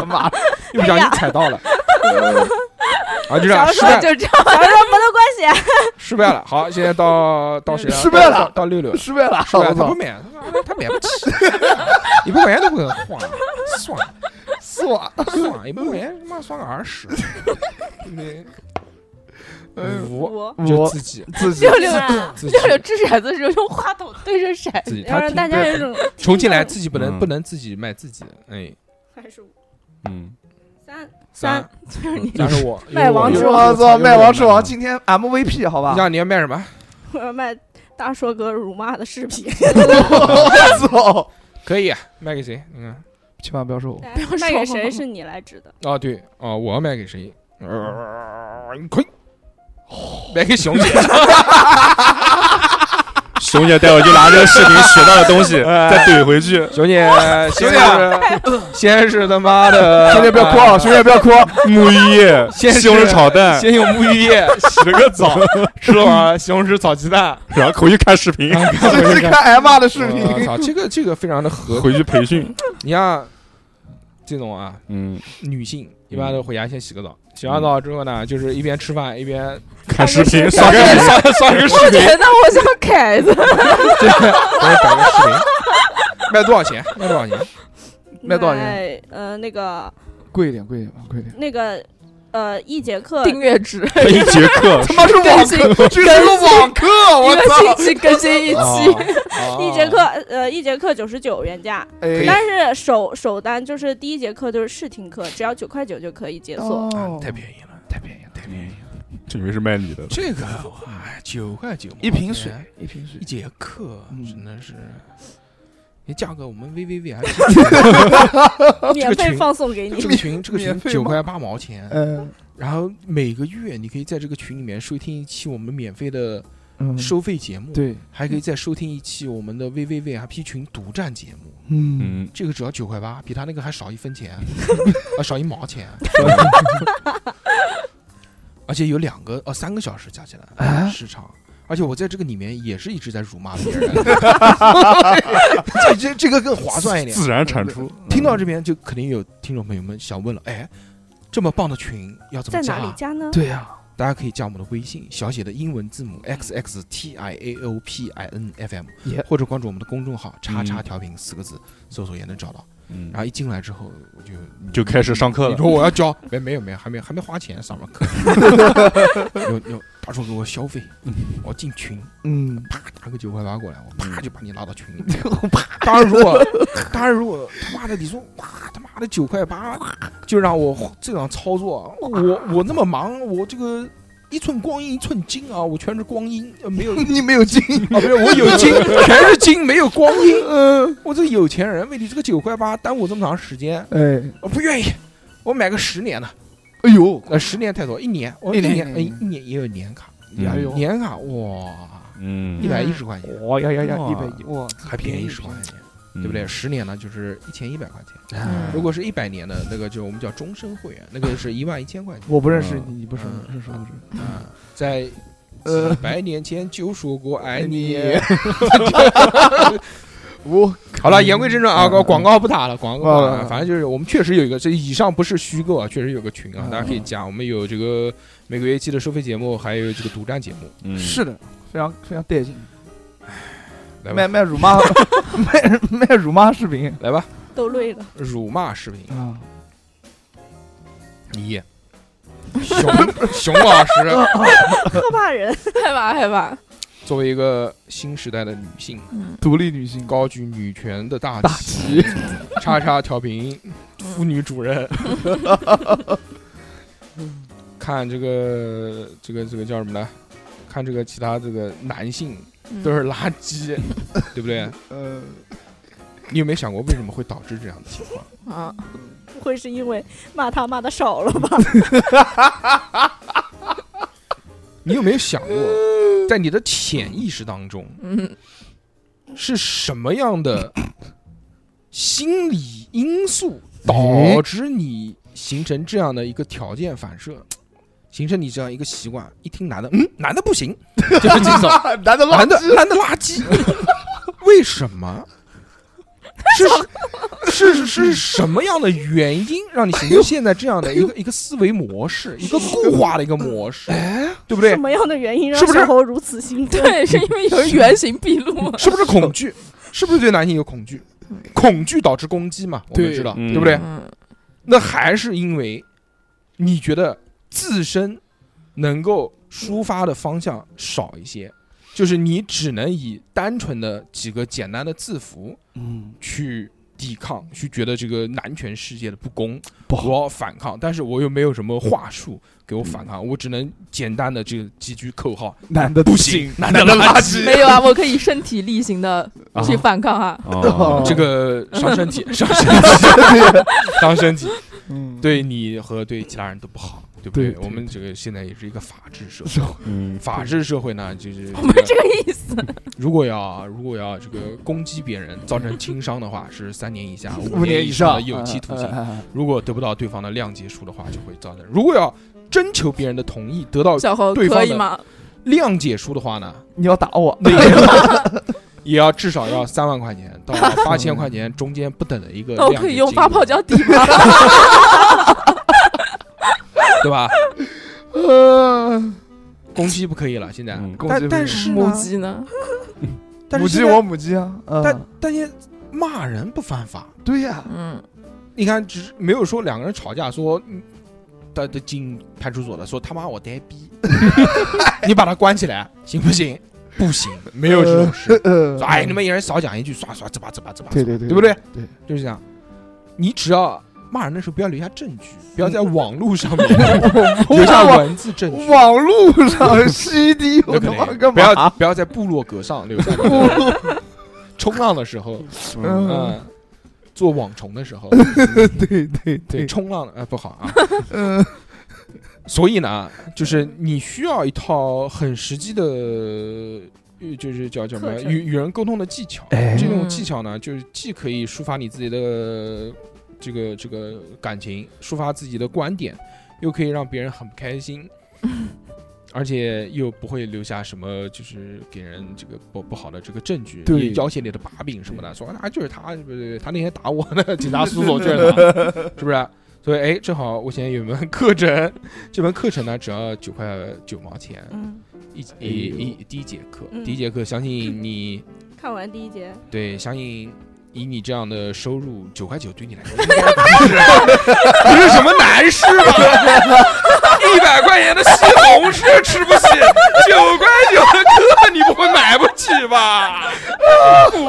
B: 妈，又不小心踩到了，啊，就这样失
F: 小时候
B: 败
F: 就这样，
E: 小时候没得关系啊，
B: 失败了。好，现在到到谁啊？
C: 失败了
B: 到到到六 六了，
C: 失败了，
B: 失败了，
C: 我
B: 他不
C: 操，
B: 买，他买不起， 一百块钱都不肯花，算了
C: 算
B: 算了，一百块钱他妈算个二十，对不对？五，
E: 我
B: 嗯就
C: 我
B: 自己
C: 自己
F: 六六
E: 啊
B: 自己
F: 六六掷骰子的时候用话筒对着骰
B: 自己，
E: 要
B: 他
E: 让
B: 听
E: 大家有一种
B: 重进来自己不能
D: 嗯
B: 不能自己卖自己，哎，
E: 还是五
D: 嗯，
E: 三
B: 三
F: 子，就是你
B: 加上我
E: 卖王之
C: 我操，卖王之王，
B: 你
C: 今天 MVP 好吧？
B: 想你要卖什么？
E: 我要卖大硕哥辱骂的视频，
C: 我操！
B: 可以啊卖给谁？你看，
C: 千万不要说我，
F: 要说
E: 卖给谁是你来指的。
B: 哦对，哦我要卖给谁？呃你亏，卖给熊姐，
D: 熊姐待会儿就拿这个视频学到的东西再怼回去。
B: 熊姐，熊姐，先是他妈 的，
C: 兄弟不要哭啊，兄弟不要哭，
D: 沐浴液、
B: 哎先是
D: 西红柿炒蛋，
B: 先用沐浴液洗了个澡，吃了 碗西红柿炒鸡蛋，
D: 然后回去看视频，
C: 自己看挨骂的视频。
B: 我操，这个这个非常的合
D: 回去培训。
B: 你像这种啊，
D: 嗯，
B: 女性一般都回家先洗个澡，洗完澡之后呢，就是一边吃饭一 边
D: 看视频，
E: 看个视频
D: 刷个刷刷个视
F: 我
D: 频
F: 觉，得我 像凯
B: 这
F: 子，
B: 个我摆个视频，卖多少钱？卖多少钱？
C: 卖多少钱
E: 卖？呃，那个
C: 贵一点，贵一点，贵一点。
E: 那个呃，一节课
F: 订阅制，
D: 一节课
C: 他妈是网 课， 这是个网课，我
F: 一个
C: 操！
F: 星期更新一期，
B: 哦
E: 一节课，呃一节课九十九原价，
C: 哎，
E: 但是首首单就是第一节课就是试听课，只要九块九就可以解锁。
C: 哦
B: 太便宜了，
C: 太便宜了，
B: 太便宜了。
D: 这以为是卖你的，
B: 这个哇，九块九毛钱
C: 一瓶水，一瓶水
B: 一。节课
C: 嗯
B: 真的是。你价格我们 V V V I
E: 免费放送给你
B: 这。个群这个群
C: 免费吗
B: 九块八毛钱，
C: 嗯
B: 然后每个月你可以在这个群里面收听一期我们免费的
C: 嗯，
B: 收费节目，
C: 对，
B: 还可以再收听一期我们的 VVVIP 群独占节目，
C: 嗯，
D: 嗯，
B: 这个只要九块八，比他那个还少一分钱， 啊，少一毛钱，而且有两个哦三个小时加起来
C: 啊
B: 时长，而且我在这个里面也是一直在辱骂别人，这这这个更划算一点。
D: 自然产出。
B: 听到这边就肯定有听众朋友们想问了，哎，这么棒的群要怎
E: 在
B: 么加
E: 哪里
B: 啊？
E: 加呢？
C: 对呀，
B: 大家可以加我们的微信，小写的英文字母 x x t i a o p i n f m，、
C: Yeah
B: 或者关注我们的公众号“叉叉
D: 嗯
B: 调频”四个字，搜索也能找到。
D: 嗯，
B: 然后一进来之后，我就
D: 就开始上课
B: 你
D: 了。
B: 说我要交，没没有没有，还没还没花钱上完课，有有大叔给我消费，我进群，
C: 嗯，
B: 啪打个九块八过来，我啪
D: 嗯
B: 就把你拉到群里面。当然如果，当然如果他妈的你说哇他妈的九块八，就让我这样操作，啊我我那么忙，我这个一寸光阴一寸金啊，我全是光阴，呃 没有啊
C: 你没有进，
B: 不是我 有金，全是金没有光阴。嗯，我这个有钱人为你这个九块八耽误这么长时间，
C: 哎，
B: 我不愿意，我买个十年的，
C: 哎呦，
B: 呃十年太多，一年我
C: 一年
B: 年
C: 一
B: 哎
C: 年
B: 一年也有年卡，
D: 嗯
C: 哎呦，
B: 年卡哇
D: 嗯
B: 一，百一十块钱，
C: 哇呀呀哎呀，
D: 哇嗯
C: 一百一，哇，
B: 嗯还便宜十块钱。嗯啊
D: 对
B: 对不对？？十年呢，就是一千一百块钱。
C: 嗯
B: 如果是一百年的那个，就我们叫终身会员，那个是一万一千块钱。
C: 我不认识
D: 嗯
C: 你，你不是
B: 嗯
C: 认识我不是？
B: 啊，在
C: 呃
B: 几百年前就说过爱你。
C: 我
B: 好了，言归正传啊，
C: 嗯
B: 广广告不打了，广告不打
C: 嗯嗯
B: 了。
C: 嗯
B: 反正就是我们确实有一个，这以上不是虚构啊，确实有个群啊
C: 嗯，
B: 大家可以加。我们有这个每个月一期的收费节目，还有这个独占节目。
D: 嗯，
C: 是的，非常非常带劲，
B: 来
C: 卖
B: 吧，
C: 卖辱骂， 卖卖辱骂视频
B: 来吧，
E: 都累了，
B: 辱骂视频
C: 啊，
B: 一。熊熊老师
E: 特怕人。
F: 害怕害怕，
B: 作为一个新时代的女性，
C: 独立女性
B: 高举女权的大旗，叉叉调频，妇女主任，看这个这个这个叫什么呢？看这个其他这个男性
F: 嗯
B: 都是垃圾，对不对？
C: 呃，
B: 你有没有想过为什么会导致这样的情况？
F: 啊，
E: 不会是因为骂他骂的少了吧？
B: 你有没有想过，在你的潜意识当中
F: 嗯，
B: 是什么样的心理因素导致你形成这样的一个条件反射，形成你这样一个习惯？一听男的，嗯，男的不行， 就是这种
C: 男的垃
B: 男的
C: 圾，
B: 男的垃圾， 为什么？是是是什么样的原因让你形成现在这样的一个 一个思维模式，一个固化的一个模式，对不对
E: 什？么样的原因让
B: 是不是
E: 小猴如此兴奋？
F: 对，是因为有人原形 毕露，啊
B: 是不是恐惧？是不是对男性有恐惧
F: 嗯？
B: 恐惧导致攻击嘛？我们
C: 对
B: 知道，
D: 嗯
B: 对不对？
F: 嗯
B: 那还是因为你觉得自身能够抒发的方向少一些，就是你只能以单纯的几个简单的字符
C: 嗯，
B: 去抵抗，去觉得这个男权世界的不公，
C: 不
B: 我要反抗，但是我又没有什么话术给我反抗，我只能简单的这个几句口号，
C: 男的
B: 呃不行，男的
D: 的
B: 垃
D: 垃
B: 圾，
F: 没有啊，我可以身体力行的
D: 啊
F: 去反抗啊。
D: 哦
B: 这个伤身体，伤身体， 伤身体，
C: 嗯，
B: 对你和对其他人都不好，对不
C: 对
B: 对？
C: 对
B: 我们这个现在也是一个法治社
C: 是
B: 会，
D: 嗯，
B: 法治社会呢，就是
F: 我们这个意思，
B: 如果要如果要这个攻击别人造成轻伤的话，是三年以下
C: 五
B: 年
C: 年
B: 以
C: 上
B: 的有期徒刑
C: 嗯。嗯嗯
B: 如果得不到对方的谅解书的话，就会造成；如果要征求别人的同意，得到
F: 小侯
B: 哦对方
F: 可以
B: 的
F: 吗？
B: 谅解书的话 呢，
C: 你要打我，
B: 那也也要至少要三万块钱到八千块钱中间不等的一 个。
F: 那
C: 哦
F: 我可以用发泡胶， 抵吗？
B: 对吧？
C: 呃，
B: 公鸡不可以了，现在
D: 嗯。
C: 公鸡
B: 但
C: 不可以
B: 但是呢
F: 母，鸡呢？
B: 但
C: 母
B: 是
C: 鸡
B: 现在
C: 我母鸡啊，
B: 但
C: 嗯，
B: 但也骂人不犯法，
C: 对呀，
F: 嗯，
B: 你看，只是没有说两个人吵架说，嗯他他进派出所了，说他妈我呆 逼，你把他关起来行不行？不行，没有这种事。
C: 呃
B: 说哎，你们一人少讲一句，刷刷，这吧这吧这吧，
C: 对对对，
B: 对不对？
C: 对，
B: 就是这样。你只要骂人的时候不要留下证据，不要在
C: 嗯
B: 网络上 面留下文字证据，
C: 网络上 CD，
B: 对
C: 我他
B: 不
C: 妈
B: 对
C: 干
B: 不
C: 嘛？
B: 要不要在部落格上 留下那个。冲浪的时候，
C: 嗯
B: 嗯，做网虫的时候，
C: 对对
B: 对，
C: 对，
B: 冲浪的呃不好啊。
C: 嗯，
B: 所以呢，就是你需要一套很实际的，呃就是叫叫什么
E: 课程
B: 与与人沟通的技巧。
C: 哎
B: 这种
F: 嗯
B: 技巧呢，就是既可以抒发你自己的呃这个这个感情，抒发自己的观点，又可以让别人很不开 心。而且又不会留下什么，就是给人这个不不好的这个证据，
C: 对
B: 也要挟你的把柄什么的，说啊就是他，不是他那天打我呢，警 察叔叔就是他，是不是？所以哎，正好我现在有一门课程， 这门课程呢只要九块九毛钱
E: 嗯，
B: 一一
D: 哎呦
B: 一第一节课，
E: 嗯
B: 第一节课相信你
E: 看完第一节，
B: 对相信。以你这样的收入，九块九对你来说 应该不是不是什么难事吧？ 一百块钱的西红柿吃不起，九块九的课你不会买不起 吧？不会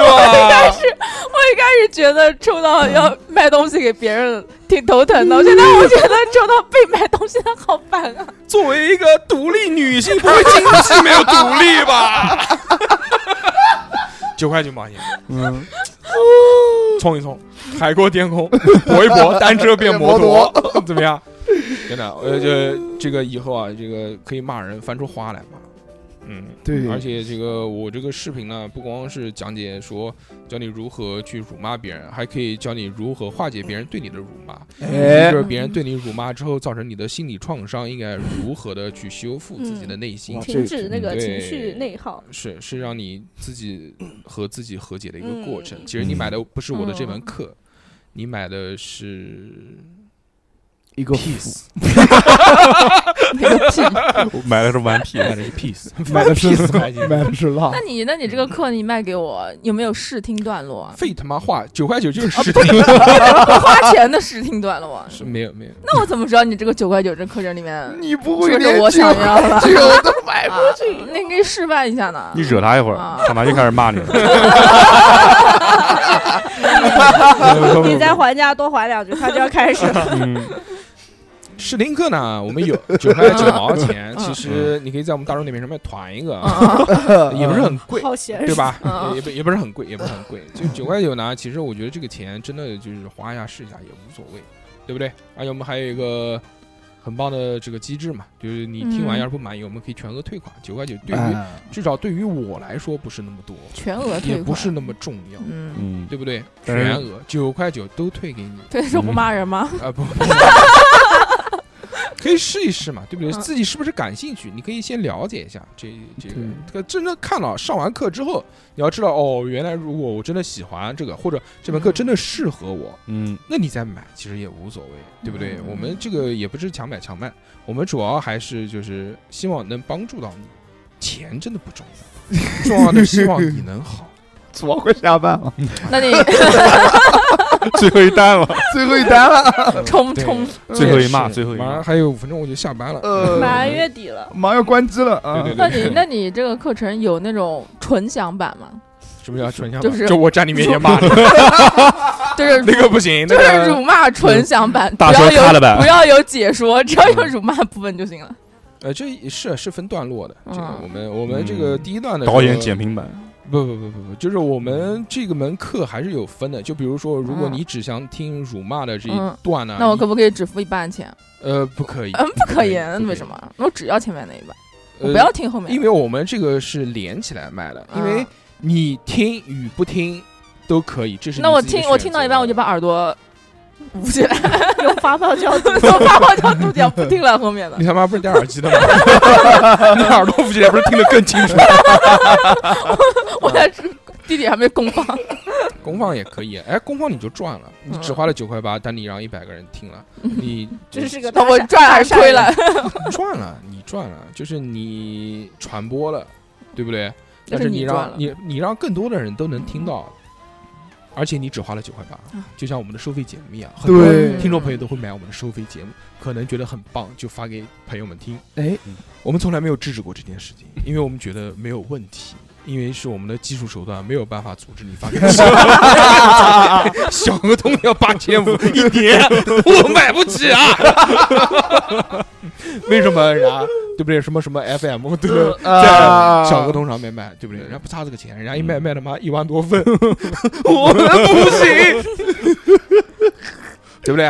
B: 吧？
F: 我一开始觉得抽到要卖东西给别人挺头疼的，现在我觉得抽到被卖东西的好烦啊！
B: 作为一个独立女性，不会经济没有独立 吧？九块九毛钱，
C: 嗯，
B: 冲一冲，海阔天空，搏一搏，单车变摩托， 怎么样？真的，呃，这这个以后啊，这个可以骂人，翻出花来骂。嗯，
C: 对
B: 而且这个我这个视频呢，不光是讲解说教你如何去辱骂别人，还可以教你如何化解别人对你的辱骂，
C: 哎
B: 就是别人对你辱骂之后造成你的心理创伤，应该如何的去修复自己的内心
C: 嗯哇。这
E: 停止那个
B: 哦对
E: 情绪内耗。
B: 是是让你自己和自己和解的一个过程。
E: 嗯
B: 其实你买的不是我的这门
F: 嗯
B: 课，你买的是
C: 一个
B: peace，
F: 那个屁！
D: 买的是顽皮，
B: 买的是 peace，
C: 买的是
B: peace 还行
C: 买的是 辣
F: 那，你那你这个课你卖给我有没有试听段落 啊？
B: 废他妈话，九块九就是
C: 啊
B: 十
F: 花钱的试听 段落啊，
B: 是没有没有，
F: 那我怎么知道你这个九块九这课程里面
C: 你不会
F: 说
C: 连
F: 是我
C: 酒
F: 想要了？
C: 酒都买
F: 啊，那你可以示范一下 呢。
D: 你惹他一会儿
F: 啊，
D: 他妈就开始骂你了。
E: 你再还价多还两句，他就要开 始了。
D: 嗯，
B: 试听课呢，我们有九块九
C: 啊
B: 毛钱，其实你可以在我们大众点评上面团一个，
F: 啊，
C: 不？
B: 也不是很
C: 啊
B: 贵，
E: 好闲
B: 对？吧？
F: 嗯
B: 也也不也不是很贵，也不是很贵，就九块九呢。其实我觉得这个钱真的就是花一下试一下也无所谓，对不对？而且我们还有一个很棒的这个机制嘛，就是你听完
F: 嗯
B: 要是不满意，我们可以全额退款。九块九对于
C: 哎
B: 至少对于我来说不是那么多，
F: 全额退
B: 也
F: 款
B: 不是那么重要，
F: 嗯，
D: 嗯，
B: 对不对？
D: 但是
B: 全额九块九都退给你
F: 对，这不骂人 吗？
B: 啊！不。不可以试一试嘛，对不对？
F: 嗯
B: 自己是不是感兴趣？你可以先了解一下这这个
C: 对
B: 这个真正看了上完课之后，你要知道哦，原来如果我真的喜欢这个，或者这门课真的适合我，
D: 嗯，
B: 那你再买其实也无所谓，对不对？
F: 嗯
B: 我们这个也不是强买强卖，我们主要还是就是希望能帮助到你。钱真的不重要， 重要的是希望你能好。
C: 昨晚会下班了，
F: 那你
D: 最后一单了，
C: 最后一单了，
F: 冲
B: 对
F: 冲，
D: 最后一骂，
B: 是
D: 最后一
B: 马
D: 骂
B: 上。还有五分钟我就下班了。
C: 呃，
E: 满月底了，
C: 马上要关机了啊！
B: 对对
F: 那
B: 对
F: 你那你这个课程有那种纯享版吗？
B: 什么叫纯享版？
F: 就 是
B: 就我站你面前骂你，
F: 就是
B: 那个不嗯行，那
F: 就是
B: 个
F: 辱骂纯享版，
D: 大
F: 不
D: 说
F: 要
D: 他了
F: 有
D: 吧
F: 不要有解说，
B: 嗯
F: 只要有辱骂部分就行了。
B: 呃，这是是分段落的。这个
F: 嗯
B: 我们我们这个
D: 嗯
B: 第一段的时候
D: 导演剪评版，
B: 不不不不不，就是我们这个门课还是有分的。就比如说，如果你只想听辱骂的这一
F: 嗯
B: 段呢，
F: 那我
B: 你
F: 可不可以只付一半钱？
B: 呃不可以，
F: 嗯，不可以，
B: 不可以
F: 为什么？那我只要前面那一半，我
B: 呃
F: 不要听后面的。
B: 因为我们这个是连起来卖的，因为
F: 啊
B: 你听与不听都可以，这是
F: 那
B: 你
F: 我
B: 自己的
F: 听我
B: 选
F: 听到
B: 择
F: 一半 我 就把耳朵捂起来，
E: 用发泡胶
F: 我怕我就不讲不听了后面的
B: 你，他妈不是戴耳机的吗？你耳朵捂起来不是听得更清楚？
F: 我在地铁还没公 放。
B: 公放也可以，哎，公放你就赚了，你只花了九块八，但你让一百个人听了，你
E: 这是个
F: 那我
E: 大
F: 赚还是亏了？
B: 赚了，你赚了，就是你传播了，对不对？但
F: 但
B: 是
F: 是
B: 你
F: 你赚
B: 让
F: 了
B: 你你让更多的人都能听到，而且你只花了九块八，就像我们的收费节目一样，很多
C: 对
B: 听众朋友都会买我们的收费节目，可能觉得很棒，就发给朋友们听。
C: 哎
D: 嗯，
B: 我们从来没有制止过这件事情，因为我们觉得没有问题。因为是我们的技术手段没有办法阻止你 发给
C: 啊
B: 小额通要八千五一年，我买不起啊！ 为什么？人家对不对？什么什么 FM 对不 对？在
C: 啊
B: 小合同上面卖，对不对？人家不差这个钱，人家一卖
D: 嗯
B: 卖他妈一万多份， 我们不行， 对不对？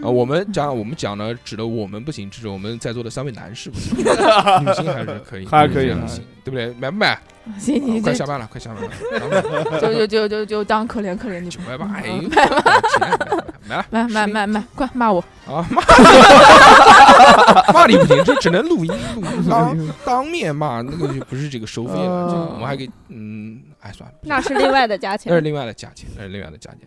B: 啊，我们讲我们讲呢，指的我们不行，指着我们在座的三位男士不 行，女性还是可以，啊
C: 还可以
B: 女性还行，对不对？买不买？
F: 行，
B: 啊
F: 你
B: 快
F: 这
B: 下班了，快下班 了，
F: 就就就就就当可怜 可怜你
B: 九块 八，哎呦
F: 嗯，
B: 买买
F: 买买买买，快骂我！
B: 啊骂骂你不行，这只能录音录音啊当当面骂，那个就不是这个收费了，这个我们还给嗯，哎算了，
E: 那是另外的价
B: 那是
E: 钱。
B: 另外的价钱，那是另外的价钱。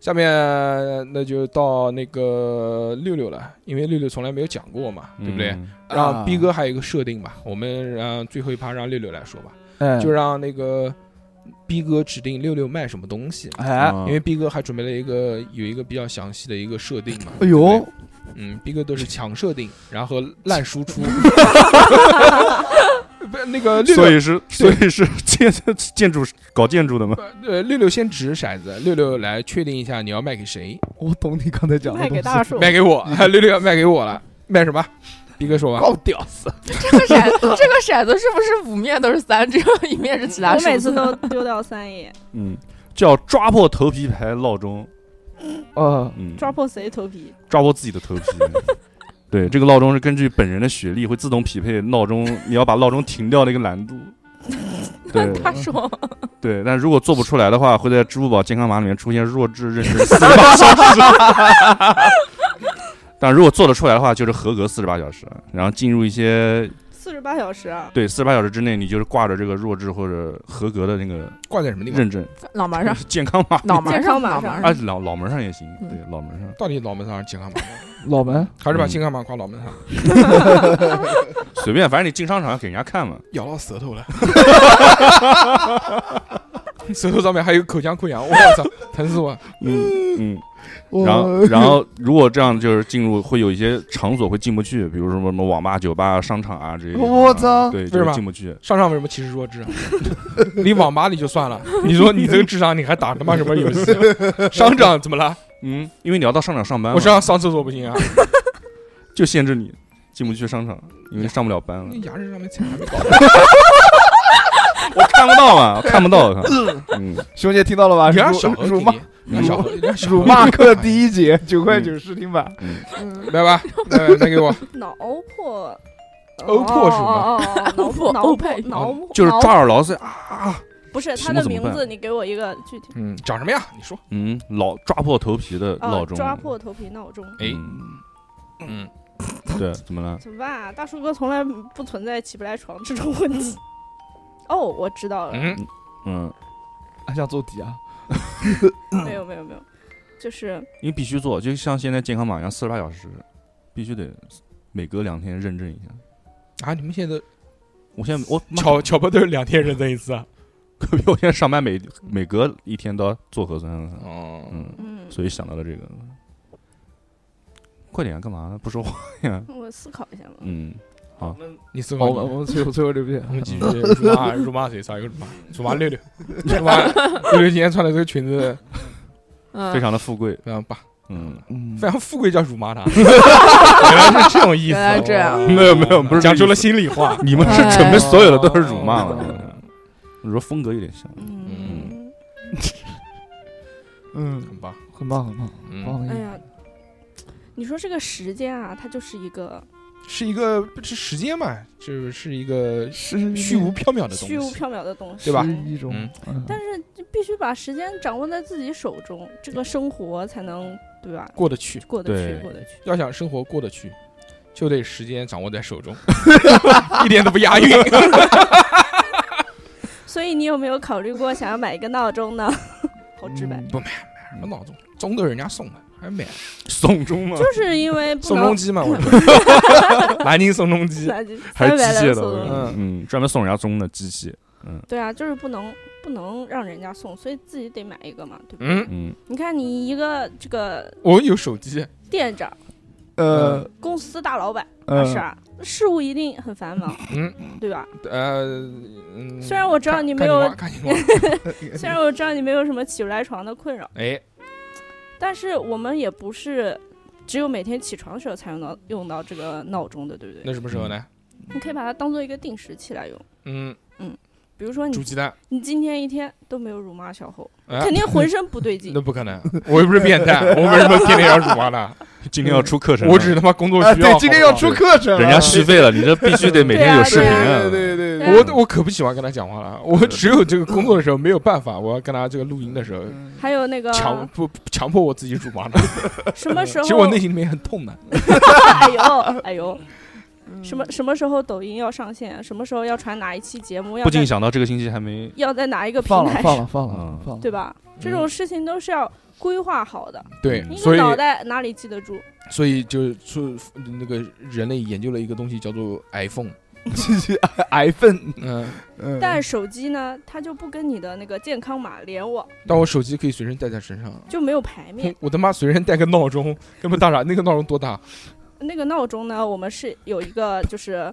B: 下面呃那就到那个六六了，因为六六从来没有讲过嘛，对不对？
D: 嗯？
B: 让逼哥还有一个设定吧，我们让最后一趴让六六来说吧，
C: 哎
B: 就让那个逼哥指定六六卖什么东西，
C: 哎，
B: 因为逼哥还准备了一个有一个比较详细的一个设定嘛。
C: 哎
B: 对不对
C: 呦，
B: 嗯，逼哥都是强设定，然后烂输 出。不，那个六
D: 所
B: 六，
D: 以是所以是建建筑搞建筑的嘛，
B: 呃，六六先掷骰子，六六来确定一下你要卖给谁，
C: 我懂你刚才讲的
E: 卖
C: 东
E: 给
C: 西
E: 大，树，
B: 卖给我， 六六要卖给我了，卖什么？逼哥说吧，
C: 高屌丝，
F: 这个 骰，这个骰子是不是五面都是三，只有一面是其他
E: 我
F: 数字？
E: 每次 都丢掉三页，
D: 嗯，叫抓破头皮牌闹钟，
C: 呃，
D: 嗯，
E: 抓破谁头皮？
D: 抓破自己的头皮。 对，这个闹钟是根据本人的学历会自动匹配闹钟，你要把闹钟停掉的一个难度。对
F: 他说
D: 对，但如果做不出来的话，会在支付宝健康码里面出现弱智认证四十八小时。 但如果做得出来的话，就是合格四十八小时，然后进入一些
E: 四十八小时啊！
D: 对四十八小时之内，你就是挂着这个弱智或者合格的那个
B: 挂在什么地方？
D: 认证，
F: 脑门上，
D: 健康码
F: 脑门嗯
E: 健康
F: 上，
E: 码上
F: 脑门
D: 啊
F: 上，，
D: 老老门上也行，对，老门上。
B: 到底脑门上还是健康码？
C: 老门
B: 还是把
D: 嗯
B: 健康码挂脑门上？
D: 随便，反正你进商场要给人家看嘛。
B: 咬到舌头了， 舌头上面还有口腔溃疡，我操，疼死我！
D: 嗯，然后然后如果这样就是进入，会有一些场所会进不去，比如说什么网吧、酒吧、商场啊这些地方啊。
C: 我操
D: 对，
B: 为
D: 就
B: 什么
D: 是进不去。
B: 上上为什么歧视弱智啊？ 你网吧里就算了，你说你这个智商，你还打他妈什么游戏？ 商场怎么了？
D: 嗯，因为你要到商场上班嘛，
B: 我上上厕所不行啊？
D: 就限制你进不去商场，因为上不了班了
B: 那。牙齿上面菜还没搞。
D: 我看不到嘛，我看不到。我看嗯，
C: 兄弟听到了吧？
B: 你让
C: 辱
B: 小何
C: 辱
B: 给
C: 骂
B: 你，让小何，让小何
C: 辱骂课第
B: 一，
C: 一节九块九试听版，
B: 来吧，来来给我，
E: 脑破，
B: 殴破是吗
E: 哦？哦哦
F: 殴破
E: 脑
F: 殴
E: 脑
F: 呸
E: 脑破
D: 就是
E: 脑
D: 抓耳挠腮啊。
E: 不是
D: 什
E: 他
D: 么
E: 的
D: 怎么
E: 名
D: 办
E: 字，你给我一个具体。
B: 嗯，长什么样？你说，
D: 嗯，老抓破头皮的
E: 啊
D: 闹，钟。
E: 抓破头皮闹钟
B: 哎，
D: 嗯，
B: 嗯，
D: 对，怎么了？
E: 怎么办啊？大叔哥从来不存在起不来床这种问题。哦，我知道了，
B: 嗯，
D: 嗯，
C: 还想做底啊？
E: 没有没有没有，就是
D: 因为必须做，就像现在健康码一样，四十八小时，必须得每隔两天认证一下。
B: 啊，你们现在
D: 我现在我妈
B: 巧巧不都是两天认证一次啊？
D: 我现在上班每每隔一天都要做核酸了。
B: 哦，
D: 嗯，
E: 嗯，
D: 所以想到了这个。快点啊，干嘛呢？不说话呀？
E: 我思考一下嘛。
D: 嗯，好，
B: 你思
C: 好，
B: 考
C: 我们最后最后对不对？
B: 我们继续辱骂辱骂谁？啥又辱骂？辱骂六 六，辱骂六六今天穿的这个裙子
F: 嗯，
D: 非常的富贵。
B: 非常棒，
D: 嗯，
C: 嗯
B: 非常富贵叫辱骂他， 原来是这种意思。
F: 原来这样
B: 哦
D: 没有没有不是
B: 讲出了心里话。哦
D: 你们是准备所有的都是辱
B: 哎
D: 骂了。我说风格有点像，
E: 嗯，
C: 嗯，
B: 很棒，
C: 很棒很棒，很
D: 哦
B: 嗯，
C: 棒的
E: 哎
C: 意思。
E: 呀，你说这个时间啊，它就是一个
B: 是一个是时间嘛，就是一个
C: 是
B: 虚无缥缈的东西，
E: 虚无缥缈的东西，
B: 对吧
C: 是一种
B: 嗯，
C: 嗯
E: 但是就必须把时间掌握在自己手中，这个生活才能对吧？
B: 过得去。
E: 过得
D: 对
E: 去，过得去。
B: 要想生活过得去，就得时间掌握在手 中，一点都不押韵。
E: 所以你有没有考虑过想要买一个闹钟呢？ 好直白，
C: 嗯
B: 不买买什么闹钟，钟都是人啊家送的，还买
D: 送终 吗？
E: 就是因为不
B: 宋仲
E: 能
B: 基嘛？我说南京宋仲基，
D: 还是机械
E: 速
D: 的
E: 度，
D: 嗯，专门送人家钟的机器，
E: 对啊，就是不能不能让人家送，所以自己得买一个嘛，对吧？
B: 嗯，
D: 嗯，
E: 你看你一个这个
B: 我有手机，
E: 店长、
C: 呃
E: 公司大老板啊，是
C: 呃，
E: 啊，事务一定很繁忙，
B: 嗯，
E: 对吧？
B: 呃，嗯
E: 虽然我知道
B: 看
E: 你
B: 看
E: 没有
B: 蛙看你蛙
E: 虽然我知道你没有什么起不来床的困扰，
B: 哎，
E: 但是我们也不是只有每天起床的时候才用到用到这个闹钟的，对不
B: 那
E: 对？
B: 什么时候呢？
E: 你可以把它当做一个定时器来用。
B: 嗯，
E: 比如说
B: 煮
E: 你
B: 鸡蛋，
E: 你今天一天都没有辱骂小猴，
B: 哎
E: 嗯肯定浑身不对劲
B: 那。不可能，我又不是变 态，我为什么天天要辱骂他？
D: 今天要出课程了，
B: 我只是他妈工作
C: 哎
B: 需要。
C: 对，今天要
B: 好不好
C: 出课程了，
D: 人家续费了，你这必须得每天有视频啊
C: 对啊对对对，
B: 我我可不喜欢跟他讲话了，我只有这个工作的时候没有办法，我要跟他这个录音的时候
C: 嗯
E: 还有那个
B: 强不强迫我自己辱骂他，
E: 什 么时候？
B: 其实我内心里面很痛的。
E: 哎呦哎呦，什么什么时候抖音要上线？啊什么时候要传哪一期节目？要
D: 不禁
E: 在
D: 想到这个星期还没，
E: 要在哪一个
C: 放
E: 平
C: 了
E: 台
C: 放
E: 上？
C: 了放了
D: 嗯
C: 放了，
E: 对吧？这种事情都是要规划好的，
B: 对，
E: 你
B: 嗯所
E: 的
B: 以
E: 脑袋哪里记得住？
B: 所以就是出那个人类研究了一个东西叫做 iPhone，
C: ？iPhone，
B: 嗯，
C: 嗯，
E: 但手机呢，它就不跟你的那个健康码联网，
B: 但我手机可以随身带在身上。
E: 就没有排面。
B: 我他妈随身带个闹钟，根本大啥？那个闹钟多大？
E: 那个闹钟呢，我们是有一个就是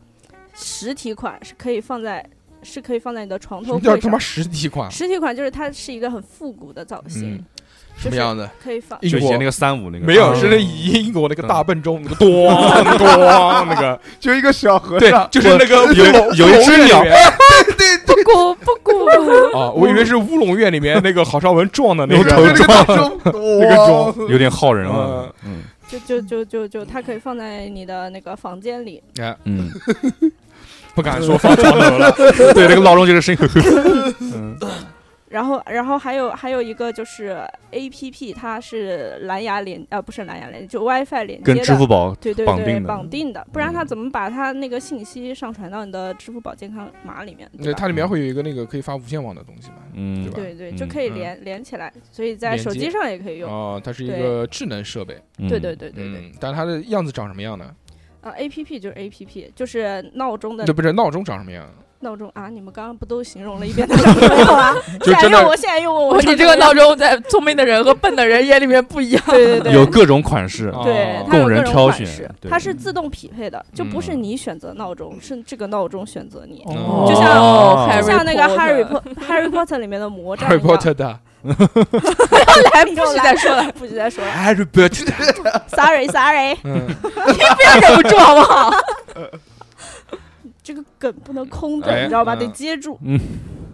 E: 实体款，是可以放在是可以放在你的床
B: 什
E: 头
B: 么叫
E: 柜
B: 他妈
E: 上。
B: 实体款？
E: 实体款就是它是一个很复古的造型，
B: 嗯
E: 就
B: 什
E: 是
B: 么样子？
E: 可以放。
B: 英
D: 就以
B: 国
D: 前那个啊嗯三五那个
B: 没有，
C: 嗯
B: 是那英国那个大笨钟，那个 咣咣那个，
C: 就一个小和
B: 对
C: 尚，，
D: 啊
B: 就是那个
D: 有有一只鸟
E: 不鼓不 鼓，
B: 啊，我以为是乌龙院里面那个郝邵文撞的那
D: 有
B: 个
D: 头
C: 那个大
D: 撞，
C: 钟，
B: 那个
D: 有点耗人了，嗯
E: 就就就就就它可以放在你的那个房间里，
B: 哎，
D: 嗯，
B: 不敢说放床头了，
D: 对，那个闹钟就是声音，
E: 然后，然后还有还有一个就是 A P P，它是蓝牙连呃不是蓝牙连，就 WiFi 连接
D: 跟
E: 的，
D: 支付宝
E: 对对
D: 绑
E: 对
D: 定的
E: 定的，不然
B: 嗯
E: 它怎么把它那个信息上传到你的支付宝健康码里面？
B: 对
E: 吧
B: 它里面会有一个那个可以发无线网的东西嘛？
D: 嗯，
B: 对吧
E: 对对，
D: 嗯
E: 就可以
B: 嗯
E: 连连起来，所以在
B: 连
E: 手
B: 接
E: 机上也可以用。
B: 哦，它是一
E: 对
B: 个智能设备，
D: 嗯
E: 对对，对对对，
B: 嗯，但它的样子长什么样呢？
E: 啊，A P P 就是 A P P，就是闹钟的
B: 那不是闹钟长什么样？
E: 闹钟啊！你们刚刚不都形容了一遍它长什么样啊？
B: 就
E: 现在
B: 真
E: 用
B: 的
E: 我，现在用我，
F: 我
E: 我
F: 你这个闹钟在聪明的人和笨的人眼里面不一样。
E: 对对对，
D: 有各种款式，
B: 哦
E: 对，它
D: 供
E: 有各
D: 人
E: 种
D: 挑
E: 款
D: 选
E: 式
D: 对
E: 它是自动匹配的，就不是
B: 嗯
E: 你选择闹钟，是这个闹钟选择你。
B: 哦
E: 就像
F: 哦
E: 就
F: Harry
E: 像那个
F: Potter
E: Harry Po- Harry Potter 里面 的魔杖一
B: Harry
E: 样。
B: Potter 的
E: 来，不
F: 不许
E: 许
F: 再
E: 再
F: 说
E: 说
F: 了
E: 了，不许再说了。
B: Harry Potter 的，
E: Sorry Sorry，
B: 嗯，
F: 不要忍不住好不好？
E: 这个梗不能空
B: 哎
E: 着，你知道吧？
B: 嗯
E: 得接住。
D: 嗯，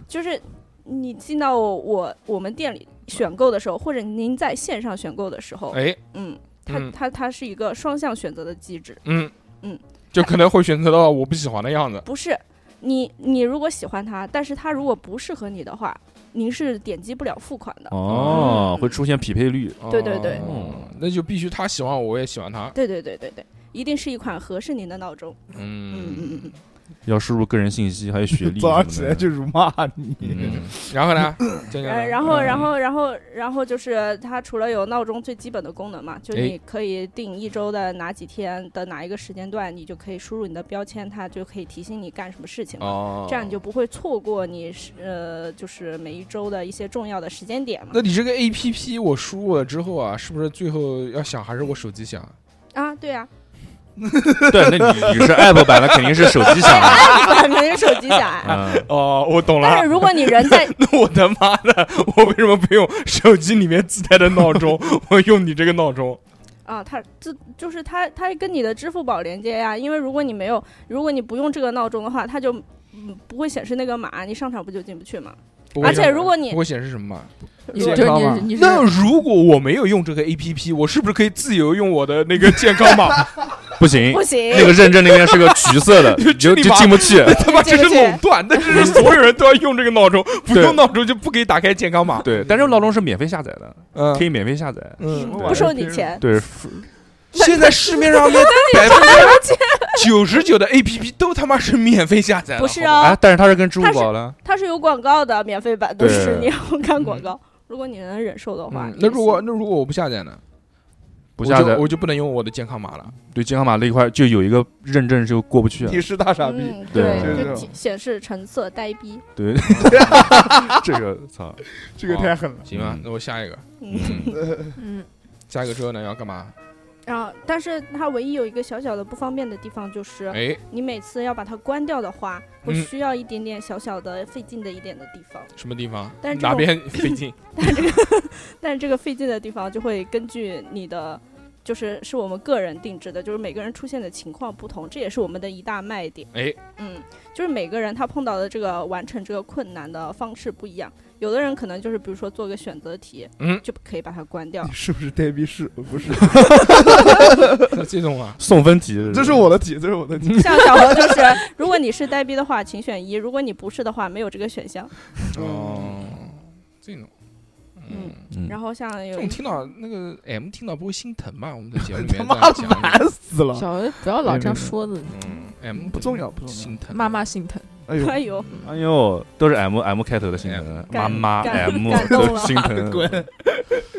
E: 就是你进到我我们店里选购的时候，或者您在线上选购的时候，
B: 哎，
E: 嗯，它
B: 嗯
E: 它它是一个双向选择的机制，
B: 嗯
E: 嗯，
B: 就可能会选择到我不喜欢的样子。
E: 不是你你如果喜欢它，但是它如果不适合你的话，您是点击不了付款的。
D: 哦，会出现匹配率，
E: 对对对
B: 哦那就必须他喜欢我，我也喜欢他。
E: 对对对对对，一定是一款合适您的闹钟。嗯
B: 嗯，
E: 嗯嗯嗯，
D: 要输入个人信息，还有学历什么的。
C: 早上起来就辱骂你，
D: 嗯，
B: 然后 呢？这个呢
E: 呃，然后，然
B: 嗯
E: 后，然后，然后就是它除了有闹钟最基本的功能嘛，就
B: 哎
E: 你可以定一周的哪几天的哪一个时间段，你就可以输入你的标签，它就可以提醒你干什么事情了。
B: 哦，
E: 这样你就不会错过你是呃，就是每一周的一些重要的时间点嘛
B: 那。你这个 A P P 我输入了之后啊，是不是最后要响还是我手机响？
E: 啊，对啊，
D: 对，那你你是 app 版的，肯定是手机响 的。
E: 反正手机响啊。
D: 嗯，
B: 哦，我懂
E: 但是如果你 人在，
B: 那我他妈的，我为什么不用手机里面自带的闹钟？我用你这个闹钟？
E: 啊，它这就是它，它跟你的支付宝连接呀、因为如果你没有，如果你不用这个闹钟的话，它就嗯不会显示那个码，你上场不就进不去吗？
B: 不会
E: 而且
B: 显
E: 如果你
B: 不会显示什么嘛？
F: 你
C: 健
F: 就是
C: 康
F: 你
C: 嘛
F: 是你是
B: 那如果我没有用这个 A P P，我是不是可以自由用我的那个健康 码？
D: 不行
E: 不，行，
D: 那个认证那边是个橘色的，你 就
B: 这
D: 就
B: 里吧
D: 进不去。
B: 他妈这
E: 这个
B: 是
E: 是
B: 垄断，但 是所有人都要用这个闹钟，不
D: 对
B: 用闹钟就不给打开健康码。
D: 对，但是闹钟是免费下载的，
B: 嗯
D: 可以免费下载。
B: 嗯
E: 不收你。钱，
D: 对，
B: 现在市面上的百分之 九十九的 A P P 都他妈是免费下载的，
E: 不是
B: 好吧
E: 哦，
D: 啊，但是它是跟支付
E: 它是
D: 宝的，
E: 它是有广告的，免费版都是
D: 对
E: 你要看广告。如果你能忍受的话
B: 嗯，那
E: 也
B: 如果
E: 行
B: 那如果我不下载呢？
D: 不下
B: 我
D: 载
B: 就我就不能用我的健康码了。
D: 对健康码那一块就有一个认证就过不去啊。
C: 你是大傻逼。
E: 嗯，
D: 对
C: 就是
E: 对，
C: 这
E: 就
C: 种
E: 显示橙色呆逼，
D: 对，这个操，
C: 这个太狠了。
B: 行啊
D: 嗯，
B: 那我下一个，
E: 嗯。
F: 嗯，
B: 下一个之后呢要干嘛？
E: 然后，但是它唯一有一个小小的不方便的地方就是，
B: 哎，
E: 你每次要把它关掉的话，会
B: 嗯
E: 需要一点点小小的费劲的一点的地方。
B: 什么地方？
E: 但是这
B: 哪
E: 种
B: 边费劲？
E: 但是这个费劲的地方就会根据你的，就是是我们个人定制的，就是每个人出现的情况不同，这也是我们的一大卖点。
B: 哎，
E: 嗯，就是每个人他碰到的这个完成这个困难的方式不一样，有的人可能就是比如说做个选择题，
B: 嗯
E: 就可以把它关掉
C: 你。是不是呆逼是？不是，
B: 这种啊，
D: 送分题，
C: 这是我的题，这是我的题。
E: 像小何就是，如果你是呆逼的话，请选一；如果你不是的话，没有这个选项。
B: 哦，这种，嗯
E: 嗯。
D: 嗯。
E: 然后像
B: 这
E: 有
B: 种听到那个 M 听到不会心疼吗？我们在节目里
C: 他
B: 面
C: 妈
B: 这样讲
C: 的
B: 一
C: 难
B: 下，
C: 死了。
F: 小何不要老这样说的，
B: 嗯，M
C: 不重要不重要
B: 心疼
F: 妈妈心疼。
C: 哎呦，
E: 哎呦，
D: 哎呦，都是 M M 开头的心疼，妈
E: 感
D: 妈
E: 感
D: M
E: 感动
D: 的
E: 了
D: 心疼，
C: 哎 滚！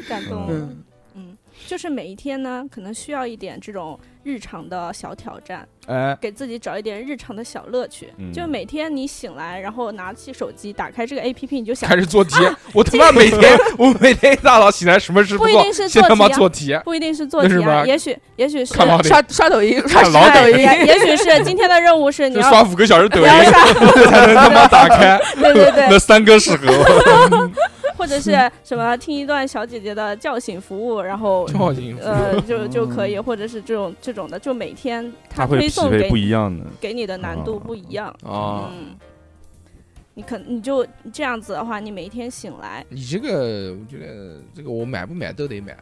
E: 感动了。
C: 嗯
E: 嗯，就是每一天呢，可能需要一点这种日常的小挑战，
C: 哎，
E: 给自己找一点日常的小乐趣。
D: 嗯
E: 就每天你醒来，然后拿起手机，打开这个 A P P，你就想
B: 开，始做题，我他妈每天我每天一大早醒来，什么事
E: 啊不一
B: 做
E: 定，是
B: 先
E: 做
B: 他妈
E: 题啊
B: 做题，
E: 不一定是做
B: 那是
E: 题
B: 不
E: 啊，
B: 是
E: 也许也许是，
B: 看老
E: 也
B: 点
F: 刷刷抖音，刷
D: 看老
F: 抖
D: 点
F: 音，
E: 也许是今天的任务是你
B: 就
E: 要
B: 刷五个小时抖
E: 你
B: 音
E: 要，刷，
B: 才能他妈打开。
E: 对对
D: 那
E: 对，
D: 三哥适合 我，
E: 或者
D: 嗯
E: 是什么听一段小姐姐的叫醒服务，然后
B: 赵景福
E: 呃就就可以，或者是这种这种的，就每天它
D: 嗯会
E: 推
D: 匹
E: 送
D: 配
E: 给
D: 不一样的。
E: 给你的难度
D: 啊
E: 不一样。
B: 啊，
E: 嗯，你可你就这样子的话，你每一天醒来，
B: 你这个我觉得这个我买不买都得买。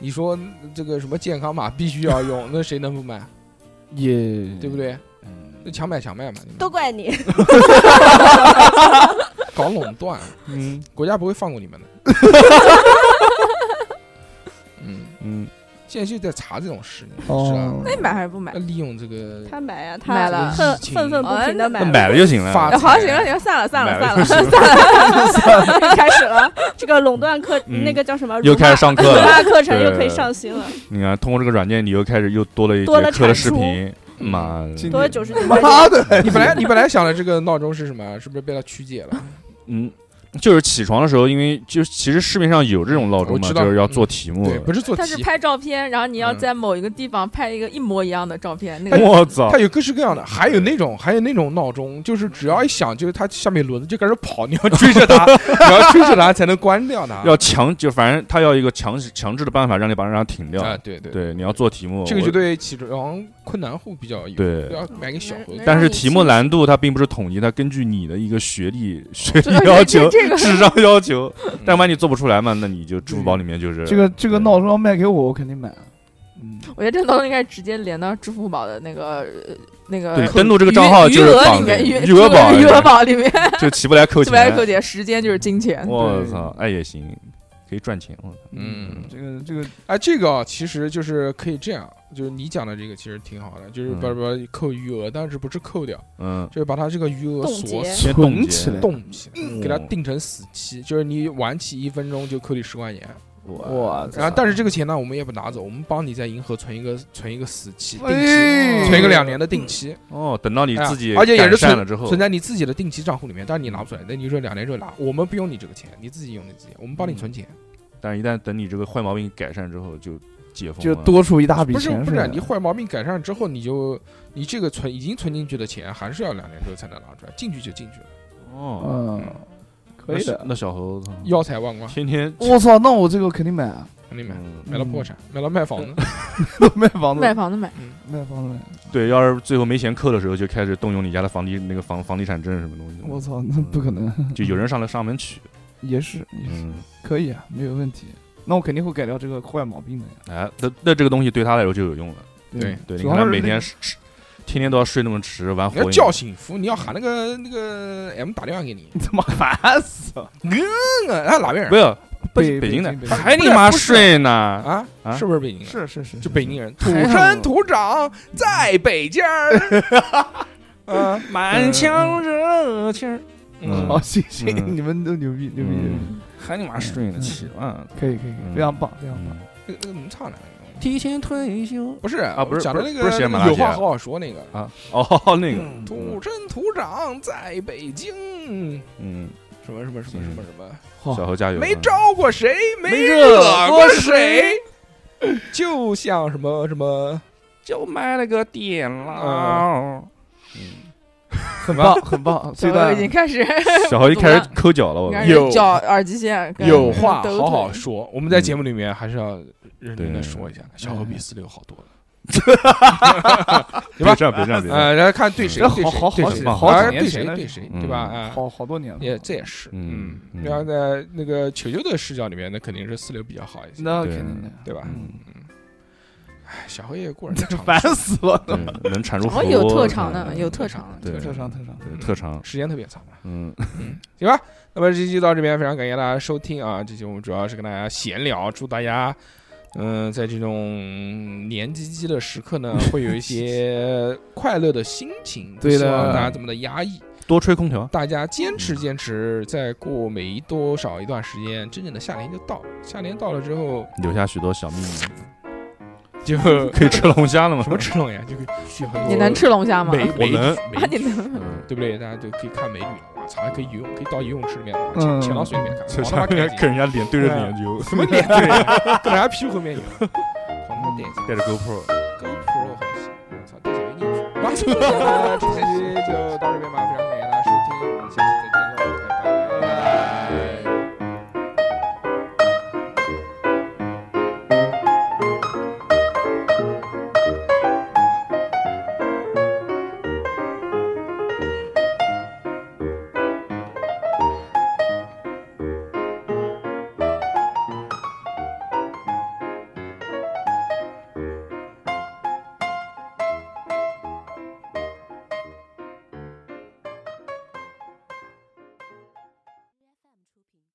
B: 你说这个什么健康码必须要用，那谁能不买？
E: 嗯
C: 也
D: 嗯
B: 对不？对？那强买强卖嘛，你们
E: 都怪你。
B: 搞垄断，
D: 嗯
B: 国家不会放过你们 的。嗯，
D: 嗯，
B: 现在就在查这种事，是吧
C: 哦？，
F: 那你买还是不买
B: 要？利用这个
E: 他买呀，
F: 买
E: 他
F: 了
E: 愤
B: 疫情
E: 愤愤不平的
F: 哎
E: 买
D: 那
E: 了。
D: 买了就 行了。
B: 发
F: 哎 好，行了行了，算了算了
D: 买
F: 算
D: 了
F: 了
D: 就行
F: 算了，
E: 开始 了，这个垄断课
D: 嗯
E: 那个叫什么？
D: 又开始上课
E: 辱
D: 了。
E: 骂课程
D: 对
E: 又可以上新了，
D: 你看，通过这个软件，你又开始又多了一
E: 多
D: 节
E: 了
D: 课的
E: 产
D: 视
E: 出
D: 频，妈
B: 嗯
D: 的，
C: 今
E: 多了
C: 天
E: 九十九块 钱。
C: 妈的，
B: 你本来你本来想的这个闹钟是什么？啊是不是被它曲解了？
D: 嗯，就是起床的时候，因为就是其实市面上有这种闹钟
B: 我
D: 嘛，
B: 知道嗯
D: 就是要做题目
B: 对，。不是做
F: 他是
B: 题，
F: 拍照片，然后你要
B: 嗯
F: 在某一个地方拍一个一模一样的照片，那个
D: 我操
B: 它！有各式各样的，还有那种还有那种闹钟，就是只要一响，就是它下面轮子就开始跑，你要追着 它，你要追着它才能关掉它。
D: 要强就反正他要一个强强制的办法让你把让它停掉。
B: 啊，对对，
D: 对，你要做题目，
B: 这个
D: 我
B: 就对起床困难户比较有，
D: 对
B: 要买个小盒
E: 能
B: 子。
D: 但
E: 让
D: 是
E: 你
D: 题目
F: 哎
E: 清
D: 难度它并不是统一，它根据你的一个学历、学
F: 这
D: 历要求、
F: 这这个
D: 智商要求。
B: 嗯
D: 但万一做不出来嘛，那你就支付宝里面就是
C: 这个这个闹钟要卖给我，我肯定买。嗯，
F: 我觉得这个东西应该直接连到支付宝的那个呃那个
D: 对
F: 扣
D: 登录这个账号
F: 余
D: 就
F: 余
D: 是
F: 额
D: 绑
F: 里面
D: 定
F: 余
D: 余额宝
F: 余额宝里面，
D: 就起不来扣
F: 自白扣
D: 钱。
F: 姐，时间就是金钱。
D: 我操，哎也行，可以赚钱。我操
B: 嗯
C: 这个这个
B: 哎，这个啊其实就是可以这样，就是你讲的这个其实挺好的，就是
D: 嗯
B: 把把扣余额，但是不是扣掉，
D: 嗯，
B: 就是把它这个余额
F: 冻
B: 锁
F: 结
D: 先冻结
C: 存起来，
B: 冻起来，
D: 嗯
B: 给它定成死期，就是你晚起一分钟就扣你十块钱。
D: 哇
C: 哇，
D: 啊
B: 然后，啊但是这个钱呢，我们也不拿走，我们帮你在银河存一个存一个死期定期，
C: 哎
B: 存一个两年的定期，
D: 哦，等到你自己
B: 哎呀而且也是
D: 改善
B: 存
D: 了之后，
B: 存在你自己的定期账户里面，但是你拿不出来，那你说两年之后拿，我们不用你这个钱，你自己用你自己，我们帮你存
D: 嗯
B: 钱。
D: 但是一旦等你这个坏毛病改善之后，就解封
C: 就
D: 了
C: 多出一大笔
B: 不是
C: 钱
B: 不
C: 来
B: 是，啊
C: 的
B: 你坏毛病改善之后，你就你这个存已经存进去的钱，还是要两年之后才能拿出来，进去就进去了，
D: 哦，
C: 嗯，可以
D: 那小
C: 的。
D: 那小猴子
B: 腰财万贯，
D: 天天
C: 我操，那我这个肯定买啊，
B: 肯定买
D: 嗯
B: 买了破产，买了卖房子，
C: 卖
B: 嗯
C: 房子，
F: 卖房子买，
C: 卖房子买。
D: 对，要是最后没钱扣的时候，就开始动用你家的房地那个房房地产证什么东西。
C: 我操，那不可能，
D: 就有人上来上门取。
C: 也是也是
D: 嗯，
C: 可以啊，没有问题。那我肯定会改掉这个坏毛病的呀。
D: 哎，那那这个东西对他来说就有用了。
B: 对
D: 对，你
C: 主
D: 看他
C: 要是
D: 每
C: 那
D: 天
C: 个
D: 吃吃，天天都要睡那么迟，玩
B: 你要
D: 火影。
B: 叫醒服，你要喊那个那个 M 打电话给你，
C: 他妈烦死了。
B: 嗯啊，他哪边人
D: 没？有
C: 北
D: 北京的
C: 北京，北京
D: 还
B: 不
D: 你
B: 是
D: 妈
B: 不是
D: 睡呢？
B: 啊
D: 啊，
B: 是不是北京人？
C: 是是是，
B: 就北京人，土
C: 是
D: 哎
B: 生土长在北京 儿，啊，满腔热情，
D: 嗯
C: 好，行行，
D: 嗯
C: 你们都牛逼牛逼牛逼，
D: 嗯还你妈睡呢，起了。
C: 可以可以，可以非常棒非常棒。
D: 嗯
B: 那个那个怎么唱来着？
D: 提前退休
B: 不是
D: 啊不是
B: 讲的那
D: 不是不是写马
B: 个
D: 大
B: 有
D: 姐
B: 话好好说那个，
D: 啊！哦，那个，
C: 嗯
B: 土生土长在北京，
D: 嗯，
B: 什么什么什么什么什么，
C: 好
D: 小，猴加油！
B: 没招过谁，
D: 嗯没
B: 惹
D: 惹
B: 过
D: 过
B: 谁，就像什么什么，
D: 就买了个电
B: 啊
D: 脑。
C: 很棒很棒， 这
F: 小友
C: 段
F: 已经开始
D: 小猴一开始抠脚了，我
F: 开
D: 靠
F: 始
B: 有
F: 绞耳机线，跟
B: 有话
F: 抖
B: 好好
F: 腿
B: 说。我们在节目里面还是要认真的
D: 对
B: 说一
C: 嗯
B: 下的，小何比四六好多了。
D: 别这样，别这样，别这样。
B: 啊，然后看对谁，
C: 这
B: 对谁
C: 好好
B: 对
C: 好
B: 谁
C: 几好
B: 啊
C: 几年
B: 对
C: 前
B: 谁
C: 了
B: 对
C: 这
B: 谁，
D: 嗯
B: 对吧？啊，
C: 好好多年了，
B: 也这也是，嗯
D: 嗯，嗯
B: 然后在那个球球的视角里面，那肯定是四六比较好一些，
C: 那
D: 对
C: 肯定的，
B: 对吧？
C: 嗯
B: 哎，小黑也过人的长
C: 烦死了。
D: 对能产出
F: 我
D: 很
F: 哦有
D: 多
F: 特长的，
D: 嗯
F: 有特长的。
D: 对
F: 嗯
C: 特长特长，
D: 对特长，
B: 时间特别长嘛。
D: 嗯，
B: 行吧，那么这期到这边，非常感谢大家收听啊！这期我们主要是跟大家闲聊，祝大家，嗯、在这种年唧唧的时刻呢，会有一些快乐的心情，不
C: 对的
B: 希望大家这么的压抑，
D: 多吹空调，
B: 大家坚持坚持，再过没多少一段时间，真正的夏天就到了。夏天到了之后，
D: 留下许多小秘密，
B: 就
D: 可以吃龙虾了吗？
B: 什么吃龙呀，就可以有很多
F: 你能吃龙虾吗？
B: 美
D: 我
B: 美
D: 能
B: 美
F: 啊，你能？
D: 嗯？
B: 对不对？大家都可以看美女，我操，还可以游泳，可以到游泳池里面玩，潜
C: 嗯
B: 潜到水里 面看，
D: 就
B: 好他妈
D: 像
B: 开心
D: 跟人家脸对着脸游，
B: 什么脸对呀、跟人家屁股后面有，好他妈带劲
D: 带着 GoPro，
B: ，GoPro 还行，我操，带小眼镜去。好吧，那这期就到这边吧，非常感谢大家收听，我们下期再见。